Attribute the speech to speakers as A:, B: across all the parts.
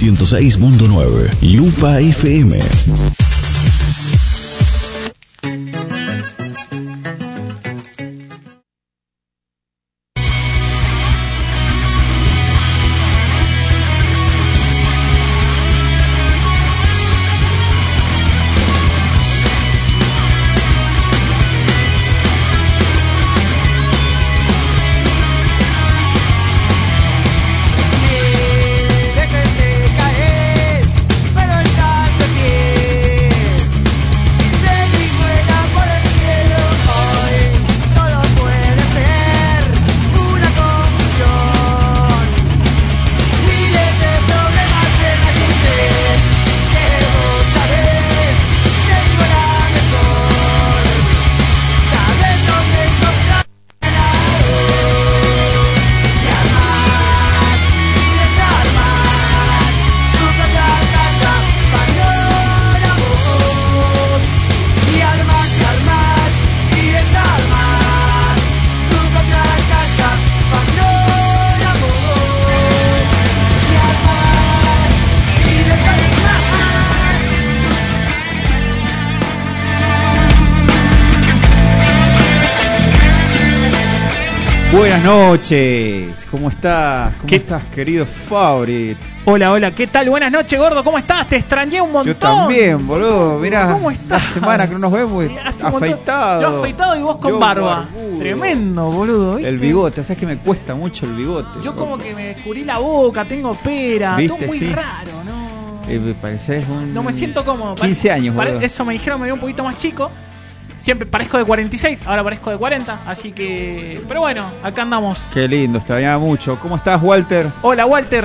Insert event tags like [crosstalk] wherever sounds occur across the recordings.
A: 106.9. Lupa FM.
B: Déjate caer, pero estás de pie. De mi vuela por el cielo hoy, todo puede ser una confusión. Miles de problemas de la gente, pero sabes, tengo la mejor. Sabes dónde encontrar la voz y armas y desarmas tu propia casa para vos. Y armas y armas y desarmas tu propia casa para vos. Y armas y desarmas.
C: Buenas noches, ¿cómo estás? ¿Cómo
D: ¿Qué-
C: estás, querido Fabri?
D: Hola, hola, ¿qué tal? Buenas noches, gordo, ¿cómo estás? Te extrañé un montón.
C: Yo también, boludo. Mirá,
D: ¿Cómo estás?
C: la semana que no nos vemos,
D: Sí, Eh, hace un montón.
C: afeitado.
D: Yo afeitado y vos con
C: Yo
D: barba.
C: barbudo.
D: Tremendo, boludo. ¿viste?
C: El bigote, sabes que me cuesta mucho el bigote.
D: Yo como que me descubrí la boca, tengo pera,
C: ¿Viste?
D: todo muy
C: Sí.
D: raro, ¿no?
C: Eh, me pareces un.
D: no me siento cómodo.
C: 15 años,
D: Pare-
C: boludo.
D: Eso me dijeron, me veo un poquito más chico. Siempre parezco de 46, ahora parezco de 40, así que... Pero bueno, acá andamos.
C: Qué lindo, extrañaba mucho. ¿Cómo estás, Walter?
D: Hola, Walter.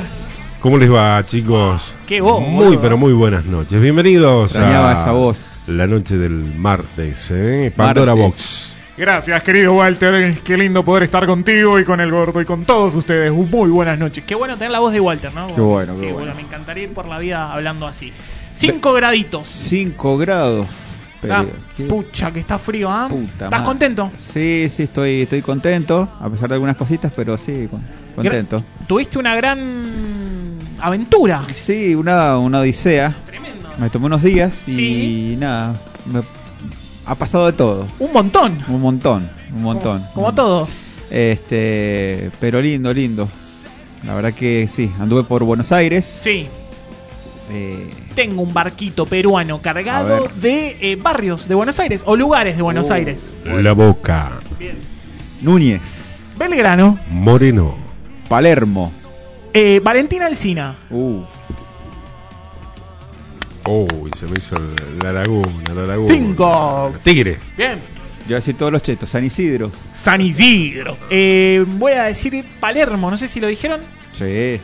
E: ¿Cómo les va, chicos?
D: Qué voz,
E: Muy,
D: boludo.
E: pero muy buenas noches. Bienvenidos
C: Extrañaba
E: a
C: esa voz.
E: la noche del martes, ¿eh? Pandora
C: Martes.
E: Box.
F: Gracias, querido Walter. Qué lindo poder estar contigo y con el gordo y con todos ustedes. Muy buenas noches.
D: Qué bueno tener la voz de Walter, ¿no?
C: Qué bueno,
D: Sí,
C: qué bueno.
D: Me encantaría ir por la vida hablando así. 5 graditos.
C: 5 grados.
D: Ah,
C: pero- qué
D: pucha, que está frío, ¿ah?
C: puta
D: ¿Estás
C: madre.
D: contento?
C: Sí, sí, estoy, estoy contento. A pesar de algunas cositas, pero sí, con- contento.
D: Tuviste una gran aventura.
C: Sí, una, una odisea.
D: Tremendo.
C: Me tomé unos días y
D: Sí.
C: nada. me- ha pasado de todo.
D: Un montón.
C: Un montón, un montón. Mm.
D: Como todo.
C: Este, pero lindo, lindo. La verdad que sí, anduve por Buenos Aires.
D: Sí,
C: Eh,
D: tengo un barquito peruano
C: A
D: cargado
C: ver.
D: de eh, barrios de Buenos Aires o lugares de Buenos
C: Uh.
D: Aires.
E: La Boca,
C: Núñez,
D: Belgrano,
E: Moreno,
C: Palermo.
D: eh, Valentina Alcina.
C: Uh,
E: uy, se me hizo la laguna, la laguna.
D: Cinco.
E: Tigre,
D: Bien.
C: yo iba a decir todos los chetos, San Isidro.
D: San Isidro. Eh, voy a decir Palermo, no sé si lo dijeron.
C: Sí.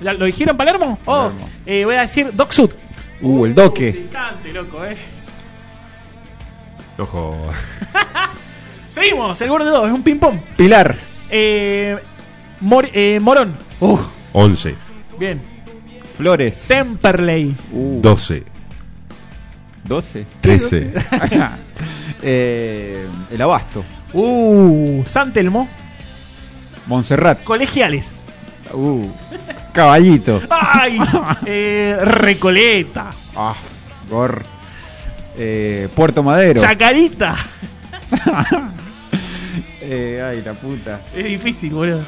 D: ¿La- ¿Lo dijeron Palermo? Oh,
C: Palermo.
D: eh, voy a decir Doc Sud.
C: Uh, el Doque.
D: Picante, loco, eh.
E: ojo.
D: Seguimos, el gordo 2, es un ping-pong.
C: Pilar.
D: Eh, Mor- eh, Morón.
C: Uh,
E: 11,
D: Bien.
C: Flores.
D: Temperley.
C: Uh,
E: 12,
C: 12.
E: 13,
C: [laughs] Eh, el Abasto.
D: Uh, San Telmo.
C: Montserrat.
D: Colegiales.
C: Uh, Caballito.
D: [laughs] ¡Ay! Eh, Recoleta.
C: Ah, gor. Eh, Puerto Madero.
D: Chacarita.
C: Eh, ay, la puta.
D: Es difícil, boludo.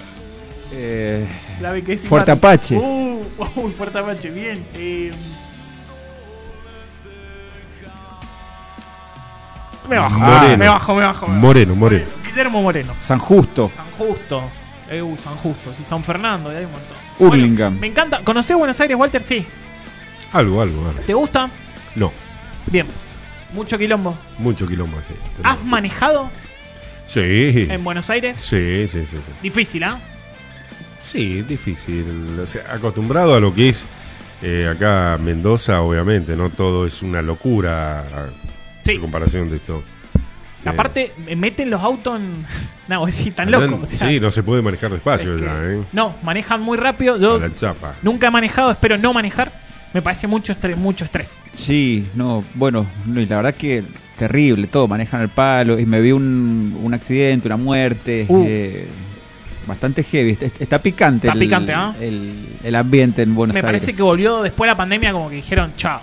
C: Eh,
D: La ve que es
C: Fuerte
D: simpática.
C: Apache.
D: Uh, uy, Fuerte Apache, bien. Eh, me bajo, ah,
E: Moreno.
D: me bajo, me bajo. me bajo.
E: Moreno, Moreno.
D: Guillermo Moreno.
C: San Justo.
D: San Justo. Eh, uh, San Justo, sí, San Fernando, y hay un montón.
C: Hurlingham.
D: me encanta. ¿Conocés Buenos Aires, Walter? Sí.
E: Algo, algo, algo.
D: ¿Te gusta?
E: No,
D: Bien. Mucho quilombo.
E: mucho quilombo. Sí,
D: ¿Has manejado
E: sí.
D: en Buenos Aires?
E: sí, sí, sí. sí.
D: Difícil, ¿ah?
E: Sí, difícil. O sea, acostumbrado a lo que es eh, acá Mendoza, obviamente, no todo es una locura
D: Sí.
E: en comparación de esto. Eh,
D: Aparte, me meten los autos en. [laughs] No, es decir, tan loco. o sea,
E: sí, no se puede manejar despacio
D: es que-
E: ya, ¿eh?
D: No, manejan muy rápido. Yo
E: A la chapa.
D: nunca he manejado, espero no manejar. Me parece mucho estrés. Mucho estrés.
C: Sí, no, bueno, no, y la verdad que terrible, todo, manejan al palo. Y me vi un, un accidente, una muerte.
D: Uh.
C: eh, Bastante heavy. Está, está picante,
D: Está
C: el,
D: picante, ¿ah?
C: el, el ambiente en Buenos
D: Me
C: Aires.
D: parece que volvió después de la pandemia como que dijeron, chao,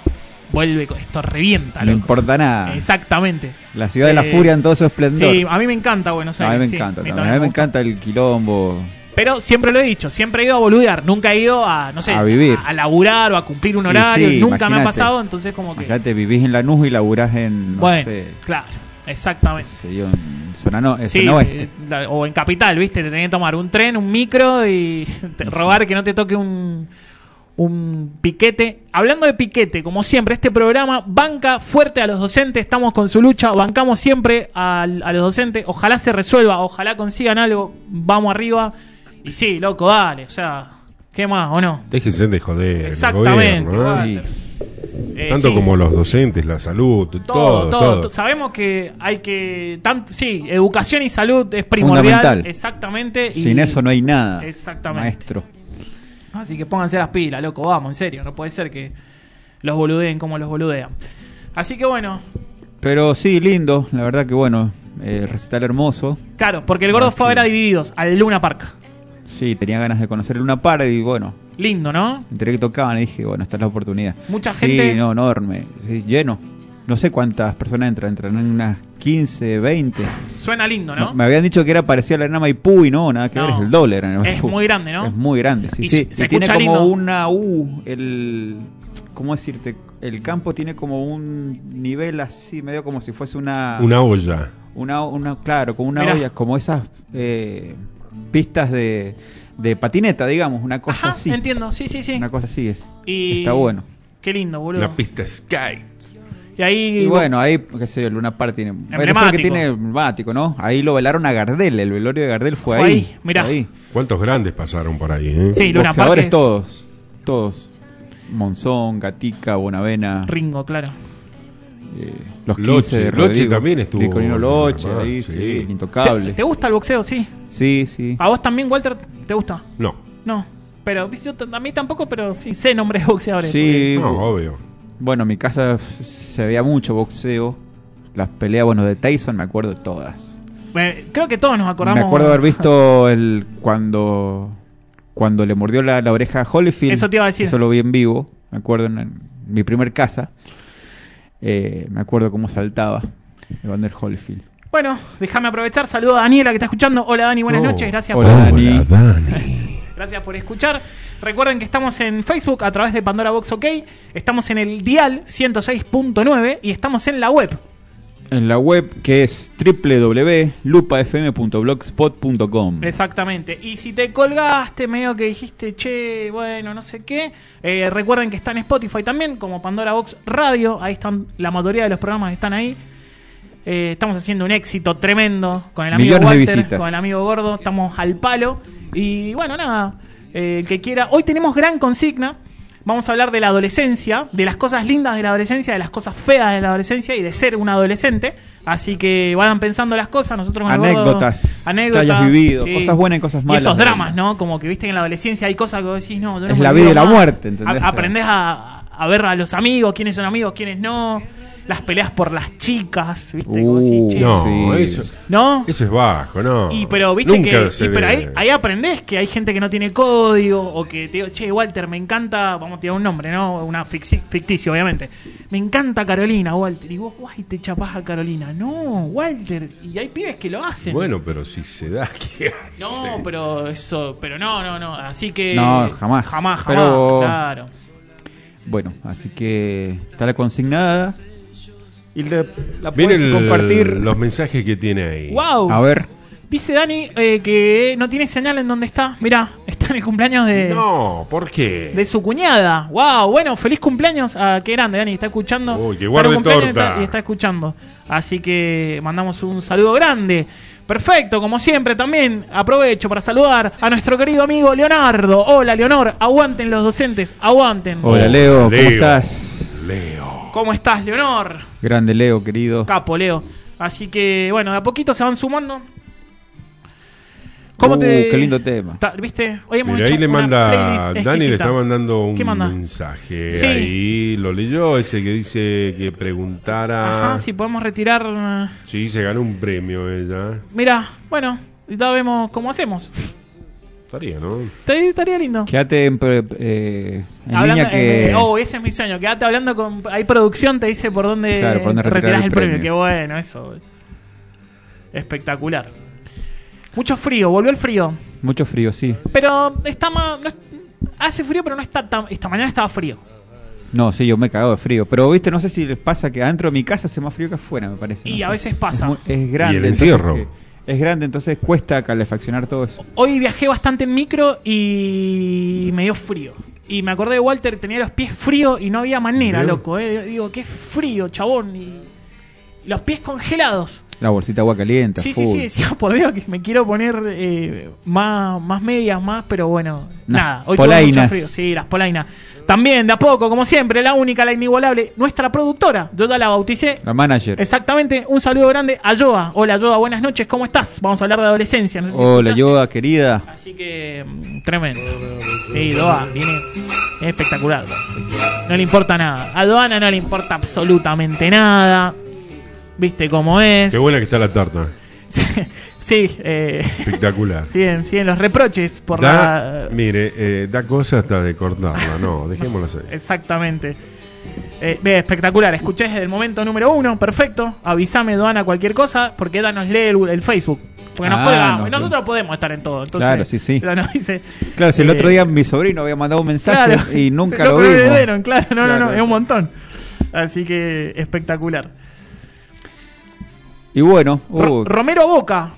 D: vuelve, co- esto revienta,
C: No
D: loco".
C: importa nada.
D: Exactamente.
C: La ciudad de la
D: Eh,
C: furia en todo su esplendor.
D: Sí, a mí me encanta Buenos
C: No,
D: Aires.
C: a mí me
D: sí,
C: encanta. también.
D: también
C: A mí me
D: gusta.
C: encanta el quilombo.
D: Pero siempre lo he dicho, siempre he ido a boludear, nunca he ido a, no sé,
C: A vivir.
D: a, a laburar o a cumplir un
C: Y
D: horario,
C: sí,
D: nunca me ha
C: imagínate.
D: pasado, entonces como que...
C: Imagínate, vivís en Lanús y laburás en, no
D: bueno,
C: sé,
D: claro,
C: qué
D: exactamente.
C: sé yo, en zona, no, en
D: Sí,
C: zona oeste.
D: eh, la- o en Capital, ¿viste? Te tenés que tomar un tren, un micro y [laughs] te-
C: Sí.
D: rogar que no te toque un, un piquete. Hablando de piquete, como siempre, este programa banca fuerte a los docentes, estamos con su lucha, bancamos siempre al- a, los docentes, ojalá se resuelva, ojalá consigan algo, vamos arriba. Y sí, loco, dale, o sea, ¿qué más o no?
E: Déjense de joder. el
D: Exactamente.
E: gobierno, ¿no?
D: igual.
C: Sí.
D: Eh,
E: Tanto
D: sí.
E: como los docentes, la salud, todo,
D: todo,
E: todo.
D: todo, to- Sabemos que hay que. Tanto, sí, educación y salud es primordial.
C: Fundamental.
D: Exactamente. y-
C: Sin eso no hay nada.
D: Exactamente.
C: Maestro.
D: Así que pónganse las pilas, loco, vamos, en serio. No puede ser que los boludeen como los boludean. Así que bueno,
C: Pero sí, lindo. La verdad que bueno. eh, recital hermoso.
D: claro, porque el gordo fue a ver a Divididos, al Luna Park.
C: Sí, tenía ganas de conocer una par y bueno,
D: Lindo, ¿no?
C: entre que tocaban y dije, bueno, esta es la oportunidad.
D: Mucha
C: Sí,
D: gente-
C: no, enorme. Sí, lleno. No sé cuántas personas entran, entran unas 15, 20.
D: Suena lindo,
C: No,
D: ¿no?
C: Me habían dicho que era parecida a la Arena Maipú y no, nada que ver,
D: No.
C: es el dólar. en
D: Es muy grande, ¿no?
C: Es muy grande, sí,
D: Y
C: sí.
D: se
C: Y tiene
D: escucha
C: como
D: lindo.
C: una U, el... ¿Cómo decirte? El campo tiene como un nivel así, medio como si fuese una...
E: Una olla.
C: Una, una- claro, como una
D: Mirá.
C: olla, como esas eh, pistas de, de patineta, digamos, una cosa
D: Ajá,
C: así.
D: entiendo, sí, sí, sí.
C: Una cosa así es.
D: Y-
C: Está bueno.
D: Qué lindo, boludo.
E: Una pista Sky.
D: Y ahí.
C: Y bueno, ahí, qué sé yo, Luna Park tiene. bueno, eso es lo que
D: Emblemático.
C: tiene emblemático, ¿no? Ahí lo velaron a Gardel, el velorio de Gardel fue,
D: Fue
C: ahí.
D: ahí, mirá.
C: fue ahí.
E: ¿Cuántos grandes pasaron por ahí? eh?
D: Sí, Luna Park.
C: Boxeadores
D: es
C: todos. Todos. Monzón, Gatica, Bonavena,
D: Ringo, claro.
C: eh, los 15
E: Loche.
C: de
E: Loche
C: Rodrigo.
E: también estuvo
C: Nicolino
E: en
C: Loche,
E: Luna Park,
C: ahí,
E: sí.
C: sí. Intocable.
D: ¿Te, te Ah, gusta el boxeo? Sí.
C: Sí, sí.
D: ¿A vos también, Walter? ¿Te gusta?
E: No.
D: No. Pero viste, yo t- a mí tampoco, pero sí sé nombres de boxeadores.
C: Sí,
E: No, obvio.
C: Bueno, en mi casa se veía mucho boxeo. Las peleas, bueno, de Tyson me acuerdo de todas.
D: Eh, creo que todos nos acordamos.
C: Me acuerdo haber visto el cuando cuando le mordió la, la oreja a Holyfield.
D: Eso te iba a decir.
C: Eso lo vi en vivo. Me acuerdo en, en mi primer casa. Eh, me acuerdo cómo saltaba Evander Holyfield.
D: [laughs] Bueno, déjame aprovechar. Saludo a Daniela que está escuchando. Hola Dani, buenas
E: Oh,
D: noches. Gracias,
C: hola,
D: por,
C: Dani.
D: gracias por escuchar. Recuerden que estamos en Facebook a través de Pandora Box OK. Estamos en el Dial 106.9 y estamos en la web.
C: En la web que es www.lupafm.blogspot.com.
D: Exactamente. Y si te colgaste, medio que dijiste, che, bueno, no sé qué. eh, recuerden que está en Spotify también, como Pandora Box Radio. Ahí están la mayoría de los programas que están ahí. Eh, estamos haciendo un éxito tremendo con el amigo
C: Millones de
D: Walter,
C: visitas.
D: con el amigo Gordo. Estamos al palo. Y bueno, nada, eh, el que quiera. Hoy tenemos gran consigna. Vamos a hablar de la adolescencia, de las cosas lindas de la adolescencia, de las cosas feas de la adolescencia y de ser un adolescente. Así que vayan pensando las cosas. Nosotros con el Gordo-
C: Anécdotas que
D: anécdotas
C: hayas vivido, cosas buenas y cosas malas.
D: Y esos dramas, ¿no? Como que viste que en la adolescencia hay cosas que vos decís, no, yo no
C: Es
D: me
C: la
D: olvido
C: vida y la
D: más.
C: muerte, ¿entendés?
D: A- aprendés a, a ver a los amigos, quiénes son amigos, quiénes no. Las peleas por las chicas, ¿viste? Que vos decís,
C: Uh,
D: che,
E: No,
C: Sí.
E: eso,
D: ¿no?
E: eso es bajo, no.
D: Y pero viste
E: Nunca
D: que
E: se
D: y, pero
E: ve.
D: ahí, ahí aprendés que hay gente que no tiene código o que te digo, che, Walter, me encanta, vamos a tirar un nombre, ¿no? Una ficci- ficticio, obviamente. Me encanta Carolina, Walter. Y vos, guay, te chapás a Carolina. No, Walter. Y hay pibes que lo hacen.
E: Bueno, pero si se da, [laughs] ¿qué hace?
D: No, pero eso, pero no, no, no. Así que.
C: No, jamás.
D: Jamás, jamás.
C: Pero-
D: Claro.
C: Bueno, así que está la consignada. Y la, la puedes
E: Miren
C: compartir.
E: los mensajes que tiene ahí.
D: ¡Wow!
C: A ver.
D: Dice Dani eh, que no tiene señal en dónde está. Mirá, está en el cumpleaños de,
E: No, ¿por qué?
D: de su cuñada. ¡Wow! Bueno, feliz cumpleaños. Ah, qué grande, Dani. Está escuchando.
E: Uy,
D: Está
E: que
D: en un
E: guarde
D: cumpleaños y
E: torta.
D: está- Y está escuchando. Así que mandamos un saludo grande. Perfecto, como siempre también aprovecho para saludar a nuestro querido amigo Leonardo. Hola Leonor, aguanten los docentes, aguanten.
C: Hola, Leo. ¿Cómo
E: Leo.
C: estás?
E: Leo.
D: ¿Cómo estás Leonor?
C: Grande, Leo, querido.
D: Capo, Leo. Así que, bueno, de a poquito se van sumando. ¿Cómo
C: Uh,
D: te.?
C: qué lindo tema.
D: Ta- ¿Viste? Hoy hemos
E: Mira,
D: hecho
E: ahí le
D: una
E: manda.
D: playlist
E: Dani le
D: exquisita.
E: está mandando un
D: ¿Qué manda?
E: mensaje.
D: Sí.
E: Ahí lo leyó, ese que dice que preguntara.
D: Ajá, si podemos retirar. eh,
E: Sí, se ganó un premio ella.
D: Mira, bueno, ya vemos cómo hacemos.
E: Estaría, ¿no?
D: Estaría, estaría lindo.
C: Quédate en, pre- eh, en
D: Hablando-
C: línea que.
D: eh, oh, ese es mi sueño. Quédate hablando con. Hay producción, te dice por dónde,
C: Claro, por dónde retirar
D: retirás
C: el
D: el premio.
C: premio.
D: Qué bueno, eso. eh. Espectacular. Mucho frío, volvió el frío.
C: Mucho frío, sí.
D: Pero está más. no es- hace frío, pero no está tan. Esta mañana estaba frío.
C: No, sí, yo me he cagado de frío. Pero, viste, no sé si les pasa que adentro de mi casa hace más frío que afuera, me parece.
D: Y
C: no
D: a
C: sé.
D: veces pasa.
C: Es, muy- es grande.
E: Y el
C: entonces
E: encierro.
C: que- es grande, entonces cuesta calefaccionar todo eso.
D: Hoy viajé bastante en micro y me dio frío. Y me acordé de Walter, tenía los pies fríos y no había manera,
E: Bien.
D: loco. eh. Digo, qué frío, chabón. Y los pies congelados.
C: La bolsita de agua caliente.
D: Sí, sí,
C: full.
D: sí, decía, [laughs] por Dios, que me quiero poner eh, más, más medias, más, pero bueno,
C: Nah,
D: nada. Hoy tuve mucho
C: polainas.
D: frío. Sí, las polainas. También, de a poco, como siempre, la única, la inigualable, nuestra productora. Yo ya la bauticé.
C: La manager.
D: Exactamente, un saludo grande a Yoa. Hola Yoa, buenas noches, ¿cómo estás? Vamos a hablar de adolescencia. no sé si
C: Hola,
D: escuchaste.
C: Yoda, querida.
D: Así que, mm, tremendo. Sí, Doa viene es espectacular. No le importa nada. A Doana no le importa absolutamente nada. ¿Viste cómo es?
E: Qué buena que está la tarta.
D: [laughs] sí, eh, [laughs]
E: Espectacular.
D: siguen, siguen los reproches por
E: Da,
D: la...
E: mire, eh, da cosa hasta de cortarla.
D: [laughs]
E: No, dejémosla así.
D: Exactamente. Eh, ve, espectacular, escuché desde el momento número uno, perfecto. Avísame, Doana, cualquier cosa, porque Eda nos lee el, el Facebook. Porque nos
C: Ah,
D: cuelga-
C: no,
D: nosotros podemos estar en todo. Entonces,
C: Claro, sí, sí.
D: Eda nos dice,
C: Claro, si el
D: eh,
C: otro día mi sobrino había mandado un mensaje
D: Claro.
C: y
D: Se-
C: nunca lo
D: no
C: vimos.
D: dieron, claro, no, no, no,
C: Claro,
D: es un
C: sí.
D: montón. Así que espectacular.
C: Y bueno,
D: Ro-
C: uh,
D: Romero Boca.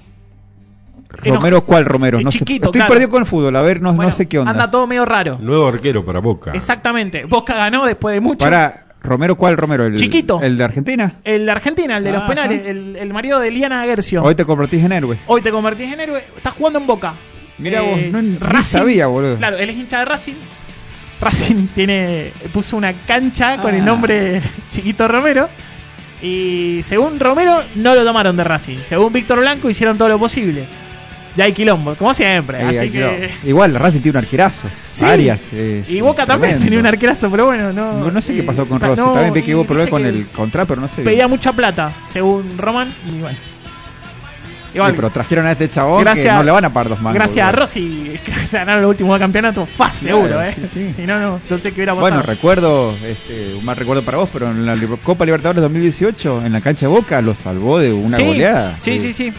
C: Romero, ¿cuál Romero?
D: Es
C: No sé.
D: chiquito,
C: Estoy
D: claro.
C: perdido con el fútbol, a ver, no,
D: Bueno,
C: no sé qué onda.
D: Anda todo medio raro.
E: Nuevo arquero para Boca.
D: Exactamente. Boca ganó después de mucho.
C: Para, Romero, ¿cuál Romero? ¿El,
D: Chiquito.
C: ¿El de Argentina?
D: El de Argentina, el de los
C: Ajá.
D: penales, el, el marido de Liana Gercio.
C: Hoy
D: Hoy,
C: te convertís en héroe.
D: te convertís en héroe. Estás jugando en Boca. Eh,
C: Mirá vos, no- ni sabía, boludo.
D: Claro, él es hincha de Racing. Racing [laughs] tiene puso una cancha con el
C: Ah.
D: nombre Chiquito Romero. Y según Romero, no lo tomaron de Racing. Según Víctor Blanco, hicieron todo lo posible. Ya hay quilombo, como siempre.
C: Ahí,
D: Eh, así
C: ahí
D: que.
C: quedó. Igual, Racing tiene un arquerazo.
D: Sí.
C: Arias. es
D: y Boca también
C: tremendo.
D: tenía un arquerazo, pero bueno, no.
C: No, no sé qué
D: eh,
C: pasó con
D: ta-
C: Rossi.
D: no,
C: también vi que
D: y
C: hubo problemas con
D: dice que
C: el contrato, pero no sé.
D: Pedía
C: bien.
D: mucha plata, según Roman, y bueno. Igual,
C: Sí, pero trajeron a este chabón que
D: Gracias-
C: no le van a pagar dos mangos.
D: gracias a
C: boludo.
D: Rossi, que se ganaron los últimos campeonatos, fácil,
C: Claro,
D: seguro, ¿eh?
C: sí, sí.
D: Si no, no, no sé qué hubiera pasado.
C: Bueno, recuerdo, este, un mal recuerdo para vos, pero en la Li- Copa Libertadores 2018, en la cancha de Boca, lo salvó de una
D: sí,
C: goleada.
D: Sí, sí, sí.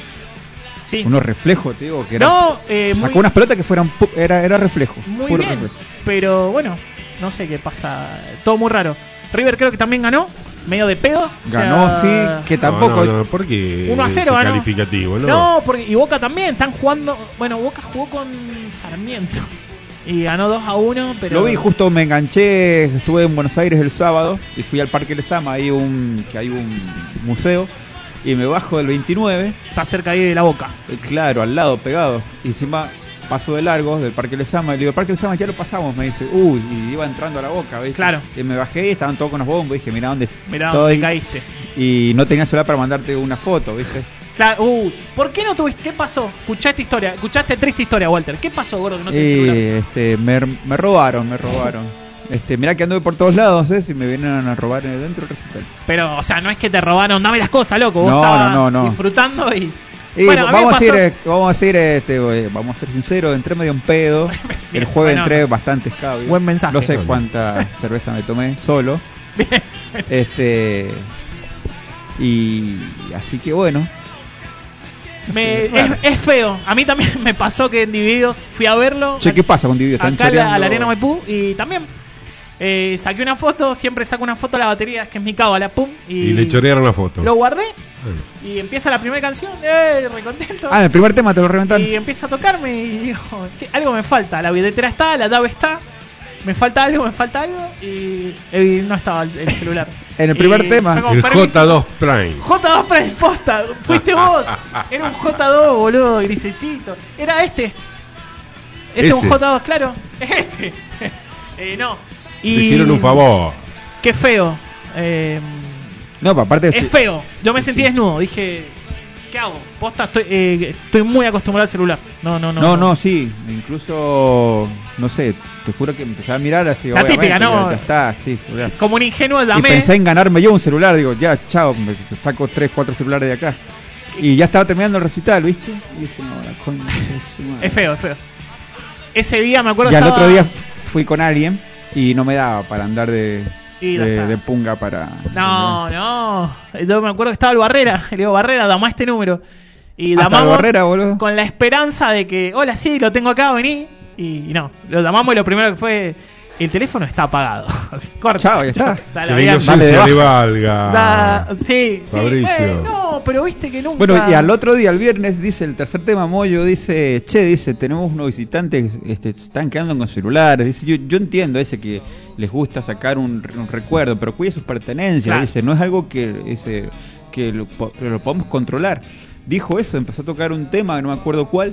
D: Sí.
C: Unos reflejos, te digo, que eran-
D: no, eh,
C: sacó
D: muy,
C: unas pelotas que fueran. pu- Era, era reflejo.
D: muy
C: puro
D: bien.
C: reflejo.
D: Pero bueno, no sé qué pasa. Todo muy raro. River creo que también ganó, medio de pedo. o sea,
C: Ganó, sí, que
E: No,
C: tampoco.
E: No, no, ¿por qué
D: 1 a 0
E: ese
D: ganó.
E: calificativo, ¿no?
D: No, porque, y Boca también, están jugando. Bueno, Boca jugó con Sarmiento. Y ganó 2 a 1, pero.
C: Lo vi, justo me enganché, estuve en Buenos Aires el sábado y fui al Parque Lesama, ahí un, que hay un museo, y me bajo del 29,
D: Está cerca ahí de la boca.
C: eh, claro, al lado, pegado, y encima paso de largo del Parque Lesama, y le digo, el Parque Lesama ya lo pasamos, me dice, uy, y iba entrando a la boca, ¿viste?
D: Claro.
C: Y me bajé y estaban todos con los bombos, y dije, mira dónde
D: Mirá,
C: estoy",
D: dónde caíste.
C: y no tenía celular para mandarte una foto, ¿viste?
D: Claro, uh, ¿por qué no tuviste? ¿Qué pasó? Escuchaste historia, escuchaste triste historia, Walter. ¿Qué pasó, gordo? que no tenés celular?
C: Eh, este, me, me robaron, me robaron. Este, mirá que anduve por todos lados, ¿eh? Si me vienen a robar eh, dentro del recital.
D: Pero, o sea, no es que te robaron, dame las cosas, loco. Vos
C: No,
D: estabas
C: no, no, no.
D: disfrutando y.
C: Y
D: Bueno, a mí me
C: vamos, a
D: pasó-
C: ser, eh, vamos a ser, este, eh, vamos a ser sinceros, entré medio en
D: [laughs]
C: pedo. El jueves
D: bueno,
C: entré bastante escabio.
D: Buen mensaje.
C: No sé
D: [laughs]
C: cuánta cerveza me tomé solo. Este y así que bueno. No
D: Me-
C: sé,
D: es,
C: raro.
D: es feo. A mí también [laughs] me pasó que en Divididos fui a verlo.
C: Che, ¿qué pasa con Dividio? Están
D: acá a la- a
C: choreando-
D: la Arena Maipú y también eh, saqué una foto, siempre saco una foto a la batería, que es mi cábala, pum. Y,
E: Y le chorearon la foto.
D: Lo guardé
E: Bueno.
D: y empieza la primera canción, ¡eh! Recontento.
C: Ah, en el primer tema te lo reventaron.
D: y empieza a tocarme y digo, "Che, algo me falta, la billetera está, la llave está, me falta algo, me falta algo y, y no estaba el, el celular.
C: [laughs] En el primer
D: Y
C: tema.
D: fue como,
E: El
D: "Permiso".
E: J2 Prime.
D: J2 predisposta, fuiste
E: [laughs]
D: vos. Era un J2, boludo, grisecito. Era este. Este es un
E: Ese.
D: J2, claro. [laughs] Este. Eh, no. Y-
E: Le hicieron un favor.
D: Qué feo. Eh,
C: No, pa- aparte
D: es
C: sí,
D: feo. Yo me
C: Sí,
D: sentí
C: sí.
D: desnudo. Dije, ¿qué hago? Posta, estoy, eh, estoy muy acostumbrado al celular. No, no, no.
C: No, no, sí, incluso no sé, te juro que empezaba a mirar así,
D: La típica,
C: obviamente,
D: ¿no?
C: ya está, sí.
D: Como un ingenuo
C: Y
D: llamé.
C: pensé en ganarme yo un celular, digo, ya, chao, me saco tres, cuatro celulares de acá. Y ya estaba terminando el recital, ¿viste? Y dije, no, la coña de su madre.
D: Es feo, es feo. Ese día me acuerdo
C: Y al
D: estaba-
C: otro día fui con alguien y no me daba para andar de,
D: Y ya
C: de-
D: está.
C: de punga para.
D: No, no. Yo me acuerdo que estaba el Barrera. Le digo, Barrera, dama este número. Y
C: Hasta el
D: damamos
C: Barrera, boludo.
D: con la esperanza de que, hola, sí, lo tengo acá, vení. Y, y no, lo llamamos y lo primero que fue, el teléfono está apagado. [laughs] Así, corta.
C: Chao, ya está.
D: Dale,
E: Que la
D: había-
C: Vale, de
E: inocencia
C: baja.
E: le valga.
D: da- sí, sí,
E: Fabricio.
D: bueno, no, pero viste que nunca.
C: Bueno, y al otro día, el viernes, dice el tercer tema, Moyo dice, che, dice, tenemos unos visitantes, este, se están quedando con celulares, dice, yo, yo entiendo ese que les gusta sacar un, un recuerdo, pero cuide sus pertenencias,
D: Claro.
C: dice, no es algo que, ese, que lo, po- que lo podamos controlar. Dijo eso, empezó a tocar un tema, no me acuerdo cuál,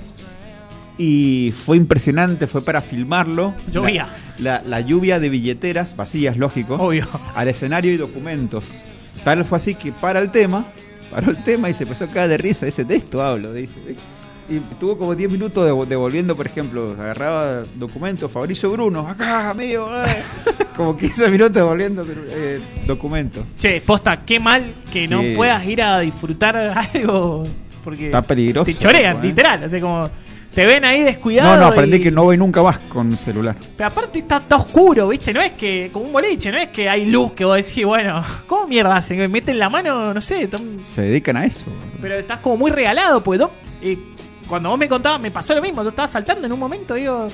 C: y fue impresionante, fue para filmarlo.
D: Llovía.
C: La, la- la lluvia de billeteras vacías, lógico.
D: Obvio.
C: Al escenario y documentos. Tal fue así que para el tema, paró el tema y se empezó a caer de risa. Dice, de esto hablo, dice. Y tuvo como 10 minutos devo- devolviendo, por ejemplo, agarraba documentos, Fabricio Bruno, acá, amigo,
D: [laughs]
C: eh. como 15 minutos devolviendo eh, documentos.
D: Che, posta, qué mal que no
C: Sí.
D: puedas ir a disfrutar [laughs] algo. Porque
C: Está peligroso,
D: Te chorean,
C: ¿eh?
D: literal. O sea, como te ven ahí descuidado.
C: No, no, aprendí
D: y-
C: que no voy nunca más con celular.
D: Pero aparte está, está oscuro, ¿viste? No es que, como un boliche, no es que hay luz que vos decís, bueno, [laughs] ¿cómo mierda hacen? Me meten la mano, no sé, tan-
C: Se dedican a eso.
D: pero estás como muy regalado, pues. yo, eh, cuando vos me contabas, me pasó lo mismo, yo estaba saltando en un momento, digo,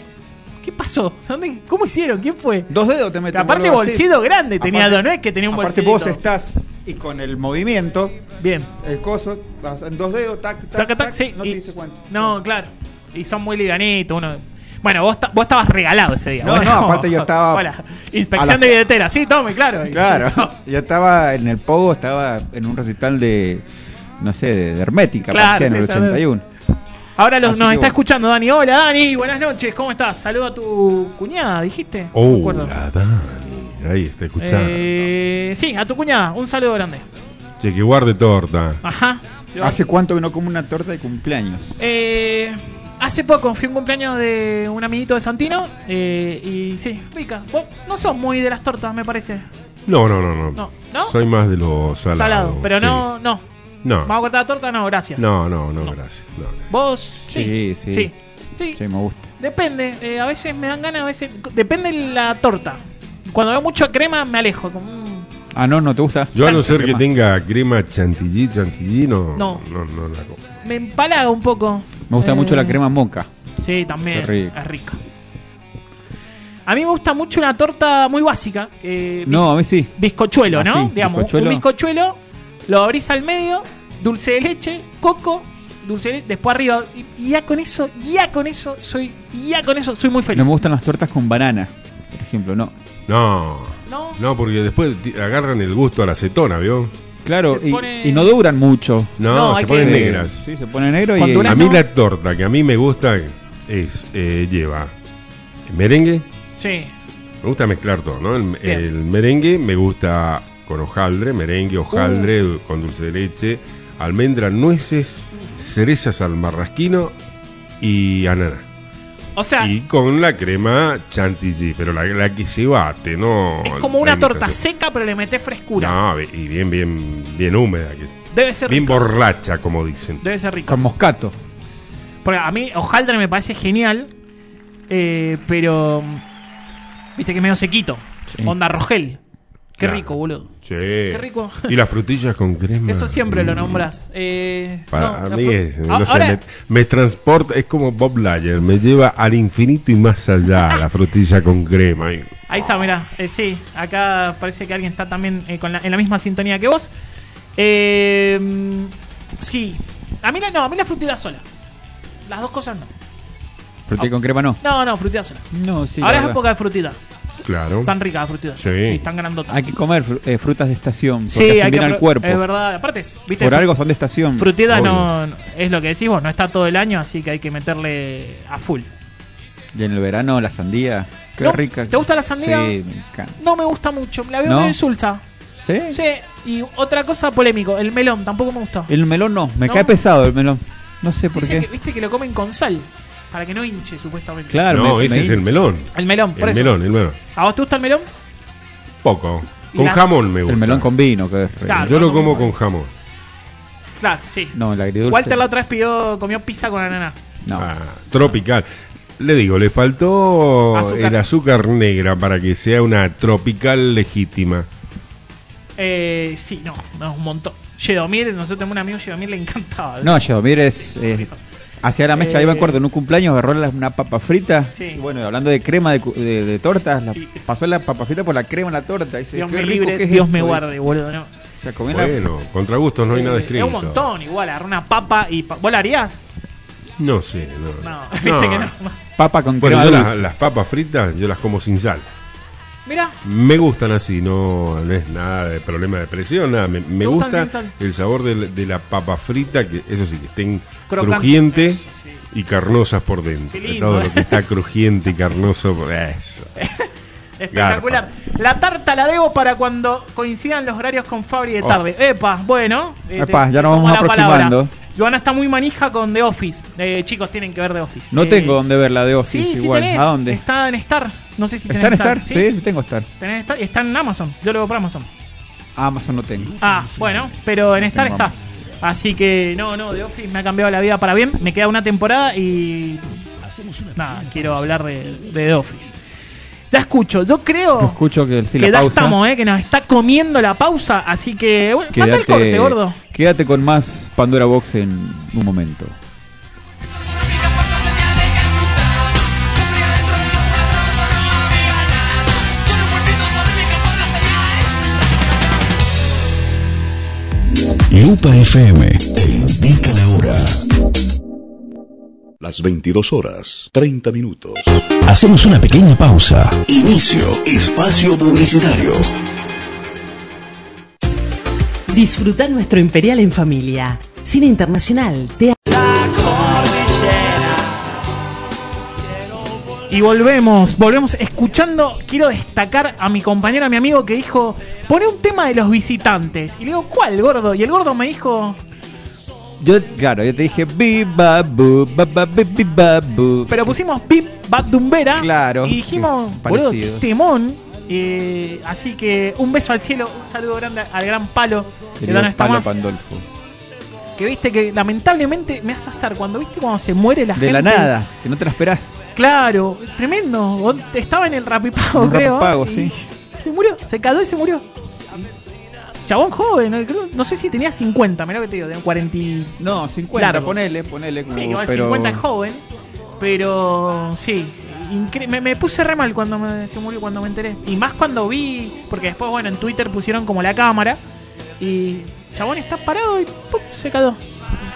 D: ¿qué pasó? ¿Dónde- ¿Cómo hicieron? ¿Quién fue?
C: Dos dedos te meten.
D: Pero aparte
C: boludo, así.
D: bolsillo grande tenía
C: Aparte-
D: yo, no es que tenía un
C: Aparte
D: bolsillo.
C: vos estás y con el movimiento,
D: Bien.
C: el coso, vas en dos dedos, tac, tac,
D: Tac, tac,
C: tac,
D: sí.
C: no
D: y-
C: te dice cuánto.
D: No, claro. Y son muy liganitos, uno... Bueno, vos, ta- vos estabas regalado ese día.
C: No,
D: bueno.
C: no, aparte yo estaba-
D: [laughs] Hola. Inspección
C: a la-
D: de billetera. Sí, tome, claro. Y- [laughs]
C: Claro, yo estaba en el Pogo, estaba en un recital de, no sé, de, de Hermética,
D: Claro,
C: parecía
D: sí,
C: en el
D: está bien.
C: 81.
D: Ahora los-
C: Así
D: nos
C: que
D: está
C: bueno.
D: escuchando Dani. Hola Dani, buenas noches, ¿cómo estás? Saludo a tu cuñada, dijiste. No me
E: Oh,
D: acuerdo.
E: la Dani. Ahí está escuchando.
D: Eh, sí, a tu cuñada, un saludo grande.
E: Che, que guarde torta.
D: Ajá.
C: ¿Hace cuánto que no como una torta de cumpleaños?
D: Eh, hace poco fui a un cumpleaños de un amiguito de Santino eh, y sí, rica. Vos no sos muy de las tortas, me parece.
E: No, no, no, no.
D: No, ¿no?
E: Soy más de lo salado.
D: Salado, pero
E: sí.
D: no, no.
E: No,
D: ¿Vamos a cortar la torta? No, gracias.
E: Ah. no, no, no, gracias. no.
D: ¿Vos?
C: Sí,
D: Sí,
C: sí.
D: Sí, sí.
C: Sí, me gusta.
D: Depende, eh, a veces me dan ganas, a veces. Depende la torta. Cuando veo mucha crema, me alejo. Como, mm,
C: Ah, no, no te gusta.
E: Yo a no ser que
C: Crema.
E: tenga crema chantilly, chantilly, no.
D: No.
E: no, no la como.
D: me empalaga un poco.
C: Me gusta
D: Eh,
C: mucho la crema moca.
D: Sí, también.
C: Es rica.
D: Es rica. A mí me gusta mucho una torta muy básica. eh,
C: No, a mí sí.
D: Bizcochuelo,
C: Ah,
D: ¿no?
C: sí,
D: Digamos,
C: bizcochuelo.
D: un bizcochuelo, lo abrís al medio, dulce de leche, coco, dulce de leche, después arriba. Y, y ya con eso, ya con eso, soy, ya con eso soy muy feliz.
C: No me gustan las tortas con banana, por ejemplo, no.
E: No.
D: No.
E: No, porque después ti- agarran el gusto a la acetona, ¿vio?
C: Claro,
D: Se
C: y,
D: pone-
C: y no duran mucho.
E: No,
D: No, hay
E: se
D: que-
E: ponen
C: Sí,
E: negras.
C: Sí, se pone negro
D: Con
C: y...
E: A
D: durazno.
E: mí la torta que a mí me gusta es, eh, lleva merengue,
D: Sí,
E: me gusta mezclar todo, ¿no? El,
D: Bien.
E: el merengue me gusta con hojaldre, merengue, hojaldre,
D: Uh.
E: du- con dulce de leche, almendra, nueces, cerezas al marrasquino y ananá.
D: o sea,
E: Y con la crema chantilly, pero la, la que se bate, ¿no?
D: es como
E: La
D: una
E: imitación.
D: torta seca, pero le metes frescura.
E: No, be- y bien, bien, bien húmeda, que es-
D: Debe ser
E: bien
D: rico.
E: borracha, como dicen.
D: Debe ser rico.
C: Con moscato.
D: Porque a mí hojaldre me parece genial, eh, pero mm, viste que es medio sequito.
C: Sí.
D: Onda Rogel. Qué
E: Claro.
D: rico, boludo.
E: Sí.
D: Qué rico.
E: Y las frutillas con crema.
D: Eso siempre lo
E: Mm.
D: nombras. Eh,
E: Para
D: no,
E: mí
D: la-
E: es, no
D: Ah,
E: sé,
D: ahora-
E: me, me transporta, es como Bob Lager, me lleva al infinito y
D: [laughs]
E: más allá la frutilla con crema. Y-
D: Ahí está, mirá. Eh, sí, acá parece que alguien está también eh, con la- en la misma sintonía que vos. Eh, mm, sí. A mí la, no, a mí la frutilla sola. Las dos cosas no.
C: Fruté con crema no.
D: No, no, frutilla sola.
C: No, sí. la
D: Ah. Ahora es
C: verdad.
D: época de frutitas.
E: Claro.
D: Están ricas las frutitas.
E: Sí.
D: Y están grandotas.
C: Hay que comer fru- eh, frutas de estación, porque
D: sí, hay
C: hacen bien
D: que
C: al
D: apro-
C: cuerpo.
D: Es verdad. Aparte, es- viste,
C: Por algo son de estación.
D: frutitas
E: Obvio.
D: no, no- es lo que decís vos, no está todo el año, así que hay que meterle a full.
C: Y en el verano la sandía, qué
D: No,
C: rica.
D: ¿te gusta la sandía?
C: Sí, me encanta.
D: No me gusta mucho, la veo
C: ¿No?
D: medio insulsa.
C: ¿Sí?
D: Sí, y otra cosa polémico, el melón tampoco me gustó.
C: El melón no, me
D: No.
C: cae pesado el melón. No sé por
D: Dicen
C: qué.
D: que, viste que lo comen con sal, para que no hinche, supuestamente.
C: Claro,
E: no,
C: me-
E: ese
C: me-
E: es el melón.
D: El melón, por
E: El
D: eso.
E: melón, el melón.
D: ¿A vos te gusta el melón?
E: Poco.
D: Y
E: Con
D: la-
E: jamón me gusta.
C: El melón con vino, que es rico.
D: Claro.
E: Yo lo como con jamón.
D: Claro, sí.
C: No, el agridulce.
D: Walter la otra vez pidió, comió pizza con ananá.
C: No.
E: Ah, tropical. Le digo, le faltó
D: Azúcar.
E: el azúcar negra para que sea una tropical legítima.
D: Eh, sí, no, no es un montón. Yedomir, nosotros tenemos un amigo Yedomir, le encantaba.
C: No, yo, mire, es, es- hacia la mezcla, ahí me acuerdo, en un cumpleaños agarró la- una papa frita.
D: Eh. Sí.
C: Y bueno, hablando de crema de, cu- de- de tortas, la-
D: Y-
C: pasó la papa frita por la crema en la torta. Dice,
D: Dios
C: qué
D: me
C: rico
D: libre,
C: que es
D: Dios
C: esto,
D: me
C: eh.
D: guarde, boludo. No.
C: O sea, comí la-
E: Bueno, contra gustos no hay nada
D: Eh,
E: escrito.
D: Es un montón, igual, agarrar una papa y... pa- ¿Vos la harías?
E: No sé,
D: No, [laughs]
E: no.
D: viste que no.
C: papa con
E: Bueno,
C: crema
E: yo
C: dulce.
E: las, las papas fritas yo las como sin sal.
D: Mira,
E: Me gustan así, no, no es nada de problema de presión, nada. Me,
D: ¿Te
E: me
D: gustan sin
E: gusta
D: sal?
E: el sabor del- de, la papa frita, que eso sí, que estén
D: Crocantes.
E: crujientes
D: Eso, sí.
E: y carnosas por dentro.
D: Qué lindo,
E: Todo
D: eh.
E: lo que está crujiente y carnoso, por eso.
D: espectacular. La tarta la debo para cuando coincidan los horarios con Fabri de
C: Oh.
D: tarde. Epa, bueno. eh,
C: Epa,
D: te-
C: ya nos
D: te tomo
C: vamos
D: la
C: aproximando.
D: palabra. Joana está muy manija con The Office. Eh, chicos, tienen que ver The Office.
C: No
D: Eh,
C: tengo dónde verla de
D: Sí,
C: Office
D: sí,
C: igual.
D: tenés.
C: ¿A dónde?
D: Está en Star. No sé si
C: ¿Está en
D: tenés
C: Star? Sí, sí, tengo Star.
D: Tenés Star. Está en Amazon. Yo lo veo por Amazon.
C: Amazon no tengo.
D: Ah, bueno, pero en Star está. Así que no, no, The Office me ha cambiado la vida para bien. Me queda una temporada y. Nada, quiero hablar de, de The Office. La escucho, yo creo.
C: No escucho que el sí,
D: que
C: la
D: ya
C: pausa.
D: estamos, eh, que nos está comiendo la pausa, así que bueno, manda el corte, gordo.
C: quédate con más Pandora Box en un momento.
A: Lupa FM te indica la hora.
G: Las 22 horas, 30 minutos.
A: Hacemos una pequeña pausa. Inicio espacio publicitario.
H: Disfruta nuestro Imperial en familia. Cine internacional, teatro.
D: Y volvemos, volvemos escuchando. Quiero destacar a mi compañero, a mi amigo que dijo: Poné un tema de los visitantes. Y le digo, ¿cuál, gordo? Y el gordo me dijo:
C: Yo, claro, yo te dije biba bu, ba, ba, bi, bi, ba, bu.
D: Pero pusimos Pip Batumbera.
C: Claro,
D: Y dijimos,
C: es
D: boludo, qué
C: parecido.
D: temón. Eh, así que un beso al cielo, un saludo grande al gran palo de
C: Querido
D: Dana
C: Palo
D: Estamás,
C: Pandolfo.
D: Que viste que lamentablemente me hace azar cuando viste cuando se muere la
C: De
D: gente.
C: la nada, que no te la esperás.
D: Claro, tremendo. Vos- Estaba en el rapipago,
C: En
D: creo.
C: Rapipago,
D: y
C: sí.
D: Se murió, se cayó y se murió. Chabón joven, eh, creo- no sé si tenía 50, mirá lo que te digo, tenía 40. y-
C: No, 50,
D: Largo.
C: ponele, ponele. Como,
D: Sí, igual
C: pero
D: 50 es joven, pero sí. incre- Me, me puse re mal cuando me, se murió, cuando me enteré. Y más cuando vi, porque después, bueno, en Twitter pusieron como la cámara y chabón está parado y ¡pum! se cayó.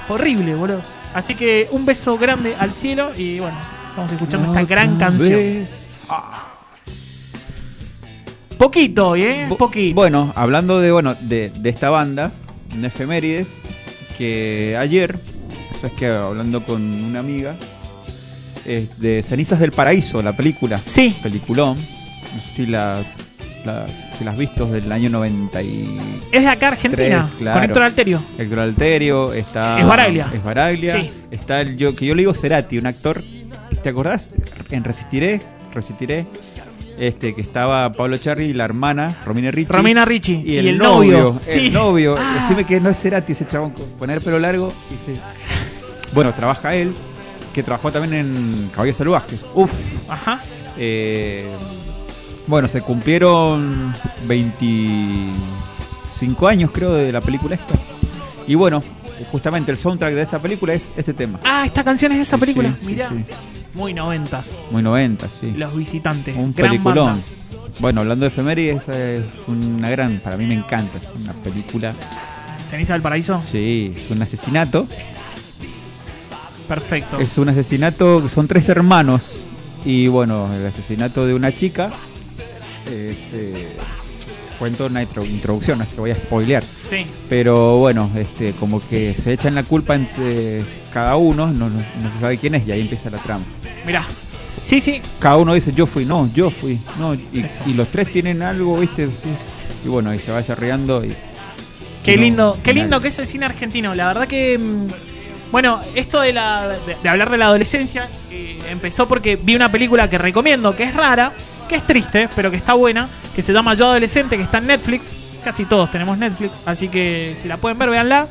D: Horrible, boludo. Así que un beso grande al cielo y bueno, vamos escuchando esta gran
C: Otra
D: canción.
C: vez.
D: Poquito, hoy, ¿eh?
C: Bu-
D: Poquito.
C: Bueno, hablando de, bueno, de, de esta banda, en efemérides, que ayer, o sea, es que hablando con una amiga, eh, de Cenizas del Paraíso, la película.
D: Sí.
C: Peliculón. No sé si la, la- si las has visto del año 93.
D: es de acá, Argentina,
C: Tres, claro.
D: con Héctor Alterio.
C: Héctor Alterio, está.
D: Es Baraglia.
C: Es Baraglia.
D: Sí.
C: Está el yo, que yo le digo Cerati, un actor. ¿Te acordás? En Resistiré, Resistiré. Este, que estaba Pablo Charri y la hermana, Romina Ricci.
D: Romina Ricci.
C: Y, el, novio. El novio.
D: Ah.
C: Decime que no es Cerati ese chabón. con Poner pelo largo y se- Bueno, trabaja él, que trabajó también en Caballos Salvajes. Uf.
D: Ajá.
C: Eh, bueno, se cumplieron 25 años, creo, de la película esta. Y bueno, justamente el soundtrack de esta película es este tema.
D: Ah, esta canción es de esa
C: Sí,
D: película.
C: sí, sí,
D: Mirá.
C: sí.
D: Muy noventas.
C: Muy 90, sí.
D: Los visitantes.
C: Un
D: gran
C: peliculón.
D: banda.
C: Bueno, hablando de efemérides, esa es una gran, para mí me encanta, es una película,
D: Ceniza del paraíso.
C: sí, es un asesinato,
D: Perfecto.
C: es un asesinato, son tres hermanos, y bueno, el asesinato de una chica, este, cuento una intro- introducción, no es que voy a spoilear,
D: Sí.
C: Pero bueno, este, como que se echan la culpa entre cada uno, no, no- no se sabe quién es, y ahí empieza la trama.
D: Mirá. Sí, sí.
C: Cada uno dice, yo fui, no, yo fui, no, y,
D: Eso.
C: y los tres tienen algo, ¿viste? Sí. Y bueno, y se va desarrollando. Y,
D: Qué
C: no,
D: lindo, qué
C: final.
D: lindo que es el cine argentino. La verdad que. mm, Bueno, esto de, la, de, de hablar de la adolescencia eh, empezó porque vi una película que recomiendo, que es rara, que es triste, pero que está buena, que se llama Yo Adolescente, que está en Netflix. Casi todos [laughs] tenemos Netflix, así que si la pueden ver, véanla.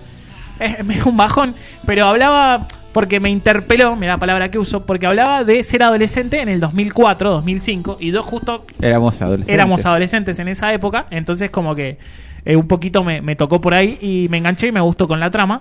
D: Es medio un bajón, pero hablaba. porque me interpeló, mira la palabra que uso, porque hablaba de ser adolescente en el 2004, 2005, y yo justo
C: Éramos adolescentes.
D: éramos adolescentes en esa época, entonces como que eh, un poquito me, me tocó por ahí y me enganché y me gustó con la trama.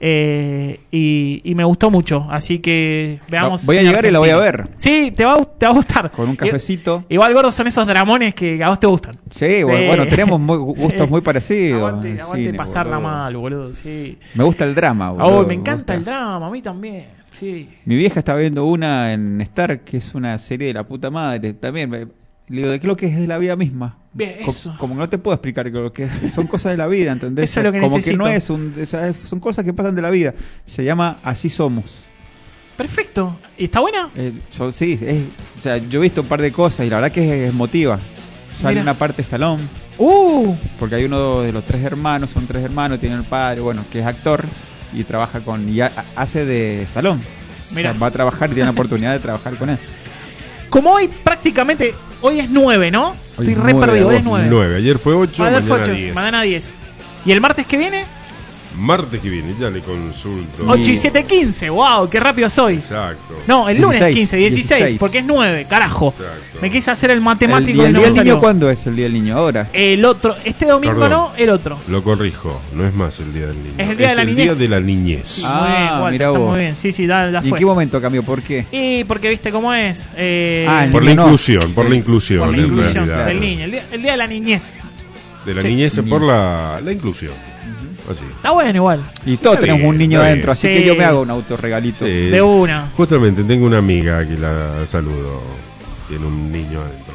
D: eh, y, y me gustó mucho, así que veamos.
C: Va- voy a
D: en
C: llegar y la voy a
D: Argentina.
C: ver.
D: Sí, te va, a gu- te va a gustar.
C: Con un cafecito.
D: I- Igual, gordos, son esos dramones que a vos te gustan.
C: Sí, bueno,
D: Sí.
C: bueno, tenemos muy- gustos
D: [laughs] Sí.
C: muy parecidos. en
D: Aguante,
C: el
D: aguante
C: cine,
D: pasarla
C: boludo.
D: mal, boludo, sí.
C: Me gusta el drama,
D: Ah,
C: boludo,
D: me encanta el
C: gusta.
D: drama, a mí también, sí.
C: Mi vieja está viendo una en Star, que es una serie de la puta madre. También, me- le digo, de creo que es de la vida misma.
D: Bien, eso.
C: Como que no te puedo explicar lo que es. Son cosas de la vida, ¿entendés?
D: Eso es lo que
C: Como
D: necesito.
C: que no es un. o sea, son cosas que pasan de la vida. Se llama Así Somos.
D: Perfecto. ¿Y está buena?
C: Eh, son- sí, es- o sea, yo he visto un par de cosas y la verdad que es emotiva. Sale
D: Mira.
C: una parte Estalón,
D: Uh,
C: porque hay uno de los tres hermanos, son tres hermanos, tiene el padre, bueno, que es actor y trabaja con. y ha- hace de Estalón.
D: Mira.
C: va a trabajar y tiene la oportunidad de trabajar con él.
D: como hoy prácticamente, hoy es 9, ¿no?
C: Hoy
D: Estoy
C: es
D: re
C: nueve,
D: perdido, hoy es 9.
E: 9. Ayer fue 8,
D: Mañana,
E: mañana
D: 8,
E: 10.
D: mañana 10. ¿Y el martes que viene?
E: Martes que viene, ya le consulto.
D: 8 y 7, 15. ¡Wow! ¡Qué rápido soy!
E: Exacto.
D: No, el lunes
C: 16,
D: 15, 16,
C: 16.
D: porque es 9, carajo.
E: Exacto.
D: Me quise hacer el
C: ¿El
D: matemático
C: día,
D: y
C: del
D: no me
C: niño
D: salió.
C: cuándo es el día del niño? Ahora.
D: El otro, este domingo
E: Perdón.
D: no, el otro.
E: Lo corrijo, no es más el día del niño.
D: Es el día de la
E: el
D: niñez.
E: día de la niñez.
C: Ah,
D: muy bien, Walter,
C: mirá
D: está
C: vos.
D: Muy bien, sí, sí, da, da
C: ¿Y en
D: fue.
C: qué momento cambió? ¿Por qué?
D: Y porque viste cómo es. eh,
C: Ah, el
E: Por la
C: niño no.
E: inclusión, por la inclusión,
D: por la
E: en
D: inclusión
E: realidad.
D: del niño. El día, el día de la niñez.
E: De la
D: Sí.
E: niñez es por la, la inclusión. Así.
D: Está bueno igual.
C: Y todos
E: Está
C: tenemos
E: bien,
C: un niño
E: está
C: adentro, así
D: bien.
C: que yo
D: Sí.
C: me hago un autorregalito.
E: Sí.
D: De una.
E: Eh, Justamente tengo una amiga que la saludo. Tiene un niño adentro.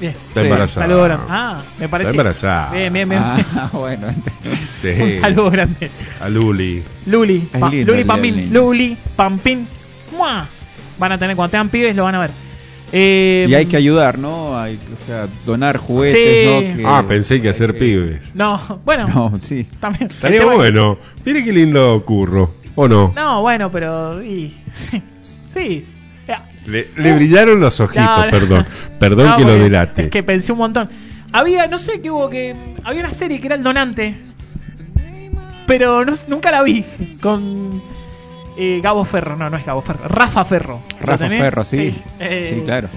D: Bien.
E: Está
C: Sí.
E: embarazada.
D: Saludo grande. Ah, me parece.
E: embarazada.
D: Bien, bien, bien.
C: Ah, [laughs] bueno.
E: Sí.
D: [laughs] Un saludo grande.
E: A Luli.
D: Luli,
C: Es lindo
D: pa- Luli
C: el día del
D: Pampín,
C: niño.
D: Luli Pampín. ¡Mua! Van a tener, cuando tengan pibes, lo van a ver. Eh,
C: Y hay que ayudar, ¿no? Hay, o sea, donar juguetes,
D: Sí.
C: ¿no? Que-
E: Ah, pensé que hacer pibes.
D: No, bueno,
C: No, sí.
D: también. el
E: Estaría
D: tema-
E: bueno. Mire qué lindo curro. ¿O no?
D: No, bueno, pero. y- [laughs] sí. Eh,
E: Le, le brillaron los ojitos,
D: No, no.
E: perdón. Perdón
D: no,
E: que lo
D: porque
E: delate.
D: Es que pensé un montón. Había, no sé qué hubo que. Había una serie que era El Donante. Pero no- nunca la vi. Con. eh, Gabo Ferro, no, no es Gabo Ferro. Rafa Ferro. ¿Lo
C: Rafa
D: tenés?
C: Ferro, sí. Sí,
D: Eh,
C: claro.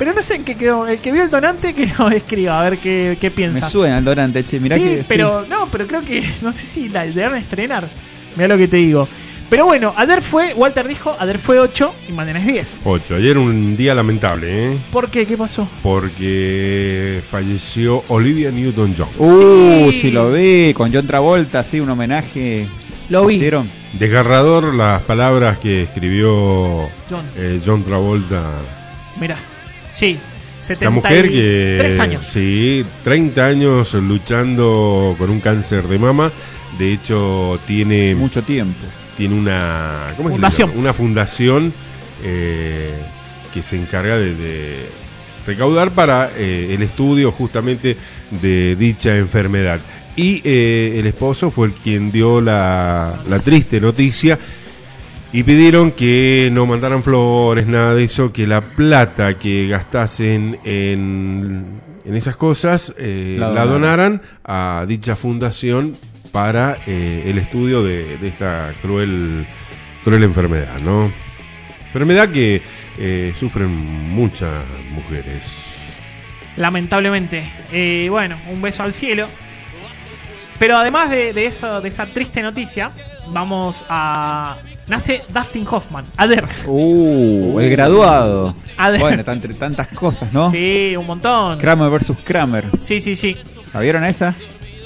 D: Pero no sé en qué quedó. El que vio el donante que nos [laughs] escriba, a ver qué, qué
C: Me
D: piensa.
C: suena el donante, che, mirá
D: sí,
C: que... sí.
D: pero no, pero creo que [laughs] no sé si la idea a estrenar. Mira lo que te digo. Pero bueno, ayer fue, Walter dijo, ayer fue 8 y mañana es 10.
E: 8. Ayer un día lamentable, ¿eh?
D: ¿Por qué? ¿Qué pasó?
E: Porque falleció Olivia Newton-John.
C: Uh,
D: Sí.
C: sí. lo vi, con John Travolta, sí, un homenaje.
D: Lo vi.
C: Hicieron.
E: Desgarrador las palabras que escribió
D: John.
E: eh, John Travolta.
D: Mira. Sí. 73
E: Esa mujer que...
D: años.
E: Sí, 30 años luchando con un cáncer de mama. De hecho, tiene...
C: Mucho tiempo.
E: tiene una ¿cómo es que le
D: Fundación.
E: llaman? una fundación eh, que se encarga de, de recaudar para eh, el estudio justamente de dicha enfermedad y eh, el esposo fue el quien dio la, la triste noticia y pidieron que no mandaran flores, nada de eso, que la plata que gastasen en, en esas cosas eh,
C: La
E: la,
C: donaran.
E: donaran a dicha fundación para eh, el estudio de, de esta cruel, cruel enfermedad, ¿no? Enfermedad que eh, sufren muchas mujeres.
D: lamentablemente. Eh, bueno, un beso al cielo. Pero además de, de eso, de esa triste noticia, vamos a... Nace Dustin Hoffman, Ader.
C: Uh, el graduado.
D: A ver.
C: Bueno, está entre tantas cosas, ¿no?
D: Sí, un montón.
C: Kramer versus Kramer.
D: Sí, sí, sí.
C: ¿La vieron esa?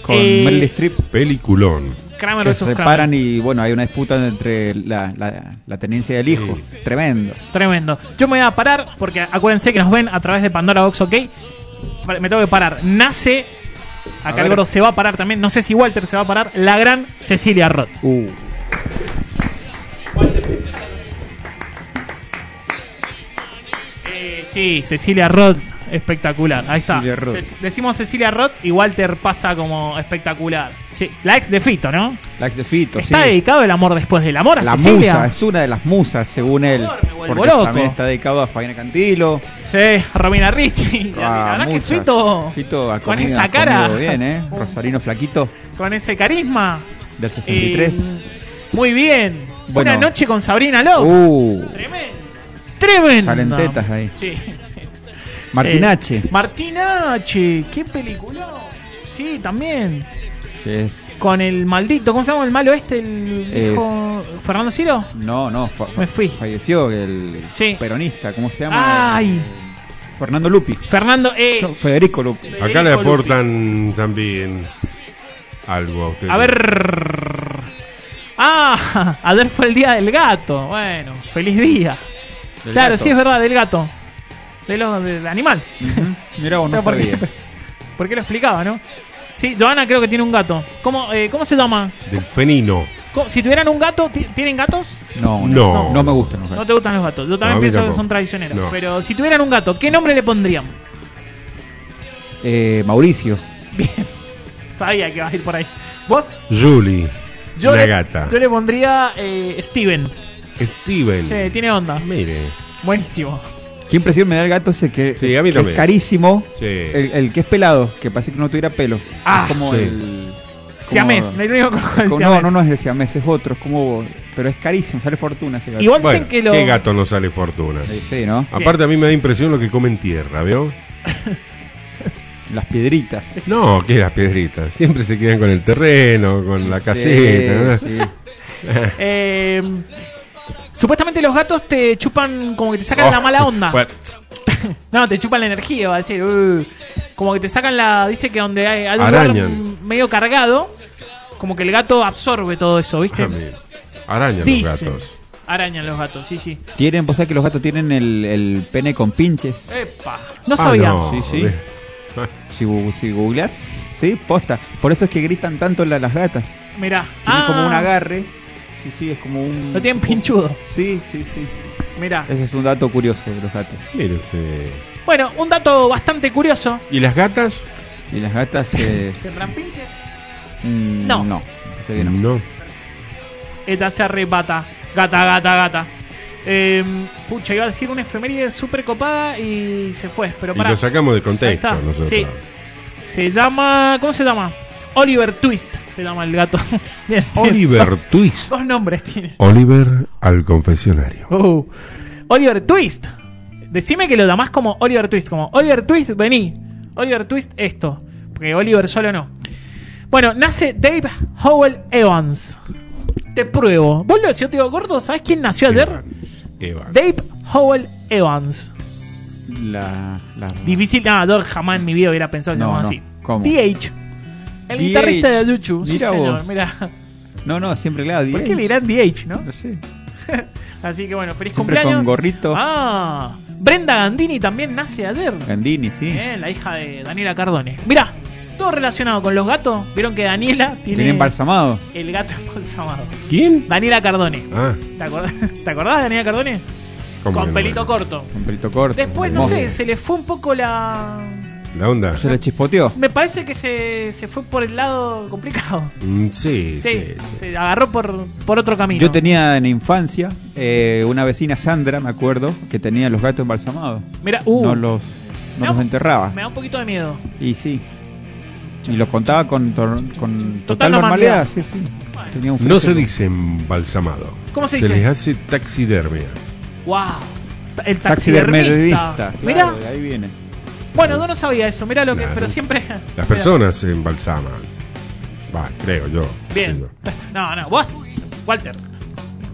C: Con
D: Eh,
C: Meryl Streep.
E: Peliculón.
D: Kramer
C: que
D: vs.
C: se
D: Kramer.
C: separan y bueno, hay una disputa entre la, la- la tenencia del hijo. Tremendo.
D: Tremendo. Yo me voy a parar porque acuérdense que nos ven a través de Pandora Box, ¿ok? Pa- Me tengo que parar. Nace. Acá
C: A
D: el
C: ver.
D: gordo se va a parar también. No sé si Walter se va a parar. La gran Cecilia Roth.
C: Uh,
D: Eh, sí, Cecilia Roth. Espectacular. Ahí está.
C: Cecilia Roth.
D: Cec- decimos Cecilia Roth y Walter pasa como espectacular. Sí, la ex de Fito, ¿no?
C: la ex de Fito,
D: Está
C: sí.
D: dedicado el amor después del amor a
C: La
D: Cecilia.
C: musa, es una de las musas, según él.
D: favor, me vuelvo
C: Porque
D: loco.
C: también está dedicado a Fabiana Cantilo.
D: Sí, Romina Ricci. [laughs] la
C: a
D: verdad que
C: muchas.
D: Fito,
C: Fito ha
D: con
C: comido-
D: esa
C: ha
D: cara,
C: comido bien,
D: [laughs]
C: ¿eh? Rosarino Flaquito,
D: con ese carisma,
C: del 63.
D: Eh, muy bien.
C: Bueno.
D: Una noche con Sabrina Love.
C: Uh,
D: Tremendo. Oh. Tremendo.
C: Salen tetas ahí.
D: Sí.
C: Martinache.
D: Eh, Martinache, qué película. Sí, también.
C: que es-
D: Con el maldito, ¿cómo se llama el malo este? El
C: Es-
D: hijo- ¿Fernando Ciro?
C: No, no, fa-
D: Me fui.
C: falleció el
D: Sí.
C: peronista, ¿cómo se llama?
D: Ay,
C: Fernando Lupi.
D: Fernando, eh,
C: No, Federico Lupi.
E: Acá le
D: Federico
E: aportan también algo a ustedes.
D: a ver. Ah, ayer fue el día del gato. Bueno, feliz día.
C: Del
D: claro,
C: gato.
D: sí es verdad, del gato. De los, del animal.
C: Ujú. Mirá vos, no
D: No, ¿por
C: sabía. [laughs]
D: [laughs] qué? Porque lo explicaba, ¿no? Sí, Joana creo que tiene un gato. ¿Cómo, eh, ¿cómo se llama?
E: Del fenino.
D: ¿Cómo- si tuvieran un gato, ti- ¿tienen gatos?
C: No,
E: No.
C: no, no me gustan los
D: No
C: gatos.
D: te gustan los gatos. Yo
E: No, a
D: también
E: mí
D: pienso que
E: tampoco.
D: son traicioneros.
E: No.
D: Pero si tuvieran un gato, ¿qué nombre le pondrían?
C: Eh, Mauricio.
D: Sabía que vas a ir por ahí. ¿Vos?
E: Julie. la
D: le,
E: gata.
D: yo le pondría eh, Steven.
E: Steven.
D: Che, tiene onda.
E: Mire.
D: Buenísimo.
C: Qué impresión me da el gato ese que,
E: Sí, a mí
C: que
E: también.
C: es carísimo.
E: Sí.
C: El, el que es pelado, que parece que no tuviera pelo.
D: Ah,
C: es como
E: sí.
C: el. como-
D: Siamés. No hay único que conozco el
C: como- no,
D: siamés.
C: no, no es el siamés, es otro, es como. Pero es carísimo, sale fortuna ese gato.
D: Igual
E: Bueno,
D: dicen que lo.
E: ¿Qué gato no sale fortuna?
C: Sí, sí, ¿no?
E: Aparte a mí me da impresión lo que comen tierra, ¿veo?
C: Las piedritas.
E: No, que las piedritas. Siempre se quedan con el terreno, con la
C: Sí,
E: caseta. ¿no?
C: sí.
D: eh, supuestamente los gatos te chupan como que te sacan
E: Oh,
D: la mala onda.
E: bueno, ah,
D: No, te chupan la energía, va a decir. uh. como que te sacan la. Dice que donde hay, hay un lugar
E: Arañan.
D: m- medio cargado, como que el gato absorbe todo eso, ¿viste?
E: ah, mira. Arañan los
D: Dicen.
E: gatos.
D: Arañan los gatos, sí, sí.
C: Tienen, vos sabés que los gatos tienen el, el pene con pinches.
D: Epa. No
E: Ah,
D: sabía.
E: no,
C: Sí, sí.
E: ve.
C: Si, gu- si googleas, sí, posta. Por eso es que gritan tanto la- las gatas. Tienen
D: Mirá.
C: como un
D: Ah,
C: agarre. Sí, sí, es como un.
D: Lo tienen
C: como-
D: pinchudo.
C: Sí, sí, sí.
D: Mirá.
C: Ese es un dato curioso de los gatos.
E: Mire usted.
D: Bueno, un dato bastante curioso.
E: ¿Y las gatas?
C: Y las gatas
D: [laughs]
C: es.
D: ¿Tendrán pinches?
C: mm,
D: No.
C: No, sé que no.
E: No.
D: Eta se arrebata. Gata, gata, gata. Eh, pucha, iba a decir una efeméride súper copada y se fue. Pero
E: Y
D: para.
E: lo sacamos de contexto
D: Ahí está,
E: nosotros.
D: sí. Se llama. ¿Cómo se llama? Oliver Twist se llama el gato. [laughs] Bien, bien. [laughs]
E: Oliver Twist.
D: Dos nombres tiene.
E: Oliver al confesionario.
D: Uh. Oliver Twist. Decime que lo llamás como Oliver Twist. Como Oliver Twist, vení. Oliver Twist, esto. Porque Oliver solo no. Bueno, nace Dave Howell Evans. Te pruebo. Vos lo decías, te digo, gordo, ¿sabés quién nació ayer?
E: Eva.
D: Dave Howell Evans.
C: La, la-
D: Difícil, nada, yo jamás en mi vida hubiera pensado que se
C: No,
D: llamaba
C: no.
D: así.
C: ¿Cómo?
D: DH. El
C: DH.
D: guitarrista de Yuchu. Sí,
C: Mirá
D: señor,
C: vos.
D: mirá.
C: No, no, siempre la
D: ¿Por qué le dirán DH, no?
C: No sé.
D: Así que bueno, feliz
C: Siempre
D: cumpleaños.
C: con gorrito.
D: Ah, Brenda Gandini también nace ayer.
C: Gandini, sí.
D: Eh, la hija de Daniela Cardone. Mirá, todo relacionado con los gatos. Vieron que Daniela tiene
C: Tienen balsamados.
D: el gato embalsamado.
E: ¿Quién?
D: Daniela Cardone.
E: Ah,
D: ¿Te acordás, ¿Te acordás de Daniela Cardone?
E: ¿cómo que
D: Con
E: no?
D: pelito corto.
C: Un pelito corto.
D: Después, no
C: hermoso.
D: sé, se le fue un poco la...
E: ¿La onda?
C: Se le chispoteó.
D: Me parece que se, se fue por el lado complicado.
E: Mm, sí,
D: Sí,
E: sí, sí.
D: se agarró por, por otro camino.
C: Yo tenía en la infancia eh, una vecina Sandra, me acuerdo, que tenía los gatos embalsamados.
D: Mira, uh,
C: no los, no
D: No.
C: los enterraba.
D: me da un poquito de miedo.
C: Y sí. Y los contaba con, tor- con total,
D: Total normalidad.
C: normalidad. Sí, sí. Tenía un
E: No
C: fresco.
E: se dice embalsamado.
D: ¿Cómo se
E: Se
D: dice?
E: les hace taxidermia.
D: ¡Wow! El taxidermista.
C: Taxidermista.
D: Mira,
C: claro, de ahí viene.
D: bueno, yo no sabía eso. Mira lo que,
E: Claro.
D: pero siempre.
E: Las personas se embalsaman. Va, creo yo.
D: [laughs]
E: Sí,
D: Bien.
E: yo.
D: [laughs] No, no, vos, Walter.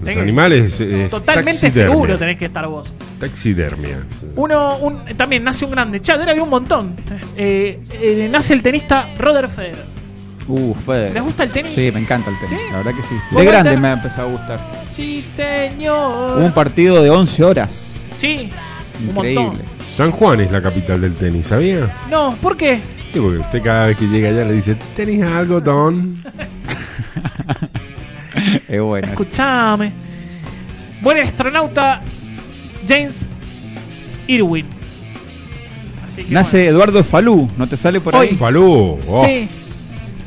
E: Los
D: Tenés-
E: animales es
D: Totalmente
E: taxidermia.
D: seguro tenés que estar vos.
E: Taxidermia. Sí.
D: Uno, un, también nace un grande. Chad, había un montón. Eh, eh, nace el tenista Roder Federer.
C: Uh, Fede.
D: ¿Les gusta el tenis?
C: Sí, me encanta el tenis.
D: Sí.
C: La verdad que sí.
D: ¿Vos,
C: De grande
D: Walter?
C: me ha empezado a gustar.
D: Sí, señor.
E: Uh.
C: Hubo un partido de 11 horas.
D: sí, un
C: Increíble.
D: montón.
E: San Juan es la capital del tenis, ¿sabía?
D: No, ¿por qué?
E: Sí, porque usted cada vez que llega allá le dice, ¿tenis algo, Don?
C: Es bueno.
D: Escuchame. Buen astronauta James Irwin. Así que,
C: Nace Eduardo Falú, ¿no te sale por
D: Hoy.
C: ahí?
E: Falú. oh.
D: Sí.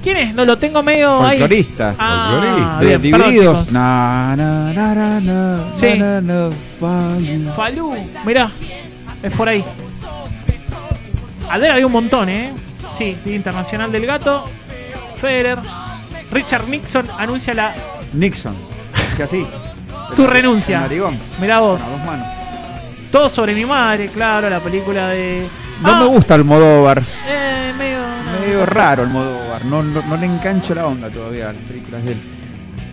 D: ¿Quién es? No lo tengo medio ahí.
C: Folclorista.
D: Ah,
C: de
D: bien, perdón,
C: Divididos.
D: chicos.
C: Na, na, na, na, na,
D: Sí.
C: na, na, Falú.
D: Falú, mirá, es por ahí. Ayer había un montón, ¿eh? Sí, Día Internacional del Gato, Federer, Richard Nixon anuncia la...
C: Nixon. Sí, así.
D: Su renuncia.
C: narigón.
D: Mirá vos.
C: Con las dos manos.
D: Todo sobre mi madre, claro, la película de.
C: No
D: Ah,
C: me gusta el modo bar.
D: eh, medio, no.
C: Medio raro el modo bar. No, no, no le engancho la onda todavía a las películas de él.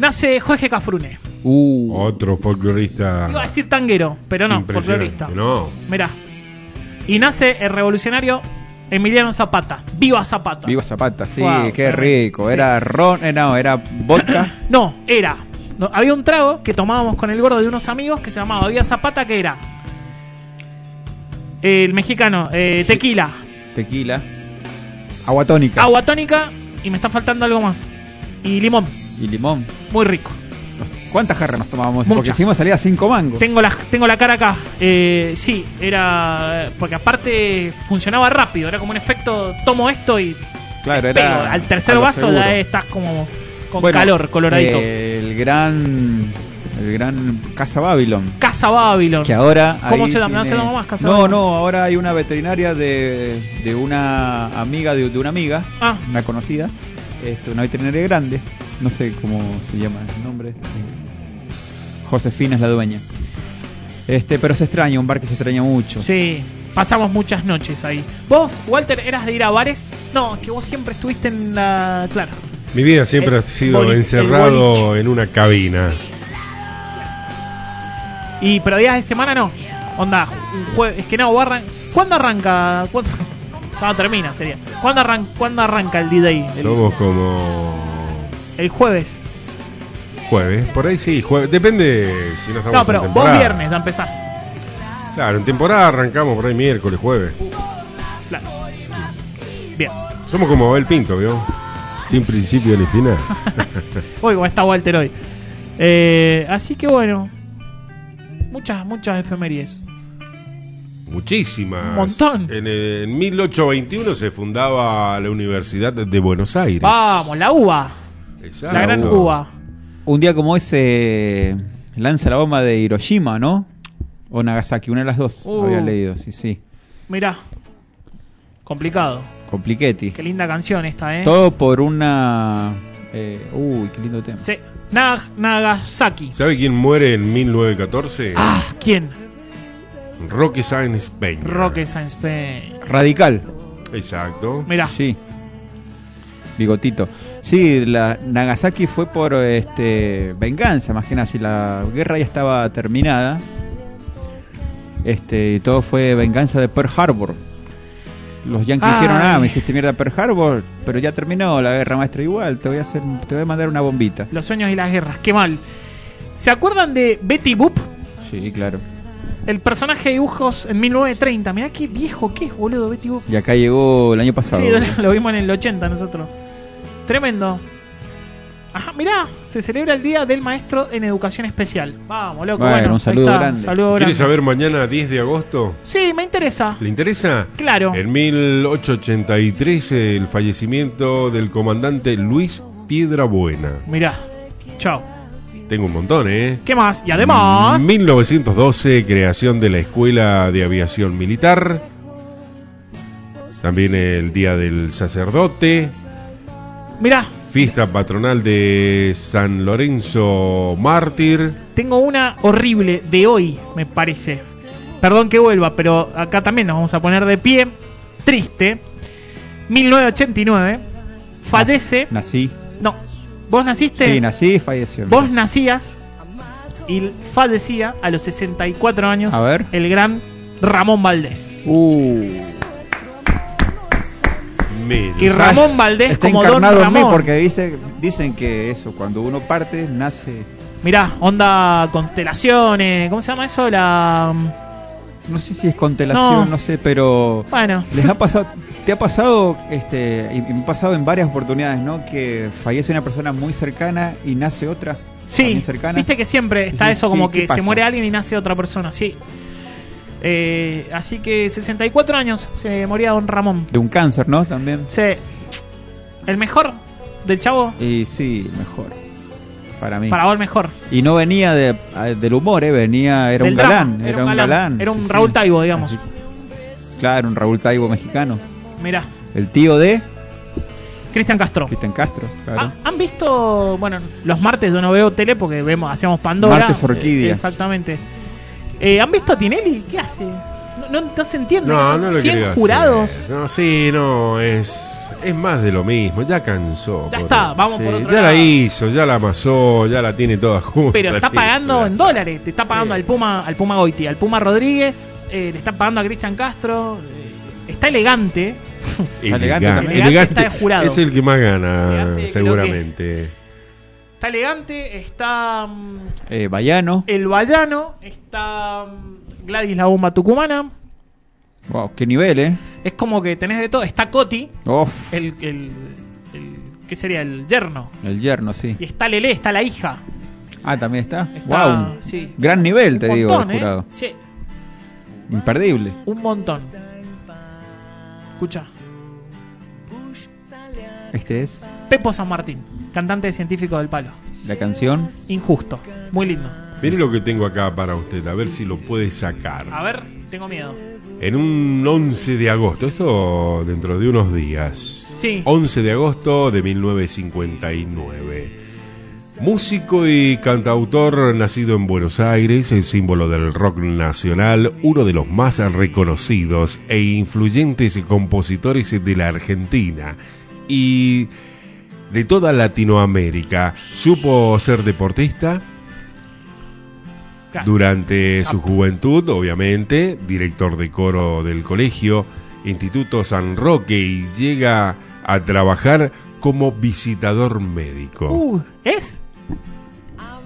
D: Nace Jorge Cafrune.
C: Uh,
E: Otro folclorista.
D: Iba a decir tanguero, pero no,
E: impresionante.
D: folclorista.
E: No.
D: Mirá. Y nace el revolucionario Emiliano Zapata. Viva Zapata.
C: Viva Zapata, sí,
D: Wow,
C: qué
D: tremendo.
C: rico.
D: Sí.
C: Era ron, eh, no, era
D: [coughs]
C: vodka.
D: No, era. no, había un trago que tomábamos con el gordo de unos amigos que se llamaba Viva Zapata, que era. El mexicano, eh, tequila,
C: tequila, agua tónica
D: agua tónica y me está faltando algo más. Y limón,
C: y limón.
D: muy rico.
C: ¿Cuántas jarras nos tomábamos? Porque
D: Muchas.
C: encima salía cinco mangos.
D: Tengo la, tengo la cara acá. Eh, sí, era. Porque aparte funcionaba rápido, era como un efecto: tomo esto y
C: claro,
D: pego.
C: era
D: Al tercer
C: a lo
D: vaso
C: seguro.
D: ya estás como con
C: Bueno,
D: calor, coloradito.
C: eh, el gran, el gran Casa Babylon.
D: Casa Babylon.
C: Que ahora.
D: ¿Cómo
C: ahí
D: se llama? ¿No se
C: tiene-
D: llama más Casa
C: No,
D: Babylon?
C: no, ahora hay una veterinaria de, de una amiga de, de una amiga,
D: Ah.
C: una conocida, este, una veterinaria grande, no sé cómo se llama el nombre. eh, Josefina es la dueña. Este, pero se extraña, un bar que se extraña mucho.
D: Sí, pasamos muchas noches ahí. ¿Vos, Walter, eras de ir a bares? No, que vos siempre estuviste en la. Claro.
E: Mi vida siempre
D: El
E: ha sido
D: boliche, el
E: encerrado en una cabina.
D: Y pero días de semana no. Onda, un jue- es que no, vos arran- ¿Cuándo arranca? ¿Cuándo, [laughs] cuándo termina sería? ¿Cuándo, arran- cuándo arranca el DJ? El,
E: Somos como
D: el jueves.
E: jueves. Por ahí sí, jueves. Depende si no estamos
D: No, pero
E: en
D: vos
E: temporada.
D: viernes ya empezás.
E: Claro, en temporada arrancamos por ahí miércoles, jueves.
D: Claro. Bien.
E: Somos como el pinto, ¿vio? Sin principio ni
D: [laughs]
E: final.
D: Uy, cómo está Walter hoy. Eh, así que bueno. Muchas, muchas efemérides.
E: Muchísimas.
D: Un montón.
E: En, el- en 1821 se fundaba la Universidad de Buenos Aires.
D: Vamos, la uva.
E: Exacto.
D: La gran uva.
C: Un día como ese lanza la bomba de Hiroshima, ¿no? O Nagasaki, una de las dos.
D: Uh.
C: Había leído, sí, sí.
D: Mirá. Complicado.
C: Compliquetti.
D: Qué linda canción esta, ¿eh?
C: Todo por una. eh, uy, qué lindo tema.
D: Sí. Nag- Nagasaki.
E: ¿Sabe quién muere en 1914?
D: Ah, ¿quién?
E: Roque Sáenz Peña.
D: Roque Sáenz Peña.
C: Radical.
E: Exacto.
D: Mirá.
C: Sí. Bigotito. Sí, la Nagasaki fue por este venganza, más que nada. Si la guerra ya estaba terminada, este, y todo fue venganza de Pearl Harbor. Los yankees
D: Ay.
C: dijeron, ah, me hiciste mierda Pearl Harbor, pero ya terminó la guerra maestra igual, te voy a hacer, te voy a mandar una bombita.
D: Los sueños y las guerras. Qué mal. ¿Se acuerdan de Betty Boop?
C: Sí, claro.
D: El personaje de dibujos en 1930. Mirá qué viejo que es, boludo, Betty Boop.
C: Y acá llegó el año pasado.
D: Sí, [laughs] lo, lo vimos en el 80 nosotros. Tremendo. Ajá, mirá, se celebra el Día del Maestro en Educación Especial. Vamos, loco.
C: Bueno,
D: Bueno,
C: un
D: ahí
C: saludo
D: está,
C: grande.
D: saludo
E: ¿Quiere
D: grande.
E: saber mañana 10 de agosto?
D: Sí, me interesa.
E: ¿Le interesa?
D: Claro.
E: En 1883 el fallecimiento del comandante Luis Piedra Buena.
D: Mirá. Chao.
E: Tengo un montón, ¿eh?
D: ¿Qué más? Y además...
E: 1912, creación de la Escuela de Aviación Militar. También el Día del Sacerdote.
D: Mirá,
E: Fiesta patronal de San Lorenzo Mártir.
D: Tengo una horrible de hoy, me parece. Perdón que vuelva, pero acá también nos vamos a poner de pie. Triste. 1989. Fallece.
C: Nací.
D: No. ¿Vos naciste?
C: Sí, nací y falleció.
D: Vos nacías y fallecía a los 64 años
C: A ver.
D: el gran Ramón Valdés.
C: Uh.
E: Mira.
D: Que Ramón Valdés
C: Está
D: como Don
C: encarnado en mí
D: Ramón.
C: porque dice, dicen que eso, cuando uno parte, nace.
D: Mirá, onda constelaciones, ¿cómo se llama eso? La
C: No sé si es constelación,
D: No.
C: no, sé, pero.
D: bueno,
C: Les ha pasado. Te ha pasado, este, y y me ha pasado en varias oportunidades, ¿no? Que fallece una persona muy cercana y nace otra.
D: Sí,
C: también cercana.
D: viste que siempre está
C: Sí,
D: eso,
C: sí,
D: como
C: ¿qué
D: que se
C: pasa?
D: muere alguien y nace otra persona, sí. Eh, así que 64 años se moría Don Ramón.
C: De un cáncer, ¿no? También.
D: Se- el mejor del chavo,
C: Y sí, mejor. Para mí.
D: para vos el mejor.
C: Y no venía de- a- del humor, ¿eh? Venía, era
D: Del
C: un
D: drama,
C: galán. Era, un galán.
D: Era un
C: sí,
D: Raúl
C: sí.
D: Taibo, digamos.
C: Así- claro, un Raúl Taibo mexicano.
D: Mirá,
C: El tío de.
D: Cristian Castro.
C: Cristian Castro, claro.
D: Ah, ¿Han visto, bueno, los martes yo no veo tele porque vemos, hacemos Pandora.
C: Martes Orquídea.
D: Eh, exactamente. Eh, ¿Han visto a Tinelli? ¿Qué hace? No, no, no se entiende.
E: No,
D: Son
E: no lo
D: 100
E: quería hacer.
D: jurados.
E: No, sí, no, es, es más de lo mismo. Ya cansó.
D: Ya
E: pobre.
D: está, vamos por otro
E: Ya la
D: lado.
E: hizo, ya la amasó, ya la tiene toda junta.
D: Pero está
E: listo,
D: pagando
E: ya
D: en
E: está.
D: dólares. Te está pagando al Puma, al Puma Goiti, al Puma Rodríguez. eh, le está pagando a Cristian Castro. eh, está elegante.
E: Elegante,
C: Elegante también.
E: elegante
D: Elegante está de jurado.
E: Es el que más gana,
D: Elegante, creo
E: seguramente.
D: Está elegante. Está mm,
C: Eh, Bayano.
D: el Vallano. Está mm, Gladys la bomba tucumana.
C: Wow, qué nivel, ¿eh?
D: Es como que tenés de todo. Está Coti.
C: Uf,
D: El, el, el- ¿Qué sería? El yerno.
C: el yerno, sí.
D: Y está Lele, está la hija.
C: Ah, también está.
D: Está-
C: wow.
D: sí.
C: Gran nivel, te
D: un
C: digo,
D: montón,
C: el
D: ¿eh?
C: jurado.
D: Sí,
C: Imperdible.
D: un montón. Escucha.
C: Este es
D: Pepo San Martín, cantante de científico del palo.
C: la canción.
D: Injusto. Muy lindo.
E: Mire lo que tengo acá para usted, a ver si lo puede sacar.
D: A ver, tengo miedo.
E: En un 11 de agosto, esto dentro de unos días.
D: Sí.
C: Oh,
E: 11 de agosto de 1959. Músico y cantautor nacido en Buenos Aires, el símbolo del rock nacional, uno de los más reconocidos e influyentes compositores de la Argentina y de toda Latinoamérica. Supo ser deportista,
D: Claro.
E: durante su juventud, obviamente, director de coro del colegio, Instituto San Roque, y llega a trabajar como visitador médico.
D: Uh, ¿Es?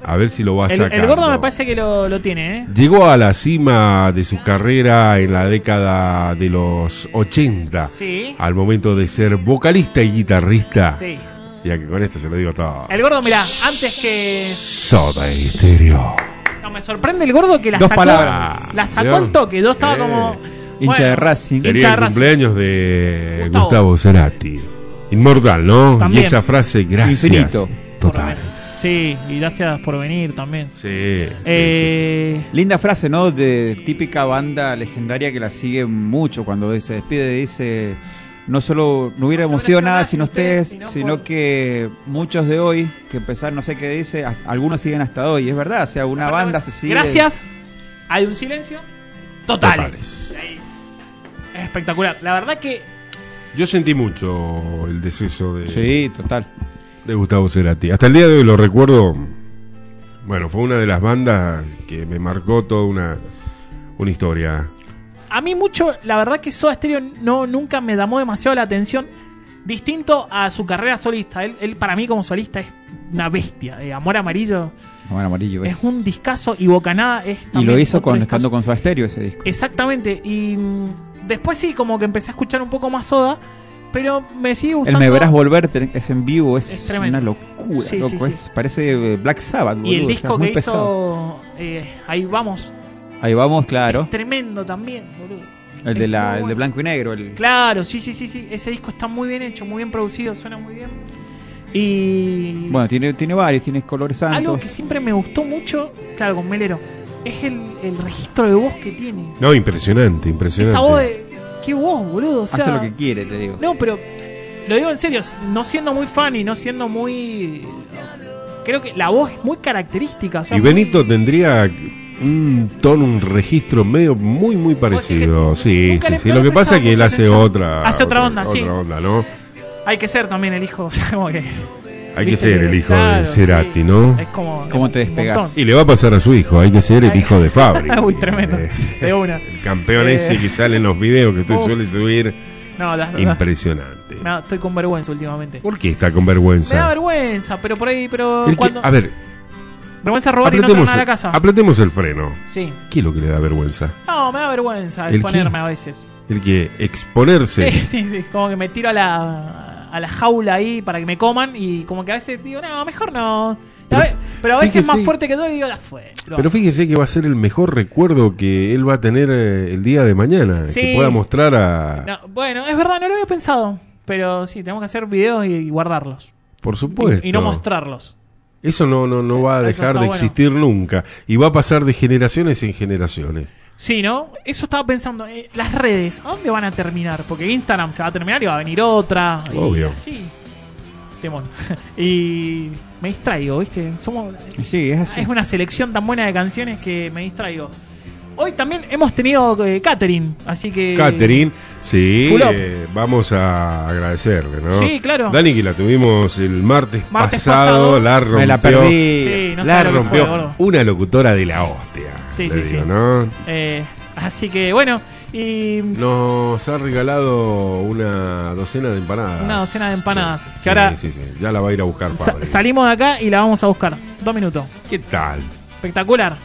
E: A ver si lo va a
D: El, el
E: sacar.
D: gordo me parece que lo, lo tiene, ¿eh?
E: Llegó a la cima de su carrera en la década de los 80,
D: Sí.
E: al momento de ser vocalista y guitarrista.
D: Sí.
E: Ya que con esto se lo digo todo.
D: El gordo, mirá, antes que.
E: Soda Estéreo.
D: No, me sorprende el gordo que la
C: Dos
D: sacó.
C: palabras.
D: La sacó
E: Bien.
D: al toque. Yo estaba
E: Eh.
D: como.
C: Hincha
D: bueno,
C: de Racing.
D: Sí.
E: Sería el
D: Racing.
E: cumpleaños de
D: Gustavo.
E: Gustavo, Cerati. Inmortal, ¿no?
D: También.
E: Y esa frase, gracias.
C: Infinito.
E: Totales.
D: Sí, y gracias por venir también.
E: Sí, sí, sí, sí,
D: eh,
C: Linda frase, ¿no? De típica banda legendaria que la sigue mucho cuando se despide. Dice, no solo no hubiéramos sido nada sin ustedes, sino que muchos de hoy que empezaron, no sé qué dice, a- algunos siguen hasta hoy. Es verdad, o sea, una banda se sigue.
D: pues, Gracias. Hay un silencio. Totales.
E: Totales.
D: Ahí. Es espectacular. La verdad que
E: Yo sentí mucho el deceso de,
C: Sí, total.
E: de Gustavo Cerati. Hasta el día de hoy lo recuerdo. Bueno, fue una de las bandas que me marcó toda una, una historia.
D: a mí mucho, la verdad que Soda Stereo no, nunca me llamó demasiado la atención. Distinto a su carrera solista. Él, él para mí como solista es una bestia. Eh, Amor Amarillo
C: Bueno, amarillo.
D: es un discazo y Bocanada es...
C: y
D: también
C: lo hizo
D: otro
C: con,
D: discazo.
C: estando con su estéreo ese disco.
D: Exactamente. Y mm, después sí, como que empecé a escuchar un poco más Soda, pero me sigue
C: El
D: gustando...
C: Me Verás Volver te- es en vivo, es,
D: Es tremendo.
C: una locura,
D: Sí,
C: loco.
D: sí, sí.
C: es- parece eh, Black Sabbath,
D: Y el
C: boludo, o sea,
D: disco
C: es muy
D: que
C: pesado.
D: hizo... eh, ahí vamos.
C: Ahí vamos, claro.
D: Es tremendo también, boludo.
C: El de,
D: es
C: la,
D: muy
C: el de
D: bueno.
C: blanco y negro. El,
D: Claro, sí, sí, sí, sí. Ese disco está muy bien hecho, muy bien producido, suena muy bien. Y
C: Bueno, tiene, tiene varios, tiene colores santos.
D: algo que siempre me gustó mucho, claro, con Melero, es el, el registro de voz que tiene.
E: No, impresionante, impresionante.
D: Esa voz de... ¿Qué voz, boludo? O sea,
C: Hace lo que quiere, te digo.
D: No, pero lo digo en serio, no siendo muy fan y no siendo muy... Creo que la voz es muy característica. o sea,
E: Y Benito tendría un tono, un registro medio muy, muy parecido.
D: Vos dijiste,
E: Sí,
D: nunca
E: sí,
D: le-
E: sí.
D: no
E: Lo
D: le
E: que pasa es que él
D: prestaba mucha
E: hace
D: atención.
E: otra.
D: Hace otra onda, sí.
E: Otra onda, ¿no?
D: Hay que ser también el hijo. [laughs] o sea, como que-
E: Hay que
D: ¿viste?
E: ser el hijo
D: Claro,
E: de Cerati,
D: sí.
E: ¿no?
D: Es como...
C: ¿Cómo te
D: un
C: despegás?
D: [laughs] montón.
E: Y le va a pasar a su hijo, hay que ser el
D: Ay.
E: hijo de Fabri.
D: [laughs] Uy, tremendo. De una.
E: Eh, El campeón
D: Eh.
E: ese que sale en los videos que usted
D: Uh.
E: suele subir.
D: No, la verdad.
E: Impresionante.
D: No, estoy con vergüenza últimamente.
E: ¿Por qué está con
D: Me da
E: vergüenza?
D: vergüenza, pero por ahí, pero
E: El que-
D: cuando...
E: a ver,
D: vergüenza robar y no tener
E: apretemos,
D: nada a la casa.
E: apretemos el freno.
D: Sí.
E: ¿Qué es lo que le da vergüenza?
D: No, me da vergüenza
E: ¿El qué?
D: exponerme a veces.
E: El que
D: Sí.
E: exponerse.
D: sí, sí, Como que me tiro a la, a la jaula ahí para que me coman y como que a veces digo, no, mejor no. Pero,
E: Pero
D: a ve- pero a veces
E: fíjese-
D: más fuerte que yo y digo, la fue. lo
E: Pero
D: hago".
E: fíjese que va a ser el mejor recuerdo que él va a tener eh, el día de mañana.
D: Sí.
E: Que pueda mostrar a.
D: No, bueno, es verdad, no lo había pensado. Pero sí, tenemos que hacer videos y, y guardarlos.
E: Por supuesto.
D: Y, y no mostrarlos.
E: Eso no, no, no va a
D: Eso
E: dejar
D: está
E: de
D: bueno.
E: existir nunca. Y va a pasar de generaciones en generaciones.
D: Sí, ¿no? Eso estaba pensando. eh, las redes, ¿a dónde van a terminar? Porque Instagram se va a terminar y va a venir otra. y
E: Obvio.
D: así. Temón. [laughs] y me distraigo, ¿viste? Somos,
C: Y Sí, es así.
D: es una selección tan buena de canciones que me distraigo. Hoy también hemos tenido eh, catering, así que...
E: Catherine, sí,
D: Fulop.
E: eh, vamos a agradecerle, ¿no?
D: Sí, claro.
E: Dani, que la tuvimos el martes,
D: Martes
E: pasado,
D: pasado.
E: la rompió.
C: Me la perdí.
D: Sí, no
E: la
D: sabe lo que fue,
E: rompió.
D: gordo.
E: una locutora de la hostia.
D: Sí,
E: le
D: sí, sí.
E: ¿no?
D: Eh, así que bueno, y
E: Nos ha regalado una docena de empanadas.
D: Una docena de empanadas,
E: Sí,
D: que ahora-
E: sí, sí, ya la va a ir a buscar
D: sa-
E: Pablo.
D: salimos de acá y la vamos a buscar. Dos minutos.
E: ¿Qué tal?
D: Espectacular.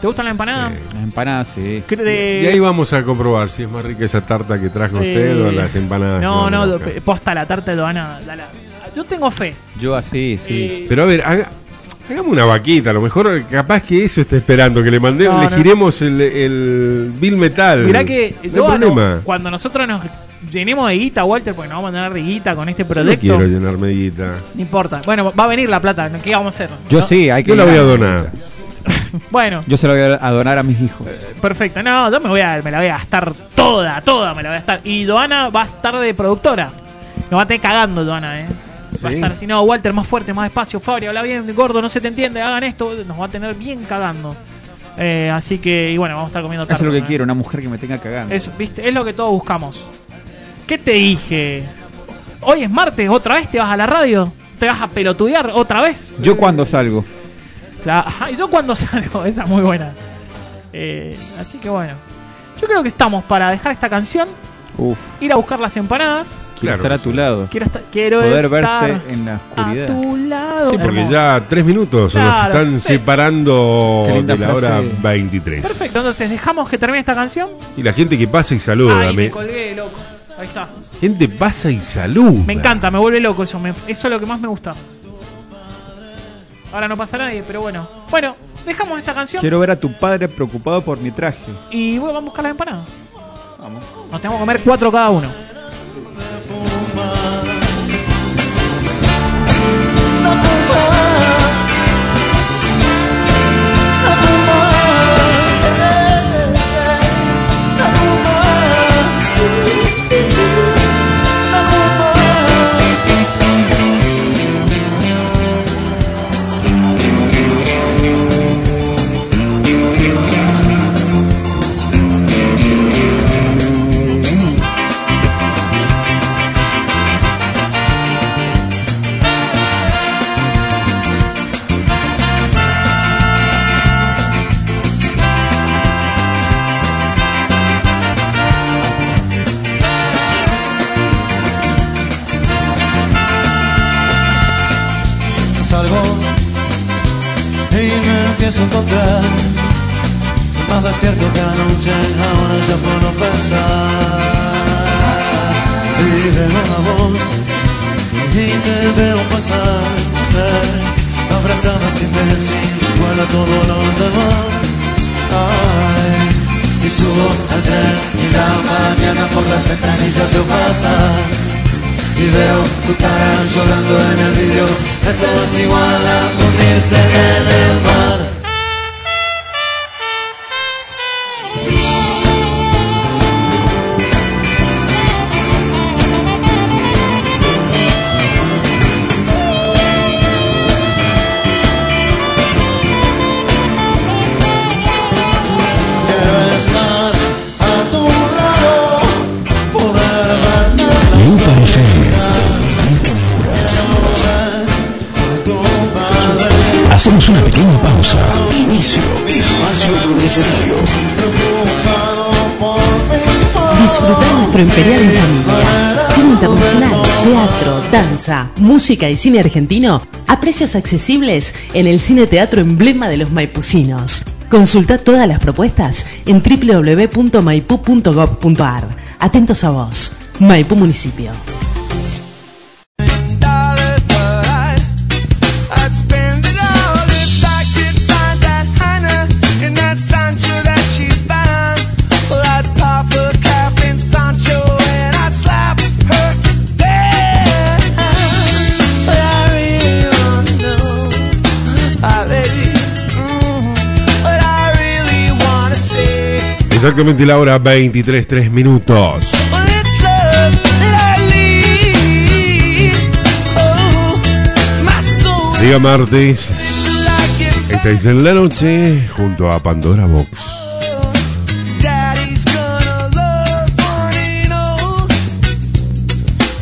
D: ¿Te gustan las empanadas?
E: Eh,
C: Las empanadas, sí.
D: ¿Qué te-
E: Y ahí vamos a comprobar si es más rica esa tarta que trajo usted
D: Eh,
E: o las empanadas.
D: No,
E: que
D: no,
E: vamos a
D: do-
E: buscar.
D: posta la tarta de Doana. Yo tengo fe.
C: Yo así, sí.
D: Eh,
E: Pero a ver, haga- hagamos una vaquita. A lo mejor capaz que eso está esperando, que le mandemos,
D: No,
E: le
D: no.
E: giremos el, el Bill Metal.
D: mirá que
E: no hay
D: Doano,
E: problema.
D: cuando nosotros nos llenemos de guita, Walter, porque nos vamos a mandar de guita con este
E: Yo no
D: proyecto.
E: quiero
D: No,
E: llenarme de guita.
D: importa. Bueno, va a venir la plata. ¿no? ¿Qué vamos a hacer?
C: Yo
D: ¿No?
C: sí, hay que.
E: Yo la voy a
C: mirar.
E: donar.
D: Bueno,
C: Yo se la voy a donar a mis hijos.
D: perfecto. No, yo me, voy a, me la voy a gastar toda, toda me la voy a gastar. Y Doana va a estar de productora. Nos va a estar cagando, Doana, ¿eh? Va a
E: Sí.
D: estar, si no, Walter, más fuerte, más despacio. Fabri, habla bien, gordo, no se te entiende, hagan esto. Nos va a tener bien cagando. Eh, así que, y bueno, vamos a estar comiendo
C: Eso es
D: tarde.
C: lo que quiero, una mujer que me tenga cagando.
D: Es, ¿viste? es lo que todos buscamos. ¿Qué te dije? Hoy es martes, otra vez te vas a la radio, te vas a pelotudear otra vez.
C: Yo cuando salgo.
D: La- Ajá, ¿y yo cuando [laughs] salgo, esa es muy buena. Eh, así que bueno, yo creo que estamos para dejar esta canción,
C: Uf,
D: ir a buscar las empanadas.
E: Claro
C: quiero estar a
E: que
C: tu
E: sí.
C: lado.
D: Quiero, esta- quiero
C: Poder
D: estar
C: verte en la
D: a
C: oscuridad.
D: tu lado.
E: Sí, porque
D: Hermoso.
E: ya tres minutos nos
D: Claro,
E: están
D: sí.
E: separando
C: Qué linda
E: de la hora
C: frase.
E: 23.
D: Perfecto, entonces dejamos que termine esta canción.
E: Y la gente que pasa y saluda.
D: Ay,
E: me-
D: me colgué, loco. Ahí está.
E: Gente pasa y saluda.
D: Me encanta, me vuelve loco eso. me- eso es lo que más me gusta. Ahora no pasa nadie, pero bueno. Bueno, dejamos esta canción
C: Quiero ver a tu padre preocupado por mi traje.
D: y bueno, vamos a buscar las empanadas.
C: Vamos.
D: Nos tenemos que comer cuatro cada uno.
B: No fuma, no fuma, no fuma, no fuma.
I: salgo y me empiezo a encontrar más despierto que anoche ahora ya puedo pensar y veo una voz y te veo pasar eh, abrazada sin decir igual a todos los demás Ay, y subo al tren y la mañana por las ventanillas yo pasar y veo tu cara llorando en el vidrio. Esto es igual a hundirse en el mar. Quiero estar a tu lado, poder verte
A: Lupa FM.
I: tu madre.
A: Hacemos una pequeña pausa. Inicio espacio publicitario.
H: Disfrutar nuestro Imperial en familia. Cine internacional, teatro, danza, música y cine argentino a precios accesibles en el Cine Teatro Emblema de los Maipucinos. Consulta todas las propuestas en www.maipu.gov.ar. Atentos a vos, Maipú Municipio.
E: Exactamente la hora 23, 3 minutos.
B: Well, it's love that I lead. Oh, María Martes. Estáis en la noche junto a Pandora Box.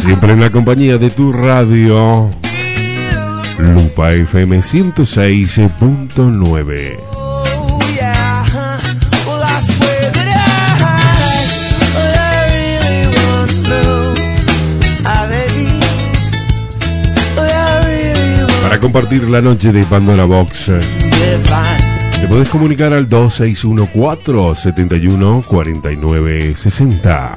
B: Siempre en la compañía de tu radio. Lupa FM 106.9. Para compartir la noche de Pandora Box, eh, te podés comunicar al 2614-714960.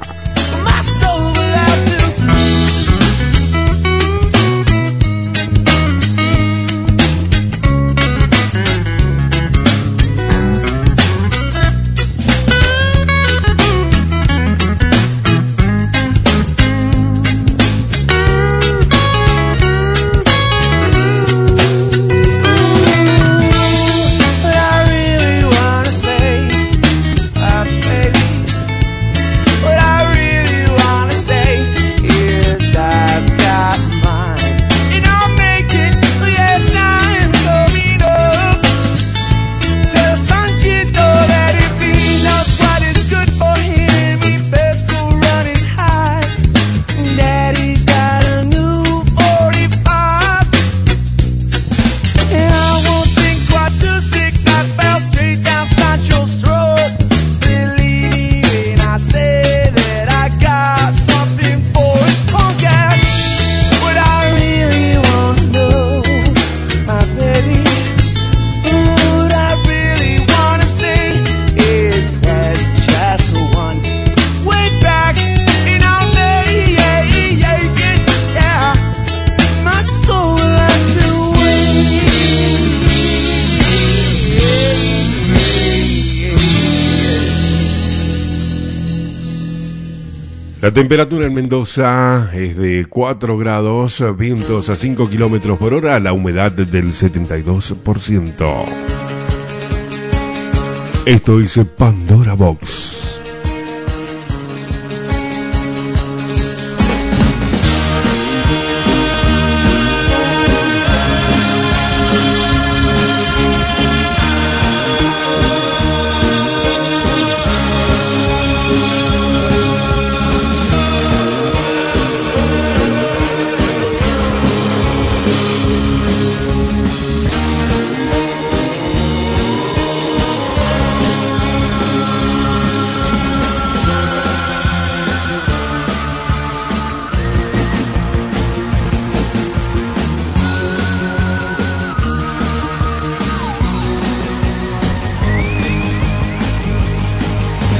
B: La temperatura en Mendoza es de 4 grados, vientos a 5 kilómetros por hora, la humedad del 72%. Esto es Pandora Box.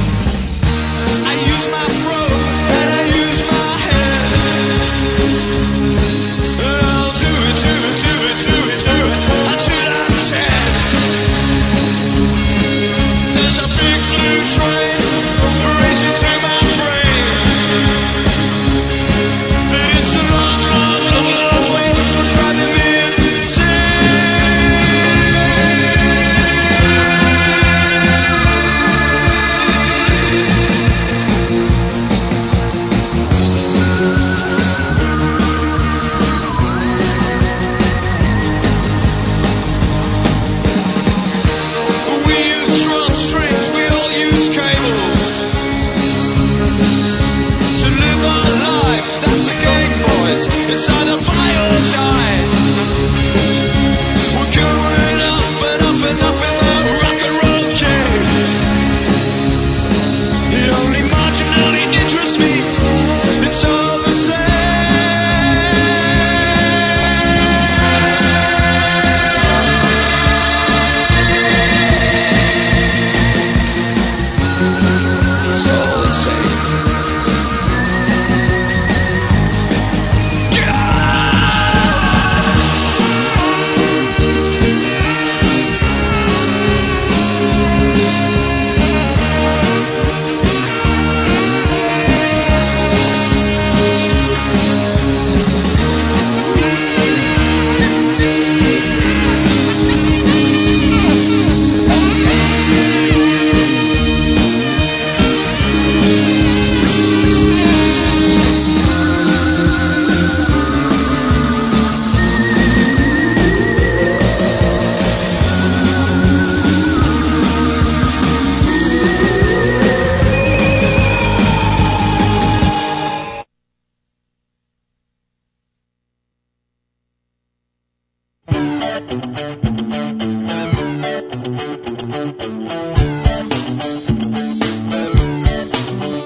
I: I use my throat and I use my head. And I'll do it, do it, do it, do it, do it until I'm dead. There's a big blue train racing through my brain. But it's a long, long, long, long way from driving me insane. We use drum strings, we all use cables. To live our lives, that's a game, boys. It's either buy or die. We're going up and up and up in the rock and roll game. It only marginally interests me. It's all the same. It's all the same. God!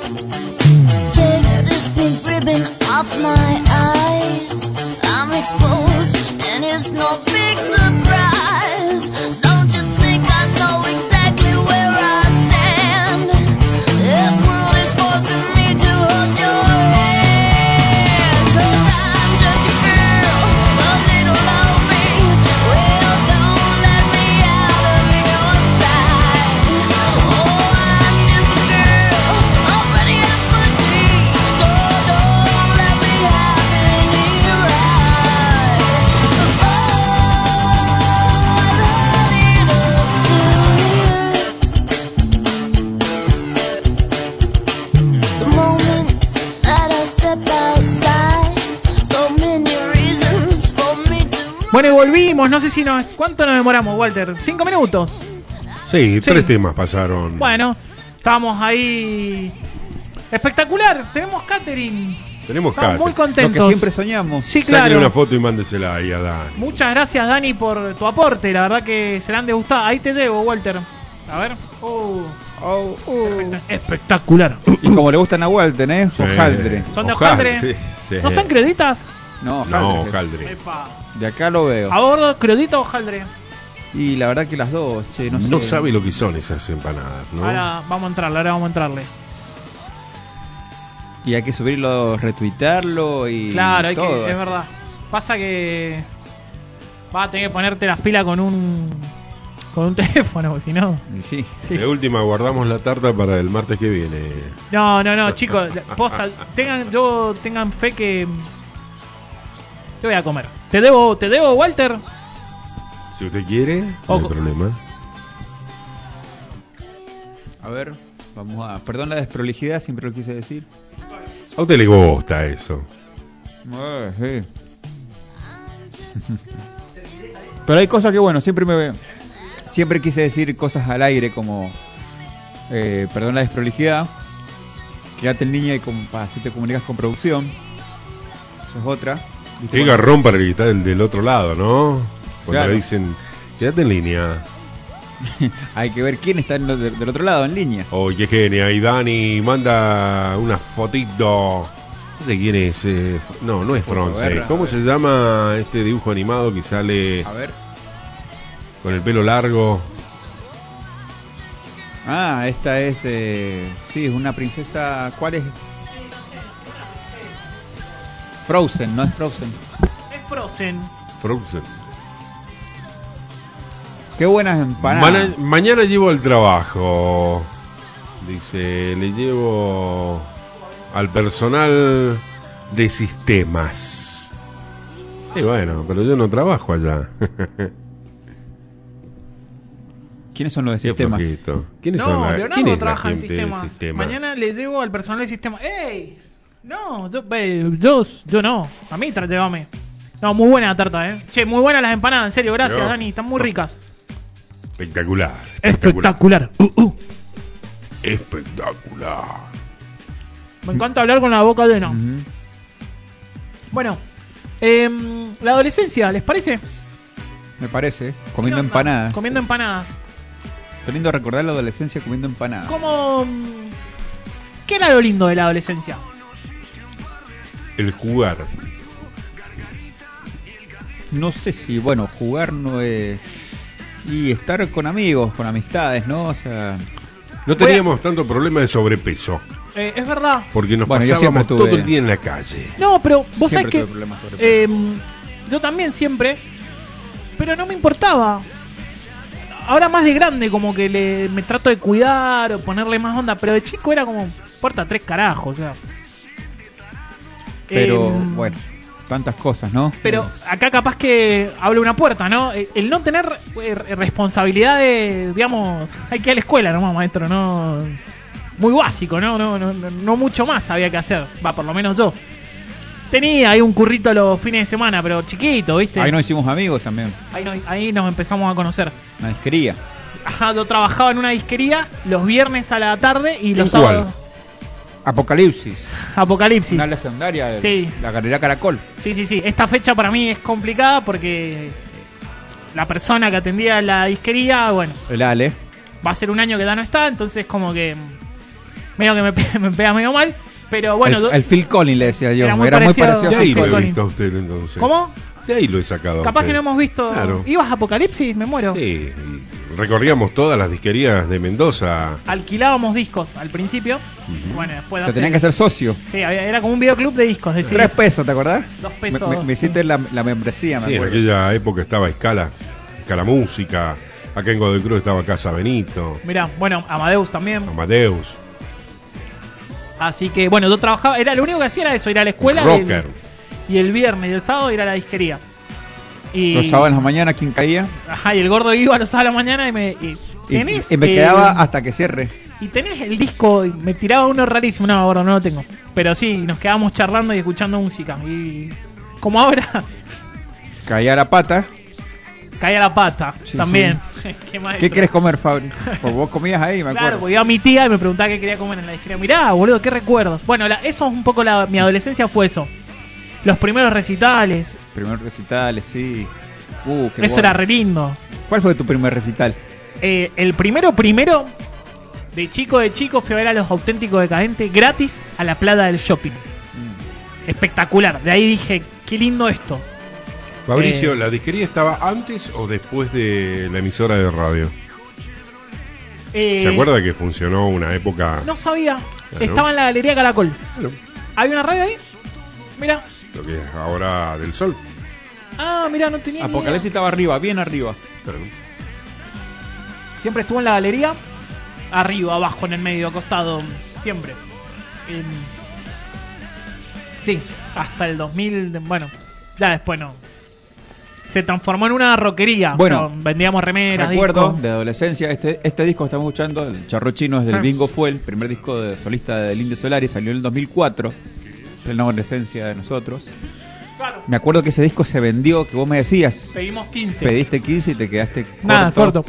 I: Take this pink ribbon off my eyes. I'm exposed, and it's no big surprise. Don't you think I know exactly where I stand? This world is forcing me to hold your hand. Cause I'm just a girl, a little lonely. Well, don't let me out of your sight. Oh, I'm just a girl, already up a tree. So don't let me have any rights. Oh, I've had enough to hear. The moment that I step outside, so many reasons for me to
D: Bueno, y volvimos. No sé si nos. ¿Cuánto nos demoramos, Walter? ¿Cinco minutos?
E: Sí,
D: Sí.
E: tres temas pasaron.
D: Bueno, estamos ahí. Espectacular. Tenemos catering.
E: Tenemos
D: Estamos muy
E: catering.
C: Lo
D: contentos.
C: que siempre soñamos.
D: Sí,
E: Sáquenle
D: claro.
E: una foto y mándesela ahí a Dan.
D: Muchas gracias, Dani, por tu aporte. La verdad que se la han degustado. Ahí te debo, Walter. A ver. Oh,
C: Oh,
D: espectac- Espectacular.
C: Y como le gustan a Walter, ¿eh? Hojaldre.
D: Son de
E: Hojaldre,
D: hojaldre.
E: sí, sí.
D: ¿No son creditas?
C: No, hojaldre.
E: No, Hojaldre.
D: Epa.
C: De acá lo veo.
D: ¿A bordo, crudita o hojaldre?
C: Y la verdad que las dos, che, no,
E: No
C: sé.
E: sabe lo que son esas empanadas, ¿no?
D: Ahora vamos a entrarle, ahora vamos a entrarle.
C: Y hay que subirlo, retuitearlo y
D: Claro, hay
C: todo.
D: que, es verdad. Pasa que vas a tener que ponerte las pilas con un con un [laughs] teléfono, porque si no.
C: Y sí.
D: sí.
E: De última, guardamos la tarta para el martes que viene.
D: No, no, no, chicos, la- posta, tengan yo tengan fe que te voy a comer. Te debo, te debo, Walter.
E: Si usted quiere, no hay
D: Ojo.
E: problema.
C: A ver, vamos a... Perdón la desprolijidad, siempre lo quise decir.
E: A usted le gusta eso.
C: Ah, Pero hay cosas que, bueno, siempre me... Siempre quise decir cosas al aire como... eh, perdón la desprolijidad. Quédate en línea y con, pa, si te comunicas con producción. Eso es otra. ¿Viste?
E: Qué garrón para el que está del, del otro lado, ¿no? Cuando
C: Claro.
E: le dicen, quédate en línea.
C: Hay que ver quién está en lo- del otro lado, en línea.
E: Oye, qué genia. Y Dani manda una fotito. No sé quién es. eh, no, no es Fronce.
C: Fotoguerra,
E: ¿Cómo se llama este dibujo animado que sale
C: A ver.
E: con el pelo largo?
C: Ah, esta es... eh, sí, es una princesa... ¿Cuál es? Frozen, no es Frozen.
D: Es Frozen.
E: Frozen.
C: Qué buenas empanadas.
E: Mana- mañana llevo al trabajo. Dice, le llevo al personal de sistemas. Sí, bueno, pero yo no trabajo allá.
C: ¿Quiénes son los de
E: Qué
C: [laughs] sistemas?
E: flojito. ¿Quiénes son
D: No,
E: la-
D: Leonardo
E: quién es la
D: trabaja en
E: gente de
D: sistemas.
E: sistema?
D: Mañana le llevo al personal de sistema. ¡Ey! No, yo, eh, yo, yo no. A mí tra- llévame. No, muy buena la tarta, eh. Che, muy buenas las empanadas, en serio, gracias,
E: Yo.
D: Dani, están muy ricas.
E: Espectacular.
D: Espectacular. Uh, uh.
E: Espectacular.
D: Me encanta hablar con la boca de no. Bueno, em, la adolescencia, ¿les parece?
C: Me parece. ¿eh? Comiendo empanadas.
D: Comiendo empanadas.
C: Qué lindo recordar la adolescencia comiendo empanadas.
D: ¿Cómo. mm, ¿Qué era lo lindo de la adolescencia?
E: El jugar.
C: No sé si, bueno, jugar no es... Y estar con amigos, con amistades, ¿no? O sea...
E: No teníamos tanto problema de sobrepeso,
D: Eh, es verdad.
E: porque nos
C: Bueno, yo siempre
E: pasábamos todo
C: tuve-
E: el día en la calle.
D: No, pero vos sabés
C: Siempre
D: que.
C: tuve problemas sobre
D: em, yo también siempre. Pero no me importaba. Ahora más de grande, como que le, me trato de cuidar o ponerle más onda. Pero de chico era como. Porta tres carajos, o sea.
C: Pero,
D: Em,
C: bueno, tantas cosas, ¿no?
D: Pero acá capaz que abre una puerta, ¿no? El el no tener eh, responsabilidades, digamos, hay que ir a la escuela nomás, maestro, ¿no? Muy básico, ¿no? No, no, no- no mucho más había que hacer, va, por lo menos yo. Tenía ahí un currito los fines de semana, pero chiquito, ¿viste?
C: Ahí nos hicimos amigos también.
D: Ahí nos- ahí nos empezamos a conocer.
C: Una disquería.
D: Ajá, yo trabajaba en una disquería los viernes a la tarde y los
E: ¿En cuál?
D: sábados.
C: Apocalipsis.
D: Apocalipsis.
C: Una legendaria. de
D: Sí.
C: La galería Caracol.
D: Sí, sí, sí. Esta fecha para mí es complicada porque la persona que atendía la disquería, bueno,
C: El Ale.
D: va a ser un año que ya no está, entonces como que mm, medio que me, pe- [laughs] me pega medio mal, pero bueno, do-
C: el, el Phil Collins le decía yo.
D: Era
C: Era
D: muy
C: muy,
D: parecido-
C: parecido,
E: De
C: a
E: ahí
C: Phil
E: lo he
D: Colin.
E: visto a usted entonces.
D: ¿Cómo?
E: De ahí lo he sacado. a
D: capaz que
E: usted.
D: no hemos visto.
E: Claro.
D: ¿Ibas a Apocalipsis? Me muero.
E: Sí, y recorríamos todas las disquerías de Mendoza.
D: Alquilábamos discos al principio. Bueno, después de
C: Te
D: hacer-
C: tenían que hacer socio.
D: Sí, había- era como un videoclub de discos, decís.
C: Tres pesos, ¿te acordás?
D: Dos pesos.
C: Me, me- me hiciste la, la membresía, me
E: Sí, en
C: acuerdo.
E: aquella época estaba Escala, Escala Música. Acá en Godoy Cruz estaba Casa Benito,
D: Mirá, bueno, Amadeus también.
E: Amadeus,
D: Así que, bueno, yo trabajaba, era lo único que hacía era eso, ir a la escuela y el,
E: Rocker.
D: y el viernes y el sábado ir a la disquería. Y,
C: Los sábados en la mañana, ¿quién caía?
D: Ajá, y el gordo iba los sábados a la mañana y me, y,
C: Y,
D: tenés,
C: y me
D: eh,
C: quedaba hasta que cierre.
D: Y tenés el disco, y me tiraba uno rarísimo, no, gordo, no lo tengo. Pero sí, nos quedábamos charlando y escuchando música. Y como ahora, [laughs]
C: Caía la pata.
D: caía la pata
C: Sí,
D: también. [laughs] ¿Qué, más
C: ¿Qué
D: esto?
C: querés comer, Fabri? Pues vos comías ahí, me
D: Claro,
C: acuerdo.
D: porque iba mi tía y me preguntaba qué quería comer en la disquería. Mirá, boludo, qué recuerdos. Bueno, la- eso es un poco la, mi adolescencia fue eso. Los primeros recitales,
C: Primer recital, sí. Uh, qué
D: eso
C: bueno.
D: era re lindo.
C: ¿Cuál fue tu primer recital?
D: Eh, el primero, primero, de chico de chico, fui a ver a los auténticos decadentes gratis a la plata del shopping.
C: Mm.
D: Espectacular. De ahí dije, qué lindo esto.
E: Fabricio,
D: Eh.
E: ¿la disquería estaba antes o después de la emisora de radio?
D: Eh,
E: ¿Se acuerda que funcionó una época?
D: No sabía.
E: Claro.
D: Estaba en la Galería Caracol.
E: Claro,
D: ¿Hay una radio ahí? Mira.
E: lo que es ahora del sol.
D: Ah, mira, no tenía ni idea.
C: Apocalipsis estaba arriba, bien arriba.
E: Claro.
D: Siempre estuvo en la galería. Arriba, abajo, en el medio, acostado. Siempre. Em, sí, hasta el 2000. de- Bueno, ya después no. Se transformó en una roquería.
C: Bueno,
D: vendíamos remeras.
C: Recuerdo
D: discos.
C: de adolescencia, este, este disco que estamos escuchando, el Charro Chino es del
D: Ah.
C: Bingo Fuel, primer disco de solista del Indio Solari, salió en el 2004, plena adolescencia de nosotros.
D: Claro,
C: Me acuerdo que ese disco se vendió, que vos me decías,
D: pedimos 15.
C: pediste 15 y te quedaste
D: Nada, corto.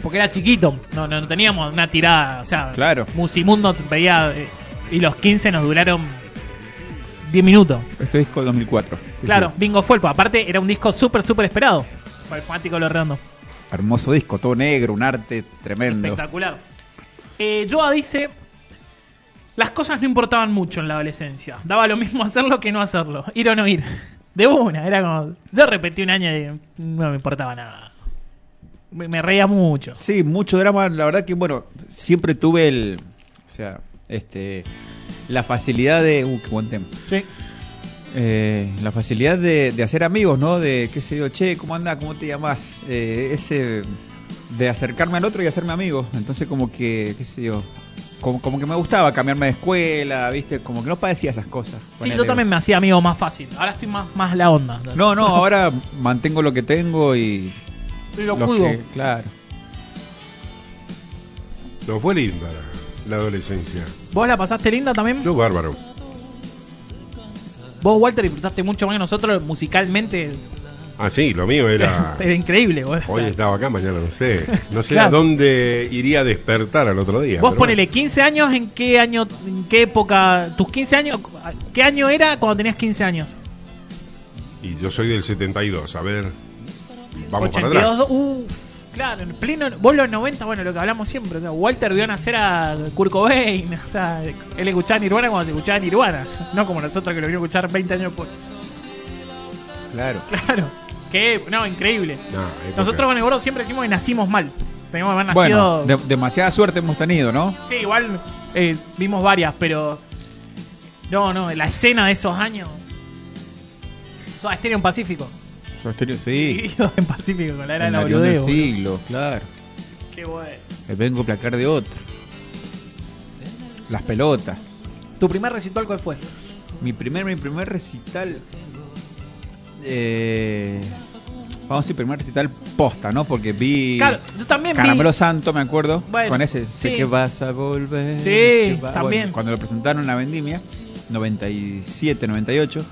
D: Porque era chiquito. No, no, no teníamos una tirada. O sea,
C: Claro.
D: Musimundo te pedía. eh, y los 15 nos duraron 10 minutos.
C: Este disco del 2004.
D: Claro, Bingo Fuelpo. Aparte, era un disco súper, súper esperado. Para el fanático de lo redondo.
C: Hermoso disco, todo negro, un arte tremendo.
D: Espectacular. Eh, Joa dice: Las cosas no importaban mucho en la adolescencia. Daba lo mismo hacerlo que no hacerlo. Ir o no ir. [laughs] De una, era como. Yo repetí un año y no me importaba nada. Me, me reía mucho.
C: Sí, mucho drama. La verdad que, bueno, siempre tuve el. O sea, este. La facilidad de. Uh, qué buen tema.
D: Sí.
C: Eh, la facilidad de, de hacer amigos, ¿no? De, qué sé yo, che, ¿cómo anda? ¿Cómo te llamas? ese. De acercarme al otro y hacerme amigo. Entonces, como que, qué sé yo. Como, como que me gustaba cambiarme de escuela, ¿viste? Como que no padecía esas cosas.
D: Sí,
C: Ponele.
D: yo también me hacía amigo más fácil. Ahora estoy más, más la onda.
C: No, no, ahora mantengo lo que tengo y.
D: lo
C: los
D: cuido.
C: que- claro.
E: No fue linda la, la adolescencia.
D: ¿Vos la pasaste linda también?
E: Yo bárbaro.
D: Vos, Walter, disfrutaste mucho más que nosotros musicalmente.
E: Ah, sí, lo mío era.
D: [laughs] Era increíble, vos. O
E: Hoy
D: sea,
E: estaba acá, mañana no sé. No sé
D: Claro.
E: a dónde iría a despertar al otro día.
D: Vos
E: pero
D: ponele 15 años, ¿en qué año, en qué época, tus 15 años, qué año era cuando tenías 15 años?
E: Y yo soy del 72, a ver. Vamos para
D: 82,
E: atrás.
D: uff, claro, en pleno, vos los 90, bueno, lo que hablamos siempre, o sea, Walter vio nacer a Kurt Cobain, o sea, él escuchaba Nirvana cuando se escuchaba Nirvana, no como nosotros que lo vino a escuchar 20 años después. [laughs]
C: Claro.
D: Claro, que, no, increíble.
E: Nah, ¿eh? época.
D: uh, Nosotros con el gordo siempre decimos que nacimos mal, teníamos que haber nacido...
C: Bueno, de- demasiada suerte hemos tenido, ¿no?
D: Sí, igual eh, vimos varias, pero. No, no, la escena de esos años. Soda Stereo en Pacífico. [laughs]
C: Sí.
D: en Pacífico, con la era
C: El
D: de la
C: nariz del
D: boludeo.
C: siglo, claro.
D: Qué bueno.
C: El vengo placar de otro. Las pelotas.
D: ¿Tu primer recital cuál fue?
C: Mi primer, mi primer recital. eh, vamos a decir, primer recital posta, ¿no? Porque vi.
D: Claro, yo también vi-
C: Caramelo Santo, me acuerdo.
D: Bueno,
C: con ese.
D: sí.
C: Sé que vas a volver.
D: Sí,
C: sé que va-
D: también.
C: bueno, cuando lo presentaron en la vendimia, 97, 98.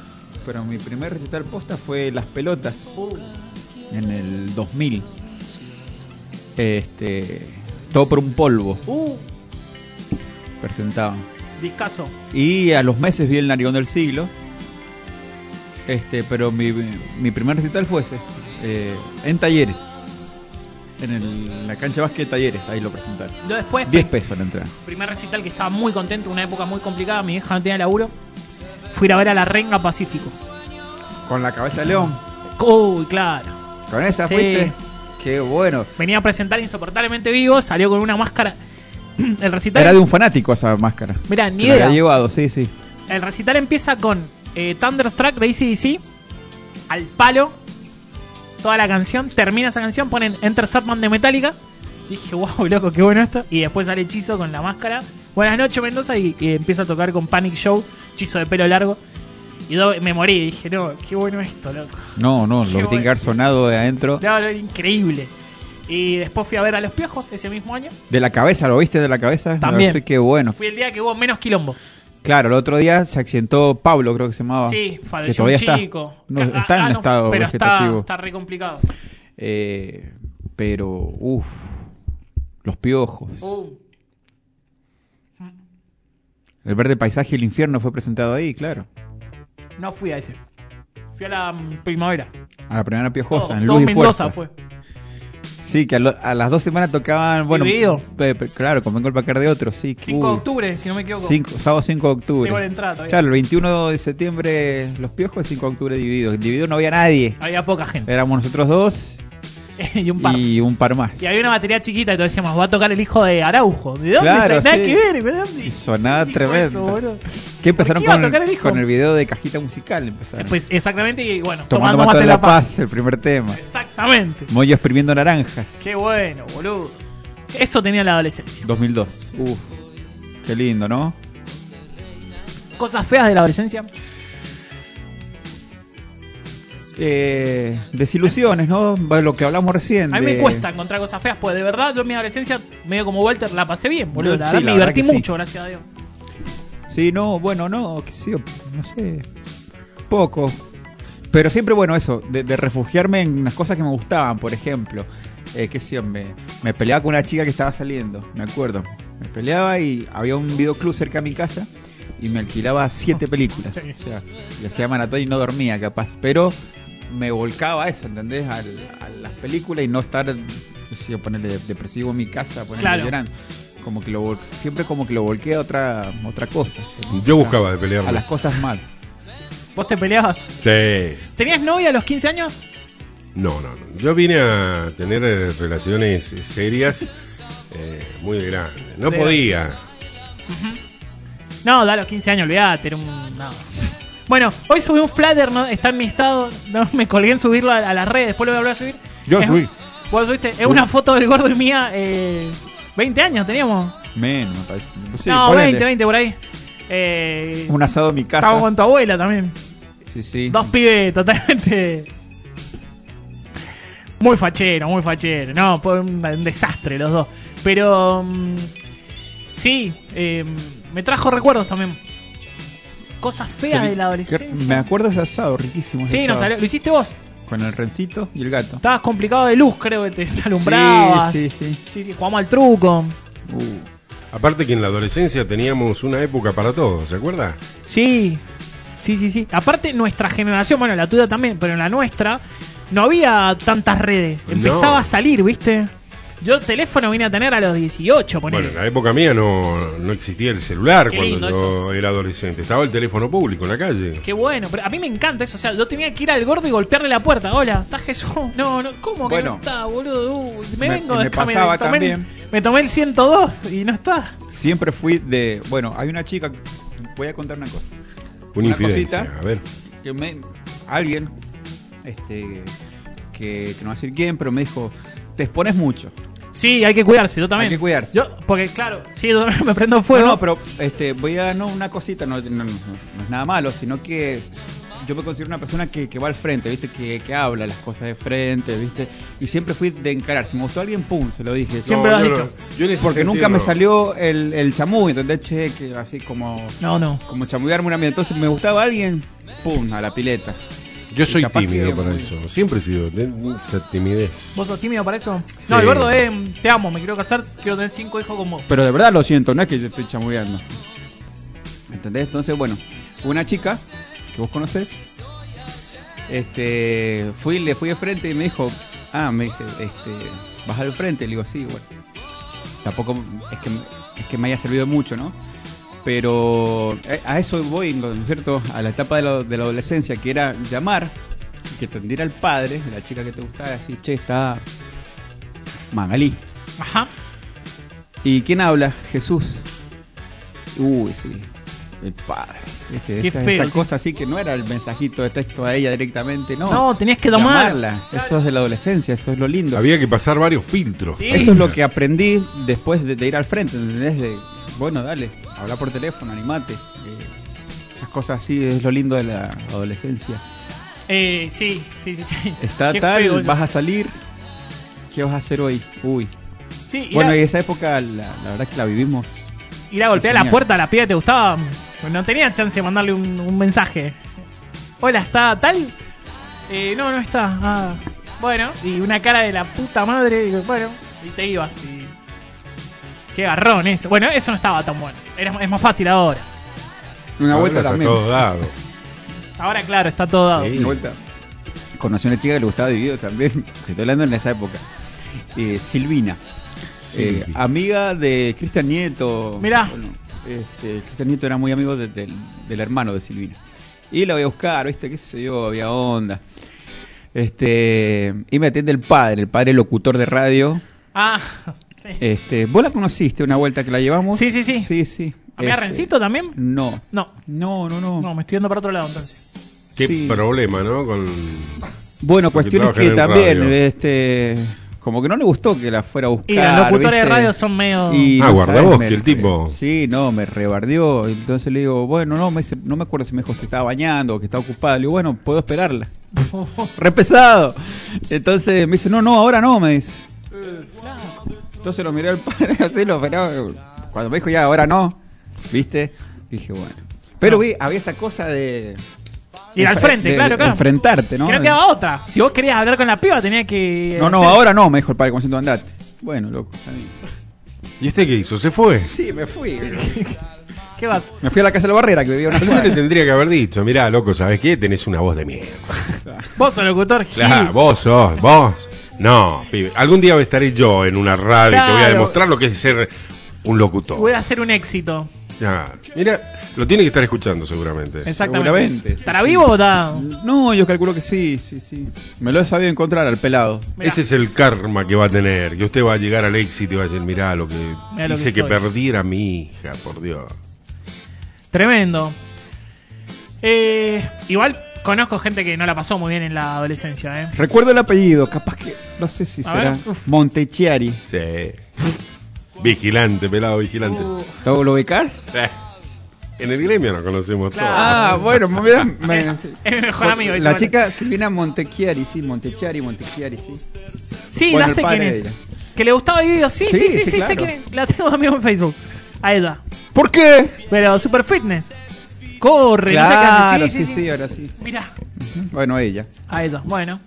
C: Pero mi primer recital posta fue Las Pelotas.
D: Uh.
C: En el 2000. Este. Todo por un polvo
D: Uh,
C: presentaban.
D: discaso.
C: Y a los meses vi el Narigón del Siglo. Este, pero mi, mi primer recital fue ese. eh, en Talleres. En el- la cancha de básquet de Talleres, ahí lo presentaron.
D: Yo después,
C: 10 pesos la entrada.
D: primer recital que estaba muy contento, una época muy complicada, mi hija no tenía laburo. Fui a ir a ver a la Renga Pacífico.
C: Con la cabeza de león.
D: Uy, claro.
C: Con esa
D: Sí.
C: fuiste. Qué bueno.
D: Venía a presentar Insoportablemente Vivo, salió con una máscara. [clears throat] El recital.
C: Era de un fanático esa máscara.
D: Mirá, ni
C: Que la
D: idea.
C: había llevado, sí, sí.
D: El recital empieza con eh, Thunderstruck de ACDC, al palo, toda la canción, termina esa canción, ponen Enter Satman de Metallica. Dije, wow, loco, qué bueno esto. Y después sale Hechizo con la máscara. Buenas noches, Mendoza. Y, y empieza a tocar con Panic Show, Hechizo de pelo largo. Y yo me morí. Dije, no, qué bueno esto, loco.
C: No, no, lo
D: Qué
C: que tiene
D: bueno.
C: que haber sonado de adentro.
D: No, no, era increíble. Y después fui a ver a Los Piojos ese mismo año.
C: De la cabeza, ¿lo viste de la cabeza? La
D: También.
C: verdad, Qué bueno.
D: Fui el día que hubo menos quilombo.
C: Claro, el otro día se accidentó Pablo, creo que se llamaba.
D: sí,
C: que
D: falleció un
C: todavía está.
D: chico.
C: No,
D: Ah,
C: está en
D: ah,
C: un
D: no,
C: estado
D: pero
C: vegetativo.
D: Está, está re complicado.
C: Eh, pero, uff, los piojos.
D: Uh.
C: El verde paisaje y el infierno fue presentado ahí, claro.
D: No fui a ese. Fui a la mm, primavera.
C: A la primera piojosa,
D: Todo-
C: en
D: todo
C: Luz y
D: Oh, Mendoza
C: Fuerza.
D: fue.
C: Sí, que a, lo- a las dos semanas tocaban, bueno,
D: Vivido.
C: pe- pe- claro, con Vengo el Pacar de otro, sí.
D: 5 de octubre, si no me equivoco.
C: Cinco- sábado 5 de octubre.
D: Tengo la entrada todavía.
C: Claro, el 21 de septiembre los piojos, 5 de octubre divididos. En dividido no había nadie.
D: Había poca gente.
C: Éramos nosotros dos
D: [laughs] y un par. Y...
C: Eh, y un par más.
D: había una batería chiquita y todos decíamos, va a tocar el hijo de Araujo. ¿De dónde?
C: Claro,
D: Nada
C: sí.
D: que ver, ¿verdad? ¿Dónde
C: Y sonaba
D: dijo eso,
C: tremendo.
D: boludo?
C: que empezaron
D: ¿Por qué iba a
C: con,
D: tocar el hijo?
C: con el video de cajita musical. Empezaron.
D: Pues exactamente, y bueno,
C: Tomando, Mato de la paz, el primer tema.
D: Exactamente.
C: Moyo exprimiendo naranjas.
D: Qué bueno, boludo. Eso tenía la adolescencia.
C: 2002. Uf, qué lindo, ¿no?
D: Cosas feas de la adolescencia.
C: Eh, desilusiones, ¿no? Va, Lo que hablamos recién.
D: A mí me
C: de-
D: cuesta encontrar cosas feas, pues de verdad yo en mi adolescencia, medio como Walter, la pasé bien, boludo.
C: Yo-
D: La
C: sí,
D: verdad
C: la
D: me
C: verdad
D: divertí
C: que sí.
D: mucho, gracias a Dios.
C: Sí, no, bueno, no, qué sé yo, no sé. Poco. Pero siempre, bueno, eso, de, de refugiarme en las cosas que me gustaban, por ejemplo. Eh, qué sé yo, me, me peleaba con una chica que estaba saliendo, me acuerdo. Me peleaba y había un videoclub cerca de mi casa y me alquilaba siete películas. O sea, le hacía maratón y no dormía, capaz. Pero me volcaba a eso, ¿entendés? Al- a las películas y no estar, qué sé yo, ponerle depresivo en mi casa, ponerle
D: Claro.
C: llorando. Como que lo, vol- siempre como que lo volqué a otra, otra cosa.
E: Yo buscaba de
C: A
E: pelearme.
C: las cosas mal.
D: ¿Vos te peleabas?
E: Sí.
D: ¿Tenías novia a los 15 años?
E: No, no, no. Yo vine a tener eh, relaciones eh, serias eh, muy grandes. No
D: Sí.
E: podía.
D: No, da a los 15 años, olvidate, era un. no. Bueno, hoy subí un flatter, ¿no? está en mi estado, no [laughs] me colgué en subirlo a, a las redes, después lo voy a volver a subir.
E: Yo
D: Es-
E: subí.
D: Vos subiste, es una foto del gordo y mía, eh, 20 años teníamos.
C: Menos, me parece. Sí,
D: no,
C: ponele.
D: 20, 20 por ahí. Eh,
C: Un asado en mi casa.
D: estábamos con tu abuela también.
C: Sí, sí.
D: Dos pibes totalmente. Muy fachero, muy fachero. No, fue un, un desastre los dos. Pero. mm, sí, eh, me trajo recuerdos también. Cosas feas de la
C: Que- Me
D: adolescencia.
C: acuerdo de ese asado, riquísimo. ese
D: Sí, nos
C: asado.
D: salió- lo hiciste vos.
C: Con el rencito y el gato.
D: Estabas complicado de luz, creo que te alumbrabas.
C: Sí, sí, sí.
D: Sí, sí, jugamos al truco.
C: Uh,
E: Aparte que en la adolescencia teníamos una época para todo, ¿se acuerda?
D: Sí, sí, sí, sí. Aparte, nuestra generación, bueno, la tuya también, pero en la nuestra no había tantas redes. Empezaba
E: No.
D: a salir, ¿viste? Yo teléfono vine a tener a los 18, ponele.
E: Bueno, en la época mía no, no existía el celular
D: Qué
E: cuando
D: lindo eso.
E: yo era adolescente. Estaba el teléfono público en la calle.
D: Qué bueno, pero a mí me encanta eso. O sea, yo tenía que ir al gordo y golpearle la puerta. Hola, ¿está Jesús? No, no, ¿cómo que
C: Bueno.
D: no está, boludo? Uy, me,
C: Me-
D: vengo
C: y me
D: déjame,
C: pasaba
D: tomé el-
C: también.
D: me tomé el 102 y no está.
C: siempre fui de. Bueno, hay una chica. Voy a contar una cosa.
E: Una,
C: Una
E: infidencia.
C: cosita.
E: A ver.
C: que me, alguien, este, que, que no va a decir quién, pero me dijo, te expones mucho.
D: Sí, hay que cuidarse, yo también.
C: Hay que cuidarse.
D: Yo, porque claro, sí, yo me prendo
C: Bueno,
D: fuego.
C: no, pero este, voy a no una cosita, no, no- no- no es nada malo, sino que es- yo me considero una persona que, que va al frente, viste, que, que habla las cosas de frente, viste, y siempre fui de encarar. Si me gustó alguien, pum, se lo dije.
D: Siempre
E: No,
D: lo has
E: yo no-
D: dicho.
E: yo en ese
C: Porque
E: sentido
C: nunca me
E: no.
C: salió el, el chamuy, ¿entendés? Che, que así como,
D: no, no.
C: como chamullarme una mía. Entonces me gustaba alguien, pum, a la pileta.
E: Yo soy
C: capaz
E: tímido
C: que-
E: para eso. Siempre he sido de esa timidez.
D: ¿Vos sos tímido para eso? No, el gordo es, te amo, me quiero casar, quiero tener cinco hijos con vos.
C: Pero de verdad lo siento, no es que yo estoy chamullando. ¿Entendés? Entonces, bueno, una chica que vos conocés, Este, fui, le fui de frente y me dijo, ah, me dice, este, vas al frente. Le digo, sí, bueno. Tampoco es que, es que me haya servido mucho, ¿no? Pero eh, a eso voy, ¿no es cierto? A la etapa de la, de la adolescencia, que era llamar, que atendiera al padre, la chica que te gustaba, así, che, está Magalí.
D: Ajá.
C: ¿Y quién habla? Jesús. Uy, sí. El padre. Este,
D: Qué
C: esa,
D: feo,
C: esa
D: qué-
C: cosa así que no era el mensajito de texto a ella directamente, no.
D: No, tenías que domar.
C: Llamarla. Eso es de la adolescencia, eso es lo lindo.
E: Había que pasar varios filtros.
D: Sí.
C: Eso es lo que aprendí después de, de ir al frente, ¿entendés? De, bueno, dale, habla por teléfono, animate. Eh, esas cosas así es lo lindo de la adolescencia.
D: Eh, sí, sí, sí, sí.
C: Está
D: Qué
C: tal,
D: feo eso.
C: vas a salir, ¿qué vas a hacer hoy? Uy.
D: Sí, ir,
C: Bueno,
D: a,
C: y esa época la, la verdad es que la vivimos.
D: ir a golpear la
C: genial.
D: puerta a la piba que te gustaba. No tenías chance de mandarle un, un mensaje. Hola, ¿está tal? Eh, no, no está. Ah, bueno, y una cara de la puta madre. digo, bueno, y te ibas. Y... Qué garrón eso. Bueno, eso no estaba tan bueno. Era, es más fácil ahora.
C: Una
E: Ahora
C: vuelta
E: está
C: también.
E: todo dado.
D: Ahora, claro, está todo dado.
E: Sí.
C: Una vuelta. Conocí a una chica que le gustaba Dividido también. Te estoy hablando en esa época. Eh, Silvina. Eh,
E: Sí.
C: amiga de Cristian Nieto.
D: Mirá.
C: Bueno, este, Cristian Nieto era muy amigo de- del- del hermano de Silvina. Y la voy a buscar, ¿viste? ¿Qué sé yo? Había onda. Este, y me atiende el padre, el padre locutor de radio.
D: Ah, [laughs] sí.
C: Este, ¿Vos la conociste una vuelta que la llevamos?
D: Sí, sí, sí.
C: Sí, sí.
D: ¿Había
C: Este,
D: Rencito también?
C: No.
D: No.
C: No, no, no.
D: No, me estoy yendo para otro lado entonces.
E: Qué
C: Sí.
E: problema, ¿no? Con...
C: Bueno,
E: Porque
C: cuestiones que
E: trabajan en
C: también,
E: radio.
C: este, como que no le gustó que la fuera a buscar.
D: Y los locutores de
C: ¿viste?
D: radio son medio.
E: Ah,
C: no
E: guardabosque,
C: sabes, me-
E: el tipo.
C: Sí, no, me rebardeó. Entonces le digo, bueno, no me, dice- no me acuerdo si me dijo se estaba bañando o que estaba ocupada. Le digo, bueno, puedo
D: [laughs]
C: esperarla. Re pesado. Entonces me dice, no, no, ahora no, me dice. Entonces lo miré al padre [laughs] así, lo esperaba. Cuando me dijo, ya, ahora no, ¿viste? Dije, bueno. Pero vi, había esa cosa de.
D: Ir al
C: enfre-
D: frente,
C: de-
D: claro,
C: de
D: claro.
C: Enfrentarte, ¿no?
D: Que no
C: De-
D: quedaba otra. Si vos querías hablar con la piba, tenía que. eh,
C: no, no,
D: hacer-
C: ahora no, me dijo el padre, como siento andate. Bueno, loco, está bien.
E: ¿Y este qué hizo? ¿Se fue?
C: Sí, me fui.
D: ¿Qué vas?
C: [laughs] Me fui a la casa de la barrera que vivía una
E: Pero yo le
C: cuadra.
E: tendría que haber dicho, mirá, loco, ¿sabes qué? Tenés una voz de mierda.
D: Vos sos locutor, Gil.
E: Claro, vos sos, vos. No, pibe. Algún día estaré yo en una radio y te voy a
D: Claro.
E: demostrar lo que es ser un locutor.
D: Voy a hacer un éxito.
E: Ah, mira, lo tiene que estar escuchando seguramente.
C: Seguramente,
D: Exactamente.
C: sí,
D: ¿Estará
C: sí.
D: vivo o está.?
C: [laughs] No, yo calculo que sí, sí, sí. Me lo he sabido encontrar al pelado.
D: Mirá.
E: Ese es el karma que va a tener, que usted va a llegar al éxito y va a decir, mirá lo que
D: Mirá lo
E: hice
D: que
E: que,
D: soy".
E: perdiera a mi hija, por Dios.
D: Tremendo. Eh, igual conozco gente que no la pasó muy bien en la adolescencia, ¿eh?
C: Recuerdo el apellido, capaz que. No sé si
D: A
C: será.
D: ver, uf.
C: Montechiari.
E: Sí. vigilante, pelado, vigilante.
D: Uh.
C: ¿Lo, lo ubicás?
E: Eh, En el gremio nos conocemos
D: Claro.
E: todos.
C: Ah, bueno, mira.
D: [laughs]
C: me-
D: Es mi mejor amigo.
C: La
D: igual.
C: chica Silvina Montechiari, sí, Montechiari, Montechiari, sí.
D: Sí,
C: Bueno,
D: la
C: el
D: sé
C: padre
D: quién
C: de
D: es.
C: ella.
D: Que le gustaba Dividido. Sí, sí,
C: Sí,
D: sí, sí,
C: sí,
D: sé
C: claro.
D: quién es. La tengo amigo en Facebook. A ella.
C: ¿Por qué?
D: Pero Super Fitness. Corre, no sé qué hace.
C: Claro, sí, sí, ahora sí.
D: Mirá,
C: Bueno, ella.
D: a ella. Bueno.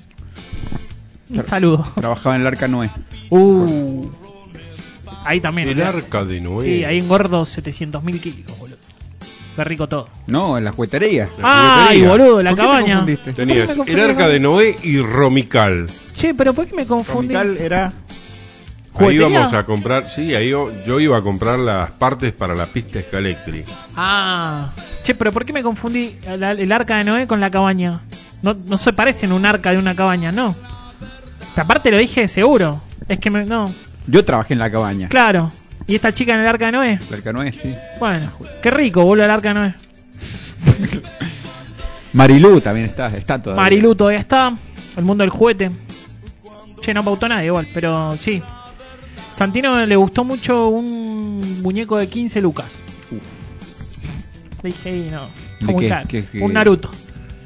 D: Un saludo.
C: Trabajaba en el Arca Noé.
D: Uh. Ahí también.
E: El
D: mirá.
E: arca de Noé.
D: Sí, ahí engordo 700.000 kilos, boludo. Qué rico todo.
C: No, en la juguetería.
E: Ah,
D: Ay,
E: juguetería.
D: boludo, la
C: ¿Con quién te
D: cabaña.
C: confundiste?
E: Tenías
D: ¿Por qué me
E: el arca
D: confundí?
E: de Noé y Romical.
D: Che, pero ¿por qué me confundí?
C: Romical era.
E: Ahí
D: ¿Juguetería?
E: íbamos a comprar, sí, ahí yo, yo iba a comprar las partes para la pista escaléctrica.
D: Ah. Che, pero ¿por qué me confundí el, el arca de Noé con la cabaña? No, no se parecen un arca de una cabaña, no. Pero Aparte lo dije seguro. Es que me, no.
C: Yo trabajé en la cabaña.
D: Claro. ¿Y esta chica en el arca de Noé?
C: El Arca Noé, sí.
D: Bueno, qué rico, boludo, el arca de Noé.
C: Marilú también está, está todavía.
D: Marilu todavía está. El mundo del juguete. Che, no pautó nadie igual, pero sí. Santino le gustó mucho un muñeco de 15 lucas. Le dije, "Ey, no.
C: ¿De
D: Como
C: qué?
D: un car-
C: ¿Qué- qué?
D: Un Naruto.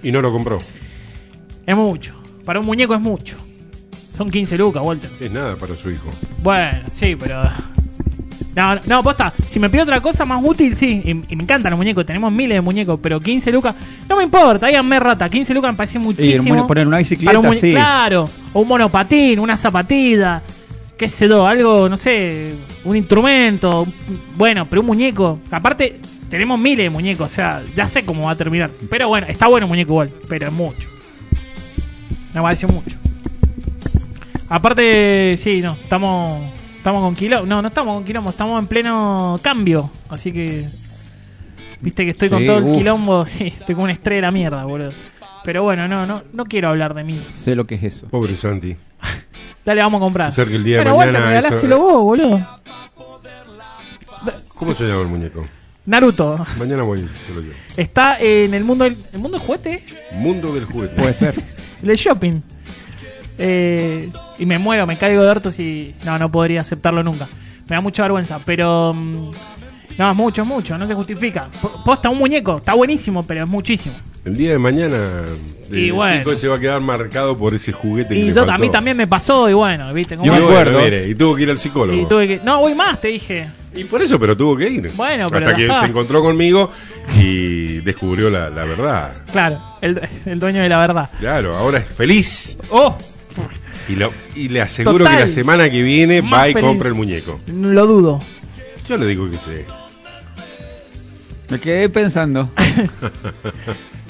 E: Y no lo compró.
D: Es mucho. Para un muñeco es mucho. Son 15 lucas, Walter.
E: Es nada para su hijo.
D: Bueno, sí, pero. No, no, no, posta. Si me pido otra cosa más útil, sí. Y, y me encantan los muñecos. Tenemos miles de muñecos, pero 15 lucas. No me importa, díganme rata. 15 lucas me parece muchísimo.
C: Y el muñe- poner una bicicleta,
D: Para un
C: sí.
D: Claro. O un monopatín, una zapatilla. Qué sé yo, algo, no sé. Un instrumento. Bueno, pero un muñeco. Aparte, tenemos miles de muñecos. O sea, ya sé cómo va a terminar. Pero bueno, está bueno el muñeco igual. Pero es mucho. Me pareció mucho. Aparte, sí, no, estamos estamos con quilombo. No, no estamos con quilombo, estamos en pleno cambio. Así que. Viste que estoy con
C: Sí,
D: todo el
C: uf.
D: quilombo. [laughs] Sí, estoy con una estrella de la mierda, boludo. Pero bueno, no, no, no quiero hablar de mí.
C: Sé lo que es eso.
E: Pobre Santi.
D: Dale, vamos a comprar.
E: Ser que el día de
D: Pero
E: mañana
D: bueno,
E: eso-
D: regaláselo vos, boludo.
E: ¿Cómo se llama el muñeco?
D: Naruto.
E: Mañana voy, te lo llevo.
D: Está en el mundo del, el mundo del juguete,
E: Mundo del juguete.
C: Puede
D: [laughs]
C: ser.
D: el del shopping. Eh, y me muero, me caigo de hartos y no, no podría aceptarlo nunca. Me da mucha vergüenza, pero... mm, No, es mucho, es mucho, no se justifica. Po- Posta, un muñeco, está buenísimo, pero es muchísimo.
E: El día de mañana
D: Y
E: el
D: bueno.
E: chico se va a quedar marcado por ese juguete que
D: Y
E: le
D: yo-
E: faltó.
D: a mí también me pasó y bueno, viste,
E: Y
D: como...
E: bueno,
C: me acuerdo.
E: mire, y tuvo que ir al
D: Y
E: psicólogo.
D: tuve que... No, voy más, te dije.
E: Y, por eso, pero tuvo que ir.
D: Bueno, pero
E: Hasta
D: ya
E: que
D: está.
E: se encontró conmigo y descubrió la, la verdad.
D: Claro, el, el dueño de la verdad.
E: Claro, ahora es feliz.
D: Oh,
E: Y, lo- y le aseguro
D: Total.
E: que la semana que viene
D: Más
E: va y
D: feliz.
E: compra el muñeco.
D: lo dudo.
E: Yo le digo que sí.
C: Me quedé
D: [laughs]
C: pensando.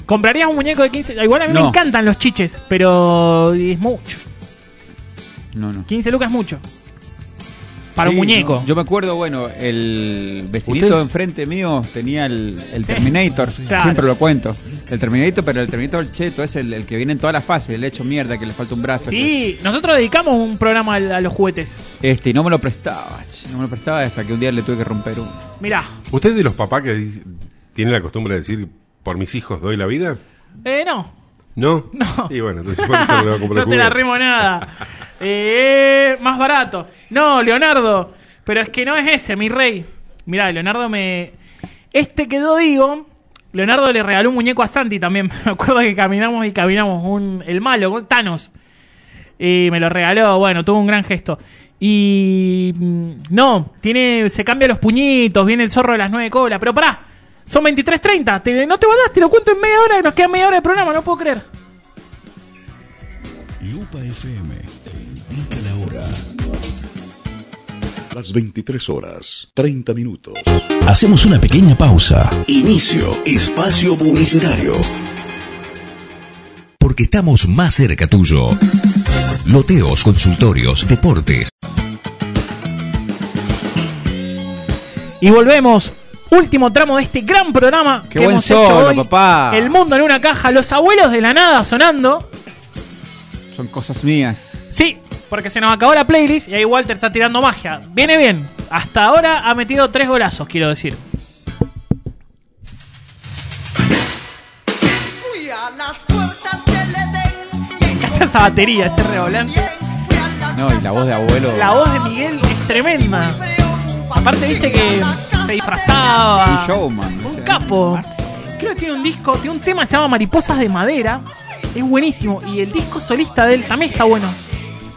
D: ¿Comprarías un muñeco de 15? Igual a mí me
C: No.
D: encantan los chiches, pero es mucho.
C: No, no.
D: 15 lucas es mucho. Para
C: Sí,
D: un muñeco.
C: no. Yo me acuerdo, bueno, el vecinito
E: ¿Ustedes?
C: de enfrente mío tenía el, el
D: Sí.
C: Terminator.
D: Claro.
C: Siempre lo cuento. El Terminator, pero el Terminator cheto es el, el que viene en todas las fases. El hecho mierda, que le falta un brazo.
D: Sí, nosotros dedicamos un programa al- a los juguetes.
C: que- Este, y no me lo prestaba. che, No me lo prestaba hasta que un día le tuve que romper uno.
D: Mirá.
E: ¿Usted es de los papás que di- tiene la costumbre de decir, por mis hijos doy la vida?
D: Eh, no.
E: ¿No?
D: No.
E: Y bueno, entonces por [laughs] eso le va a
D: [laughs]
E: comprar
D: no te la
E: juguete.
D: rimo nada. Eh, más barato. No, Leonardo. Pero es que no es ese, mi rey. Mirá, Leonardo me. Este quedó, digo. Leonardo le regaló un muñeco a Santi también. [laughs] Me acuerdo que caminamos y caminamos. Un, el malo, Thanos. Y me lo regaló, bueno, tuvo un gran gesto. Y. mm, No, tiene. Se cambia los puñitos, viene el zorro de las nueve cobras. Pero pará, son 23.30. Te, no te guardás, te lo cuento en media hora y nos queda media hora de programa, no puedo creer.
A: Lupa FM te indica la hora.
G: Las 23 horas, 30 minutos.
A: Hacemos una pequeña pausa. Inicio espacio publicitario.
J: Porque estamos más cerca tuyo. Loteos, consultorios, deportes.
D: Y volvemos. Último tramo de este gran programa
C: Qué
D: que
C: buen
D: hemos hecho
C: solo,
D: hoy.
C: papá.
D: El mundo en una caja, los abuelos de la nada sonando.
C: Son cosas mías.
D: Sí, porque se nos acabó la playlist y ahí Walter está tirando magia. Viene bien. Hasta ahora ha metido tres golazos, quiero decir. [laughs]
B: Fui a las puertas del Edén.
D: Me encanta esa batería, ese redoblante.
C: No, y la voz de abuelo.
D: La voz de Miguel es tremenda. Aparte, viste que se disfrazaba.
C: Un showman. o
D: Un
C: sea,
D: capo. Creo que tiene un disco, tiene un tema que se llama Mariposas de Madera. Es buenísimo. Y el disco solista de él también está bueno.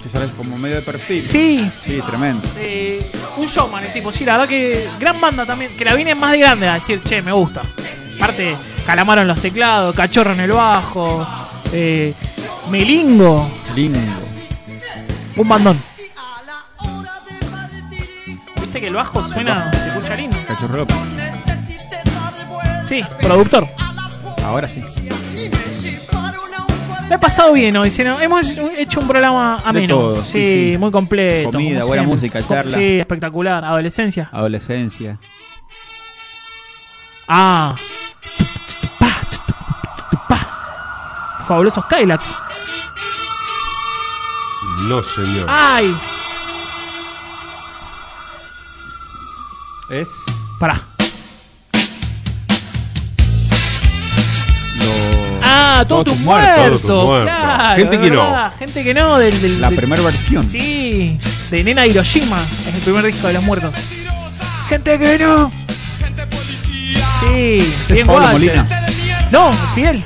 C: Que sales como medio de perfil.
D: Sí.
C: Sí, tremendo.
D: eh, un showman el tipo, sí, la verdad que gran banda también, que la viene más de grande a decir, che, me gusta. Aparte, Calamaro en los teclados, Cachorro en el bajo, eh, Melingo,
C: Lindo.
D: un bandón. Viste que el bajo suena, se escucha lindo.
C: Cachorro López.
D: Sí, productor.
C: Ahora sí.
D: Me ha pasado bien hoy, si no, hemos hecho un programa ameno.
C: todo,
D: sí,
C: sí, sí.
D: muy completo.
C: Comida,
D: como
C: buena
D: siempre.
C: música,
D: Co-
C: charla.
D: Sí, espectacular, adolescencia.
C: Adolescencia.
D: Ah. Pa, pa. Fabulosos Kylax.
E: No, señor.
D: ¡Ay!
C: Es
D: Pará.
C: lo.
D: Ah, todos
C: Todos
D: tus
C: tus
D: muertos.
E: muertos, todos tus muertos.
D: Claro,
E: Gente
D: es
E: que no.
D: verdad, Gente que no. Del, del-
C: La
D: del-
C: primera versión.
D: Sí, de Nena Hiroshima. Es el primer disco de los muertos. Gente que no. Sí,
C: Este
D: bien
C: es Pablo
D: Walter.
C: Molina.
D: No, fiel.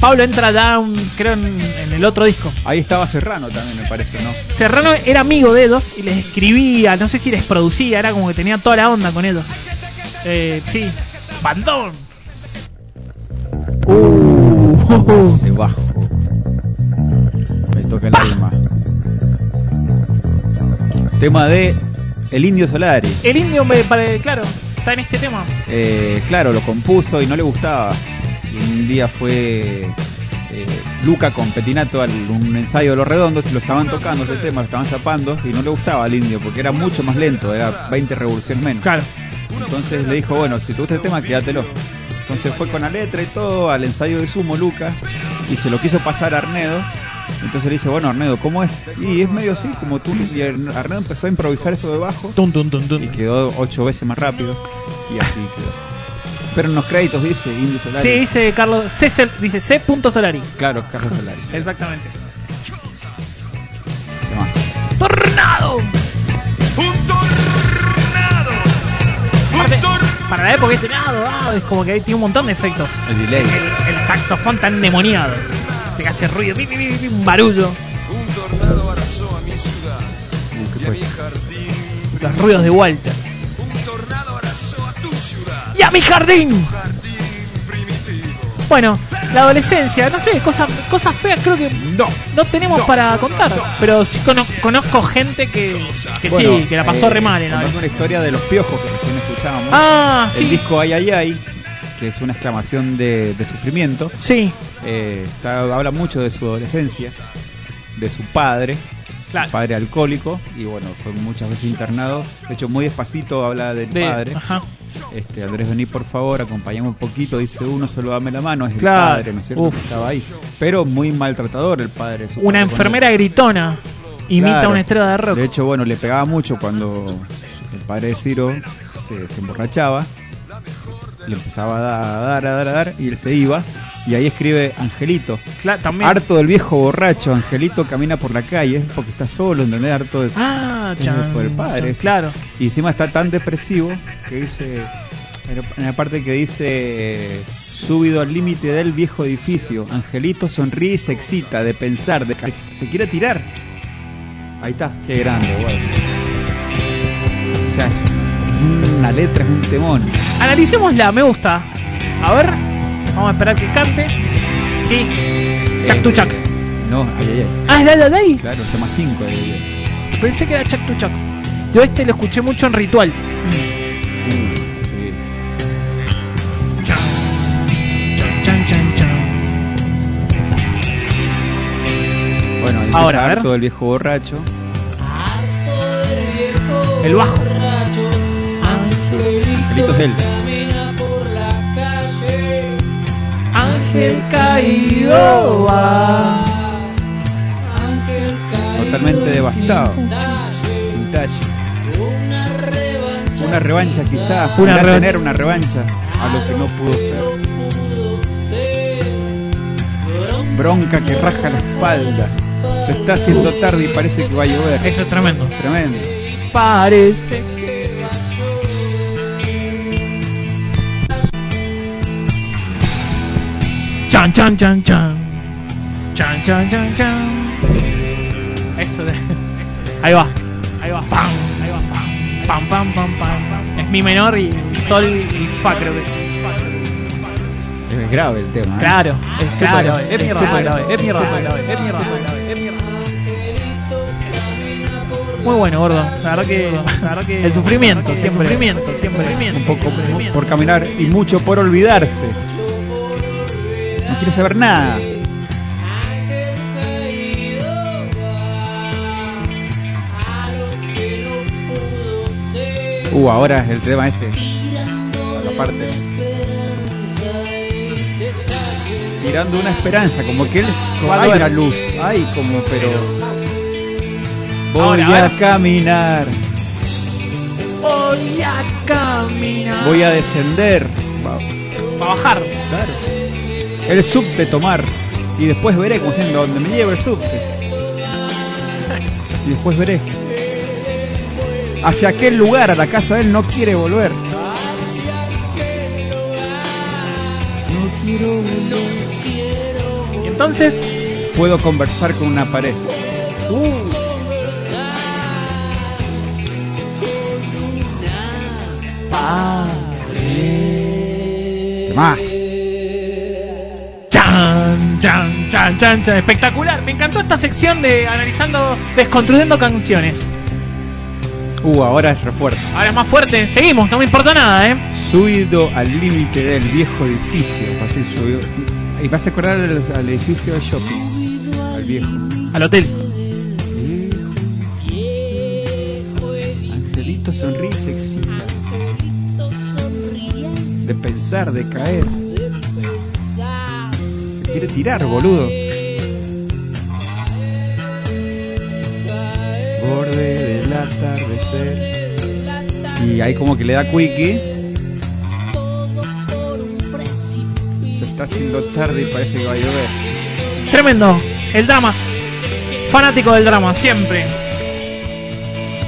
D: Pablo entra down, creo, en, en el otro disco.
C: Ahí estaba Serrano también, me parece, ¿no?
D: Serrano era amigo de ellos y les escribía, no sé si les producía, era como que tenía toda la onda con ellos. Eh, sí, bandón. Uh,
C: Se bajo. Me toca el alma. Tema de El Indio Solari.
D: El indio, me pare- claro, está en este tema.
C: Eh, claro, lo compuso y no le gustaba. Y un día fue eh, eh, Luca con Petinato al- un ensayo de los redondos y lo estaban tocando ese tema, lo estaban zapando y no le gustaba al indio porque era mucho más lento, era 20 revoluciones menos.
D: Claro.
C: Entonces le dijo, bueno, si te gusta el tema, quédatelo. Entonces fue con la letra y todo al ensayo de Sumo Luca y se lo quiso pasar a Arnedo. Entonces le dice, bueno, Arnedo, ¿cómo es? Y es medio así, como tú. Y Arnedo empezó a improvisar eso debajo. Y quedó ocho veces más rápido. Y así quedó. Pero en los créditos dice Indio Solari.
D: Sí, dice Carlos. C, Sol- dice C. Solari.
C: Claro, Carlos Solari.
D: Exactamente.
C: ¿Qué más?
D: ¡Tornado! Aparte, para la época este nado, ah, es como que ahí tiene un montón de efectos.
C: El delay.
D: El, el saxofón tan demoniado. Que hace ruido, pi, pi, pi, pi, un barullo.
C: Uh, ¿qué fue?
D: Los ruidos de Walter. ¡Y a mi jardín! Bueno, la adolescencia, no sé, cosas cosas feas creo que
E: no,
D: tenemos para contar. Pero sí cono- conozco gente que, que
C: Bueno,
D: sí, que la pasó
C: eh,
D: re mal en la
C: contando una historia de los piojos que recién escuchábamos.
D: Ah,
C: El
D: sí.
C: disco Ay Ay Ay, que es una exclamación de, de sufrimiento.
D: Sí.
C: Eh, habla mucho de su adolescencia, de su padre,
D: Claro.
C: su padre alcohólico, y bueno, fue muchas veces internado. De hecho, muy despacito habla del
D: De-
C: padre.
D: ajá.
C: Este, Andrés, vení por favor, acompañame un poquito, dice uno, solo dame la mano, es el
D: Claro.
C: padre, ¿no es cierto?
D: Uf.
C: Que Estaba ahí. Pero muy maltratador el padre. supongo,
D: Una
C: con
D: enfermera gritona imita
C: Claro.
D: a una estrella de rock.
C: De hecho, bueno, le pegaba mucho cuando el padre de Ciro se, se emborrachaba. Le empezaba a da- a dar, a dar, a dar, y él se iba. Y ahí escribe Angelito.
D: Claro, también.
C: Harto del viejo borracho, Angelito camina por la calle, es porque está solo, ¿entendés? Harto de,
D: Ah,
C: es
D: chan,
C: por el padre.
D: chan,
C: sí.
D: claro.
C: Y encima está tan depresivo que dice, en la parte que dice, subido al límite del viejo edificio, Angelito sonríe y se excita de pensar, de que se quiere tirar. Ahí está, qué grande, güey. O sea, es una letra es un temón.
D: Analicémosla, me gusta. A ver, vamos a esperar que cante. Sí. Chac tu chac.
C: Eh, No, ay, ay, ay.
D: Ah, es la de ahí.
C: Claro, el tema 5 de ahí.
D: Pensé que era chac tu chac. Yo este lo escuché mucho en ritual. Mm.
C: Sí.
D: Chan, chan, chan.
C: Bueno, ahí
D: Ahora,
C: empieza
D: a ver.
C: harto del viejo borracho.
D: El bajo.
C: Angelito es él.
D: Ángel caído va.
C: totalmente devastado. Sin talle. Una revancha quizás,
D: Una
C: podrá
D: revancha.
C: tener una revancha a lo que no pudo ser. Bronca que raja la espalda. Se está haciendo tarde y parece que va a llover.
D: Eso es tremendo.
C: Tremendo.
D: Parece que Chan, chan, chan, chan. Chan, chan, chan, chan. Eso de. [laughs] Ahí va. Ahí va. Pam. Ahí va. Pam. Pam, pam, pam, pam. Es mi menor y sol y fa, creo que.
C: Es grave el tema. ¿eh?
D: Claro. Es súper
C: Claro,
D: grave. Es
C: es
D: mierda.
C: súper
D: grave, Es mierda. grave, Es mierda. grave, Es mierda. Muy bueno, gordo. La verdad que. El sufrimiento, siempre. El sufrimiento, siempre.
C: Un poco por caminar y mucho por olvidarse. No quiere saber nada. Uh, ahora es el tema este. La parte. Tirando una esperanza, como que él
D: Ay,
C: hay una luz. Ay, como pero. Voy
D: Ahora, a
C: a caminar,
D: Voy a caminar.
C: voy a descender. Va-
D: Va a bajar.
C: Claro. El subte tomar. Y después veré como siendo donde me lleve el subte. Y después veré. Hacia aquel lugar, a la casa de él, no quiere volver. No quiero volver.
D: Y entonces.
C: Puedo conversar con una pared. Ah. ¿Qué más?
D: Chan, chan, chan, chan, chan. Espectacular. Me encantó esta sección de analizando, desconstruyendo canciones.
C: Uh, ahora es refuerzo.
D: Ahora es más fuerte. Seguimos, no me importa nada, ¿eh?
C: subido al límite del viejo edificio. Así subió. Y vas a acordar al, al edificio de shopping, al viejo.
D: Al hotel.
C: Angelito sonríe y se excita. De pensar, de caer. Se quiere tirar, boludo. Borde del atardecer. Y ahí como que le da quickie. Se está haciendo tarde y parece que va a llover.
D: Tremendo. El drama. Fanático del drama, siempre.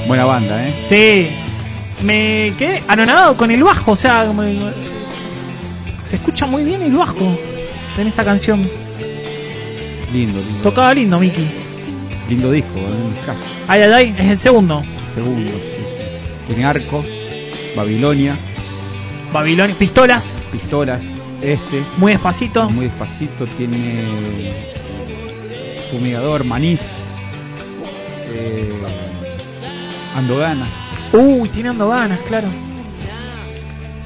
C: Buena banda, ¿eh?
D: Sí. Me quedé anonadado con el bajo, o sea, como el- se escucha muy bien el bajo en esta canción.
C: Lindo, lindo.
D: Tocaba lindo, Miki.
C: Lindo disco, ¿eh? en mi caso.
D: Ay, ay, ay, es el segundo.
C: Segundo. sí, sí. Tiene arco, Babilonia,
D: Babilonia, pistolas,
C: pistolas, este.
D: muy despacito.
C: Muy despacito, tiene fumigador, manís, eh, andoganas.
D: Uy, tiene ando ganas, claro.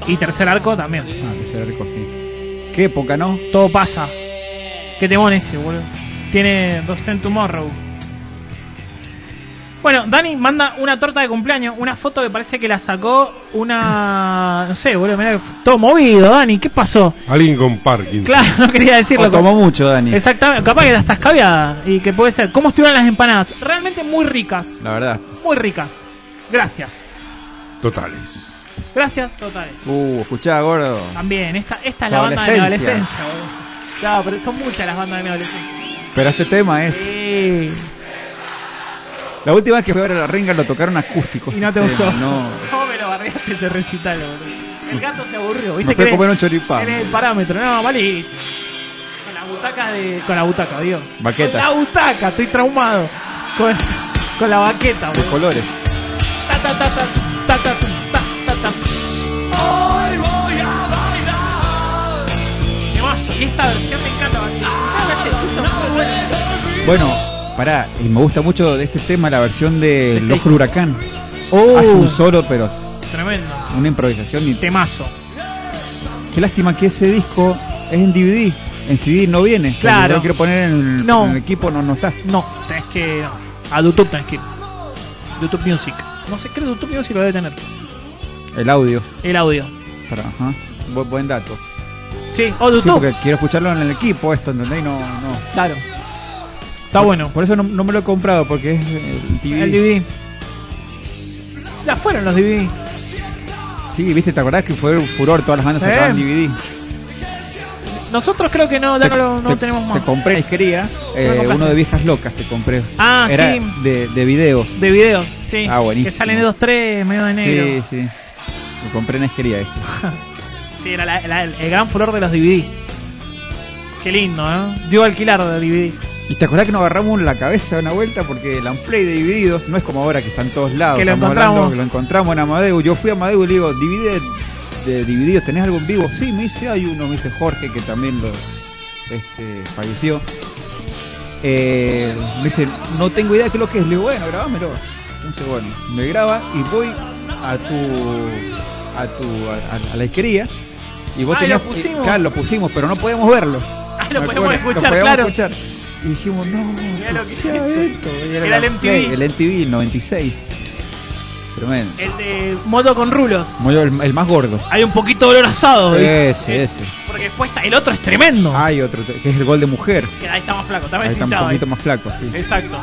D: Y tercer arco también.
C: Ah, tercer arco, sí. Qué época, ¿no?
D: Todo pasa. Qué temón ese, boludo. Tiene Docent Tomorrow. Bueno, Dani manda una torta de cumpleaños, una foto que parece que la sacó una. No sé, boludo, mirá que f- todo movido, Dani, ¿qué pasó?
E: Alguien con Parkinson.
D: Claro, no quería decirlo.
C: O tomó mucho, Dani.
D: Exactamente, capaz que estás caviada y que puede ser. ¿Cómo estuvieron las empanadas? Realmente muy ricas,
C: La verdad.
D: muy ricas. Gracias,
E: Totales.
D: gracias, total.
C: Uh, escuchá, gordo.
D: También, esta, esta es la
C: Tu
D: banda de mi
C: adolescencia.
D: adolescencia, boludo. Claro, pero son muchas las bandas de mi adolescencia.
C: Pero este tema es.
D: Sí.
C: La última vez que fui a ver a la Ringa lo tocaron acústico.
D: Y no te
C: Este
D: gustó.
C: tema, No.
D: ¿Cómo me lo barriaste [laughs] ese recital, boludo? El gato se aburrió, ¿viste?
C: Me fui a
D: que
C: comer un choripán.
D: Tiene el parámetro, no, malísimo. Con la butaca de. Con la butaca, Dios.
C: Baqueta.
D: Con la butaca, estoy traumado. Con, con la baqueta,
C: De
D: boludo.
C: colores.
D: Ta, ta, ta, ta, ta, ta, ta, ta, ta.
B: Hoy voy a bailar. Ah,
D: Temazo. Y esta versión me encanta, Este Baqueta. Cállate, son muy buenas.
C: Bueno, pará, y me gusta mucho de este tema la versión de
D: Este
C: El Ojo del Huracán.
D: Oh.
C: Hace un solo, pero es
D: Tremendo.
C: una improvisación. Y
D: Temazo.
C: qué lástima que ese disco es en DVD. En CD no viene. O sea,
D: Claro.
C: yo lo quiero poner en el,
D: No.
C: en el equipo, no, no está.
D: No, tenés que. A YouTube tenés que ir. YouTube Music. No sé, creo que YouTube Music lo debe tener.
C: El audio.
D: El audio.
C: Pará, ajá. Bu- buen dato.
D: Sí, o
C: Sí,
D: YouTube.
C: porque quiero escucharlo en el equipo, esto, ¿entendéis? No, no.
D: Claro. Está bueno.
C: Por eso no, no me lo he comprado, porque es eh, el DVD.
D: El DVD. Ya fueron los DVD.
C: Sí, viste, ¿te acordás que fue un furor? Todas las bandas
D: Sí.
C: sacaban DVD.
D: Nosotros creo que no, ya no, lo- no
C: te,
D: tenemos
C: te
D: más.
C: compré disquería, eh,
D: compraste?
C: uno de viejas locas te compré.
D: Ah,
C: Era
D: sí.
C: De, de videos.
D: De videos, sí.
C: Ah, buenísimo.
D: Que salen de 3 medio de
C: sí,
D: negro.
C: sí. Lo compré en esquería ese.
D: Sí, era la- la- el gran furor de los DVD. Qué lindo, ¿eh? Dio alquilar de DVDs.
C: Y te acordás que nos agarramos la cabeza de una vuelta porque el Amplay de divididos no es como ahora que está en todos lados.
D: Que lo
C: Estamos
D: encontramos.
C: hablando que lo encontramos en Amadeu. Yo fui a Amadeu y le digo, divide de divididos, ¿tenés algo en vivo? Sí, me dice, hay uno, me dice Jorge, que también lo este, falleció. Eh, me dice, no tengo idea de qué es lo que es. Le digo, bueno, grabámelo. Entonces, bueno, me graba y voy a tu. a tu. a, a- a la isquería. Y vos
D: Ah,
C: tenías.
D: lo pusimos.
C: claro, lo pusimos, pero no podíamos verlo.
D: Ah, [laughs] lo
C: Me
D: podemos
C: acuerdo,
D: escuchar,
C: lo podíamos escuchar.
D: claro.
C: Y dijimos, no,
D: Mirá lo que [laughs]
C: sea
D: es esto.
C: esto. Y
D: Era el
C: la
D: MTV.
C: Play, el MTV, el 96. Tremendo.
D: El de modo con rulos.
C: Muy- El, el más gordo.
D: Hay un poquito de olor asado, ¿viste?
C: Ese, ese.
D: Porque después está- el otro es tremendo.
C: Hay otro, te- que es el gol de mujer.
D: Que ahí está más flaco, está
C: Ah. Ahí
D: más
C: está un
D: hinchado. ahí.
C: poquito más flaco, sí.
D: eh. Exacto.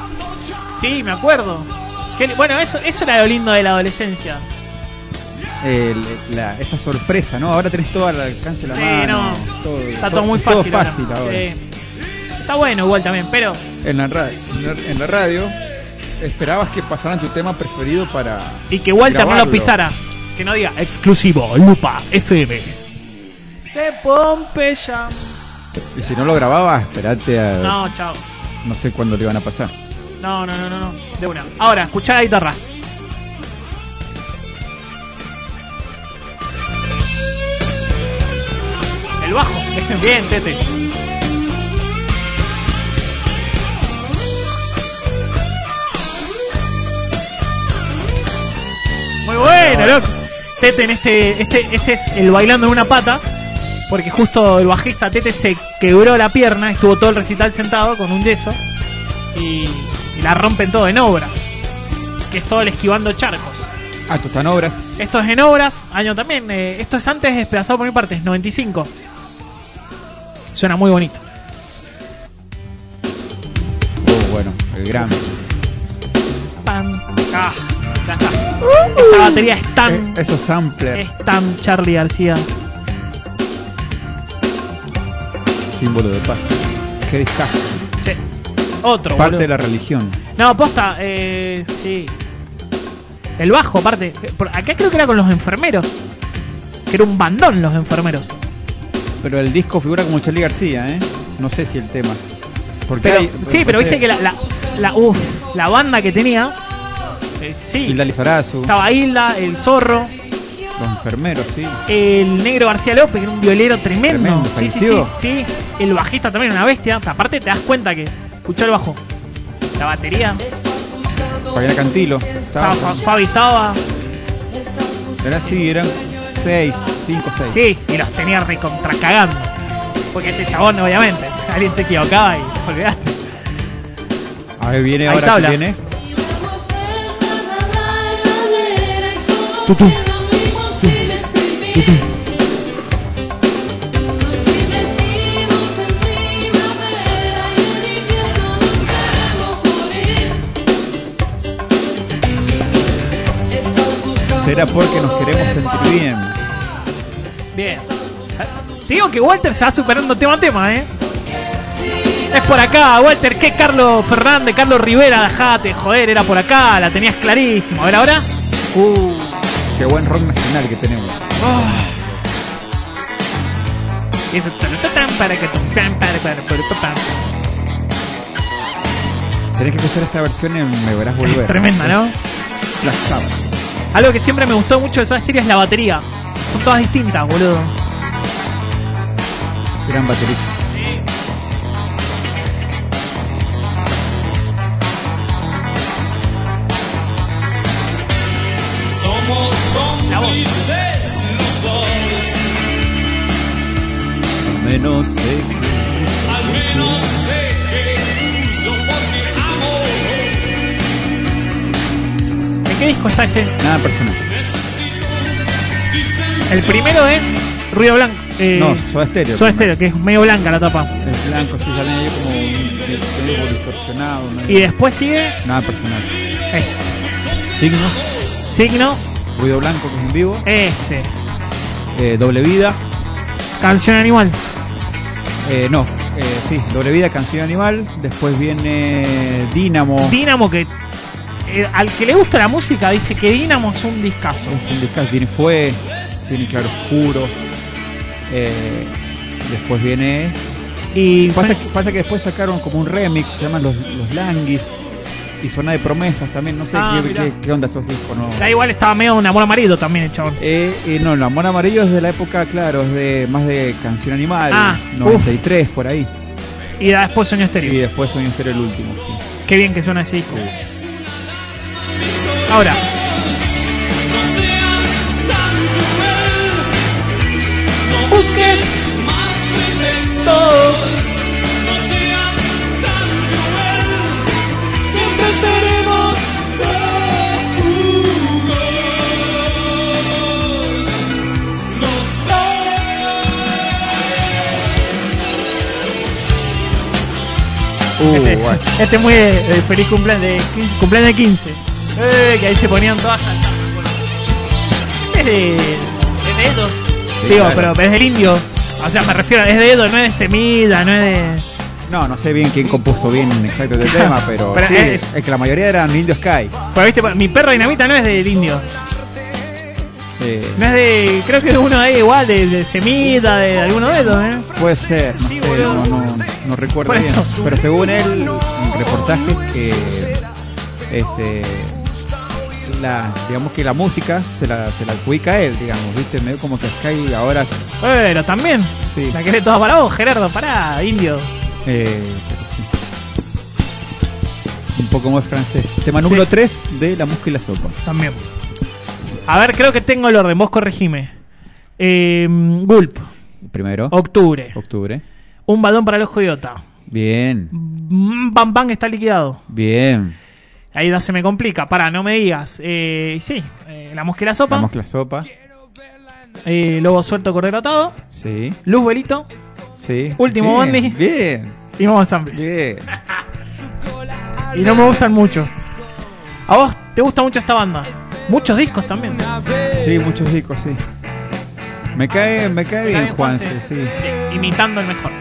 D: Sí, me acuerdo. Qué li- bueno, eso, eso era lo lindo de la adolescencia.
C: El- la- esa sorpresa, ¿no? Ahora tenés todo al alcance de la
D: Sí,
C: mano.
D: no.
C: Todo,
D: Está todo muy
C: Todo
D: fácil. ahora.
C: fácil ahora.
D: Sí. Está bueno igual también, pero
C: En, la ra- en la- en la radio, esperabas que pasaran tu tema preferido para.
D: y que Walter no lo
C: grabarlo.
D: pisara. Que no diga exclusivo, lupa, FM. Te Pompeya.
C: Y si no lo grababas, esperate a. No,
D: No, chao.
C: sé cuándo le iban a pasar.
D: No, no, no, no, no. De una. Ahora, escuchá la guitarra. El bajo. [laughs] Bien, Tete. Muy bueno, loco. Tete en este, este, este es el bailando en una pata, porque justo el bajista Tete se quebró la pierna, estuvo todo el recital sentado con un yeso y, y la rompen todo en obras, que es todo el esquivando charcos.
C: Ah, esto está en obras.
D: Esto es en obras, año también, eh, esto es antes de desplazado por mi parte, es 95. Suena muy bonito.
C: Oh, bueno, el gran.
D: Pam, ah, ya está.
C: Uh.
D: Esa batería es tan,
C: Eh, esos samplers,
D: es tan Charlie García. Eh.
C: símbolo de paz. Qué discazo.
D: Sí. Otro.
C: Parte
D: boludo.
C: de la religión.
D: No, posta, eh, sí. El bajo, aparte. Por- Acá creo que era con los enfermeros. Que era un bandón los enfermeros.
C: Pero el disco figura como Charlie García, ¿eh? No sé si el tema. Porque
D: Pero,
C: hay-
D: sí,
C: porque
D: pero viste
C: parece-
D: que la, la, la, uf, la banda que tenía. eh, sí.
C: Hilda Lizarazu,
D: Estaba Hilda, el zorro,
C: los enfermeros, sí.
D: el negro García López, que era un violero tremendo.
C: Tremendo,
D: sí, sí, sí,
C: falleció.
D: sí. El bajista también, una bestia. Aparte te das cuenta que. Escuchá el bajo. La batería.
C: Fabiana Cantilo. Estaba,
D: Estaba,
C: pues.
D: Fa- Fabi estaba.
C: era así, eran seis, cinco, seis.
D: Sí, y los tenía recontracagando. Porque este chabón, obviamente, [laughs] alguien se equivocaba y olvidaste.
C: A ver, viene
D: Ahí
C: ahora,
D: tabla.
C: que viene. Será porque nos queremos sentir bien.
D: Bien. Te digo que Walter se va superando tema a tema, ¿eh? Es por acá, Walter. ¿Qué Carlos Fernández, Carlos Rivera? Dejate, joder, era por acá, la tenías clarísimo. A ver ahora.
C: Uh, qué buen rock nacional que tenemos.
D: Y eso.
C: Tenés que escuchar esta versión en Me Verás Volver.
D: [laughs] Es tremenda, ¿no?
C: La sábana.
D: Algo que siempre me gustó mucho de Soda Stereo es la batería. Son todas distintas, boludo.
C: Gran baterista.
D: La voz.
C: Menos eh, sé
D: ¿De qué disco está este?
C: Nada personal.
D: El primero es Ruido Blanco. eh,
C: No, Soda Stereo.
D: Soda Stereo, que es medio blanca la tapa.
C: El blanco sí sale ahí como, un- como distorsionado. ¿no?
D: Y después sigue
C: Nada personal.
D: eh,
C: Signos,
D: Signo
C: ruido blanco que es en vivo,
D: S.
C: eh, doble vida,
D: Canción Animal.
C: eh, no, eh, sí, doble vida, canción animal, después viene Dínamo,
D: Dínamo que. eh, al que le gusta la música dice que Dínamo es un discazo.
C: es un discazo, tiene fue, tiene claroscuro, eh, después viene...
D: Y
C: Pasa
D: son-
C: que, pasa que después sacaron como un remix, se llaman Los, los Languis, y Zona de Promesas también, no sé
D: Ah,
C: qué,
D: mirá.
C: qué- qué onda esos discos, no.
D: da igual estaba medio un amor amarillo también el chabón.
C: Eh, eh, no, el amor amarillo es de la época, claro, es de más de canción animal,
D: Ah,
C: 93 por ahí.
D: Y da después
C: Y
D: Sueño Estéreo.
C: después Soy Estéreo el último, sí.
D: Qué bien que suena ese disco. Ahora.
C: [laughs] Uh,
D: Este, [laughs] este es muy de- de feliz cumpleaños de 15, cumpleaños de 15. Eh, que ahí se ponían todas a cantar, boludo. Es de, es de ellos. Digo,
C: claro.
D: pero es del indio. O sea, me refiero, es de ellos, no es de semilla, no es de.
C: No, no sé bien quién compuso bien exacto el
D: [laughs]
C: tema, pero,
D: Pero
C: sí,
D: es-
C: es, que la mayoría eran Indio Sky.
D: Pero viste, mi perro dinamita no es del indio.
C: Eh,
D: No es de. Creo que es de uno de ahí igual, de, de semita, de, de alguno de ellos, ¿eh?
C: puede ser, no, sé, no, no- no recuerdo
D: Por
C: bien.
D: eso.
C: Pero según él, en reportajes que este, la, digamos que la música se la, se la adjudica a él, digamos, viste, medio como que Sky ahora
D: Pero también.
C: sí.
D: La querés toda para vos, Gerardo, pará, indio.
C: eh, pero sí. Un poco más francés. Tema número
D: Sí.
C: 3 de La Mosca y la Sopa.
D: También. A ver, creo que tengo el orden, vos corregime. Eh, Gulp,
C: Primero.
D: octubre.
C: Octubre.
D: Un balón para el ojo idiota.
C: Bien,
D: Mm, Bam Bam está liquidado.
C: bien.
D: Ahí da se me complica. Pará, no me digas. Eh, sí, eh, la mosquera sopa.
C: Vamos la sopa.
D: eh, lobo suelto, cordero atado.
C: Sí,
D: Luz velito.
C: sí.
D: Último
C: bien,
D: bondi.
C: Bien,
D: Y vamos a Bien.
C: bien.
D: Y no me gustan mucho. A vos te gusta mucho esta banda. Muchos discos también.
C: Sí, muchos discos, sí. Me cae, me cae bien Juanse, sí.
D: Imitando el mejor.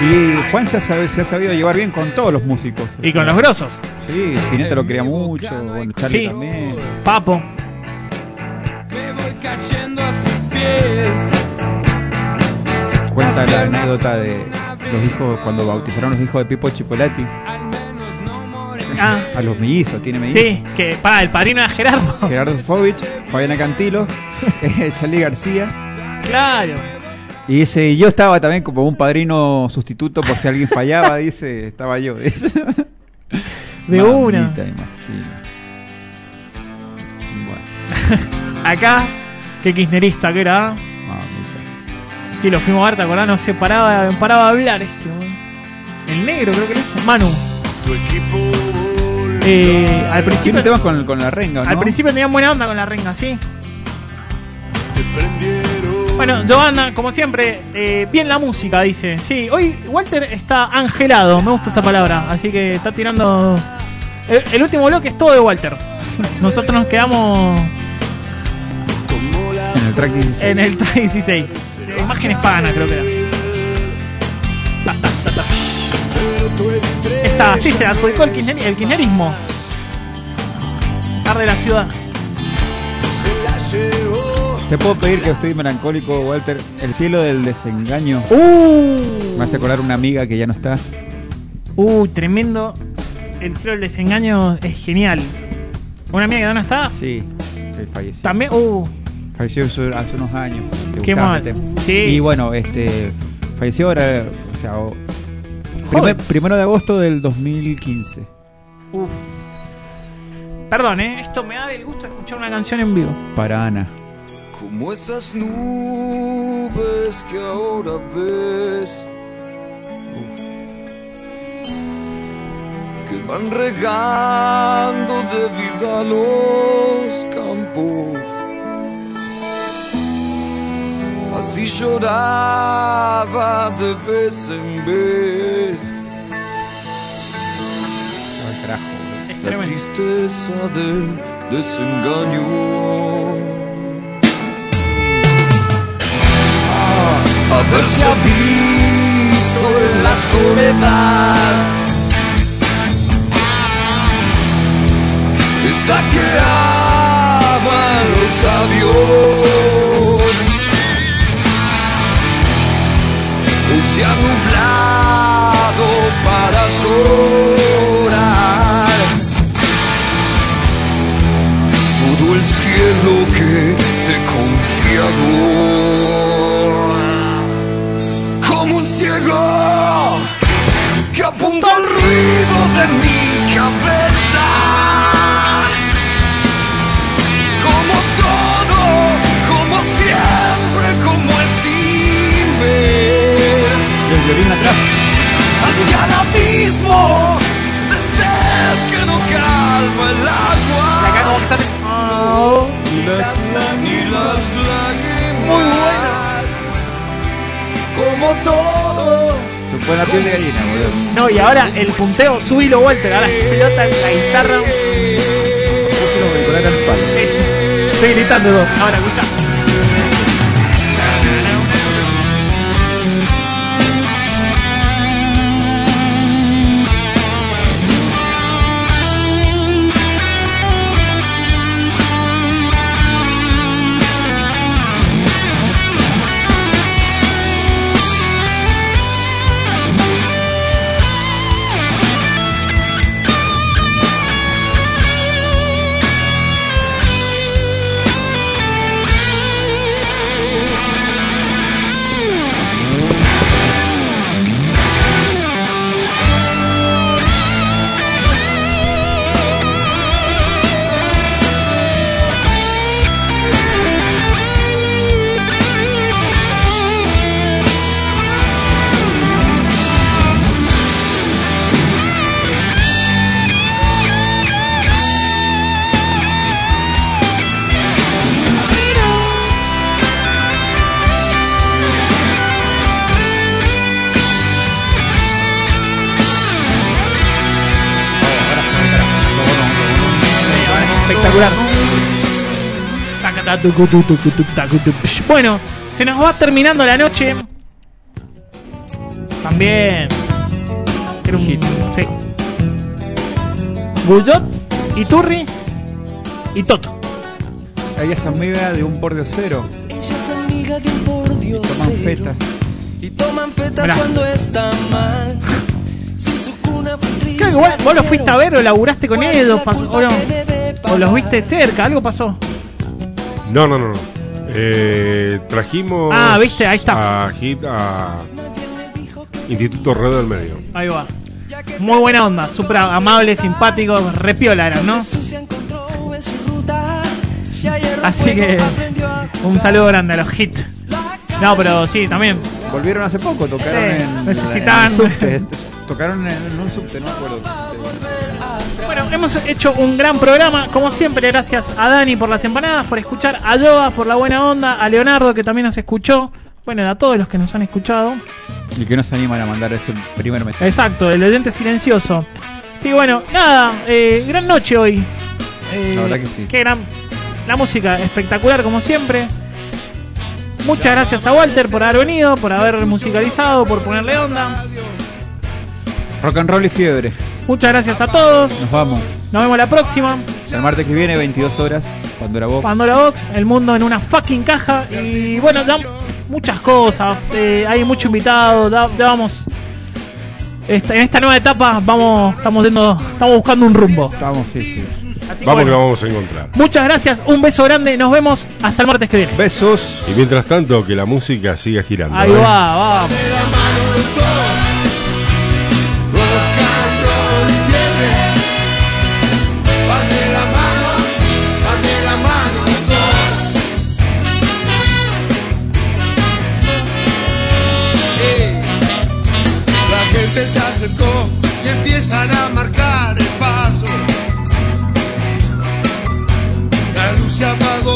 C: Y Juan se ha, sabido, se ha sabido llevar bien con todos los músicos.
D: Y con los grosos.
C: Sí, Spinetta lo quería mucho, bueno, Charlie
D: Sí.
C: también.
D: Papo.
B: cayendo a sus pies.
C: Cuenta la anécdota de los hijos, cuando bautizaron los hijos de Pipo Chipolati.
D: Ah,
C: A los mellizos, tiene mellizos.
D: sí, que para el padrino era
C: [laughs]
D: Gerardo.
C: Gerardo Fovich, Fabiana Cantilo, [laughs] eh, Charlie García.
D: Claro.
C: Y dice, y yo estaba también como un padrino sustituto por si alguien fallaba, [laughs] dice, estaba yo. dice.
D: De
C: Mamita,
D: una.
C: imagina. Bueno,
D: Acá, qué kirchnerista que era. ¿eh?
C: mamita.
D: Sí, lo fuimos a ver, ¿te acordás? No se paraba, paraba de hablar este. boludo. El negro, creo que le dicen. Manu. Eh, al
C: Tiene
D: principio,
C: temas con, con la renga, ¿no?
D: al principio tenían buena onda con la renga, sí. Bueno, Giovanna, como siempre, eh, bien la música, dice. Sí, hoy Walter está angelado, me gusta esa palabra. Así que está tirando. El, el último bloque es todo de Walter. [laughs] Nosotros nos quedamos
C: En el track 16.
D: en el [laughs] 16. Imágenes paganas, creo que era. Ta, ta, ta, ta. Esta, sí, se adjudicó el, kirchner- el kirchnerismo. Tarde de la ciudad.
C: Te puedo pedir que estoy melancólico, Walter. El cielo del desengaño.
D: Uh,
C: Me hace acordar una amiga que ya no está.
D: uh, tremendo. El cielo del desengaño es genial. Una amiga que no está.
C: Sí, sí, falleció.
D: También, uh,
C: Falleció hace hace unos años. Le
D: Qué
C: gustaba
D: mal.
C: este tema.
D: Sí.
C: Y bueno, este falleció ahora, o sea, o- primer- primero de agosto del 2015.
D: uf. Perdón, ¿eh? esto me da el gusto de escuchar una canción en vivo.
C: Para Ana.
B: Como esas nubes que ahora ves. Que van regando de vida los campos. Así lloraba de vez en vez.
C: Ay, carajo, boludo.
B: La tristeza del desengaño. Haberse visto en la soledad. Esa que aman los sabios. O se ha nublado para llorar. Todo el cielo que te he confiado. Como un ciego que apunta al ruido de mi cabeza como todo, como siempre, como es sin ver. Hacia el abismo de sed que no calma el agua. Ni las, ni las lágrimas. Muy buenas. Como todo.
C: Se fue la piel de gallina, boludo.
D: No, y ahora el punteo, subilo Walter, ahora [laughs] pelota en la guitarra.
C: Puse los auriculares al palo.
D: Estoy gritando dos. Ahora, escucha.
K: Como todo,
D: espectacular. Bueno, se nos va terminando la noche. También. Era un Sí. Gullot, Iturri y Toto.
C: Ella es amiga de un pordiosero.
L: Ella es amiga de un
C: Toman
L: pordiosero
C: fetas.
L: Y toman fetas
D: Mirá.
L: cuando está mal Si su cuna fue triste
D: Creo que vos, vos lo fuiste a ver o laburaste con ellos. pasó- o, no, o los viste de cerca, algo pasó.
E: No, no, no. no. Eh, trajimos.
D: Ah, viste, ahí está.
E: A Hit a. Instituto Red del Medio.
D: Ahí va. Muy buena onda, súper amables, simpáticos, repiola eran, ¿no? Así que un saludo grande a los hits. No, pero sí, también.
C: Volvieron hace poco, tocaron
D: Sí,
C: en,
D: necesitaban-
C: en subte. este, Tocaron en, en un subte, no me acuerdo.
D: Bueno, hemos hecho un gran programa, como siempre, gracias a Dani por las empanadas, por escuchar, a Yoa por la buena onda, a Leonardo que también nos escuchó, bueno, a todos los que nos han escuchado.
C: Y que no se animan a mandar ese primer mensaje.
D: Exacto, el oyente silencioso. Sí, bueno, nada, eh, gran noche hoy. Eh,
C: La verdad que sí.
D: Qué gran. La música espectacular, como siempre. Muchas gracias a Walter por haber venido, por haber musicalizado, por ponerle onda.
C: Rock and roll y fiebre.
D: Muchas gracias a todos.
C: Nos vamos.
D: Nos vemos la próxima.
C: El martes que viene, 22 horas, Pandora Box.
D: Pandora Box, el mundo en una fucking caja. Y bueno, ya muchas cosas. eh, hay mucho invitado. Ya, ya vamos. Esta- en esta nueva etapa vamos, estamos yendo- estamos buscando un rumbo.
C: Estamos, sí, sí.
D: Así que
E: Vamos que
D: bueno,
E: lo vamos a encontrar.
D: Muchas gracias, un beso grande, nos vemos hasta el martes que viene.
C: Besos.
E: Y mientras tanto, que la música siga girando.
D: Ahí
E: ¿eh?
D: va, va.
B: Parte la mano, parte la mano los dos.
M: Ey. La gente se acercó y empiezan a marcar el paso. La luz se apagó.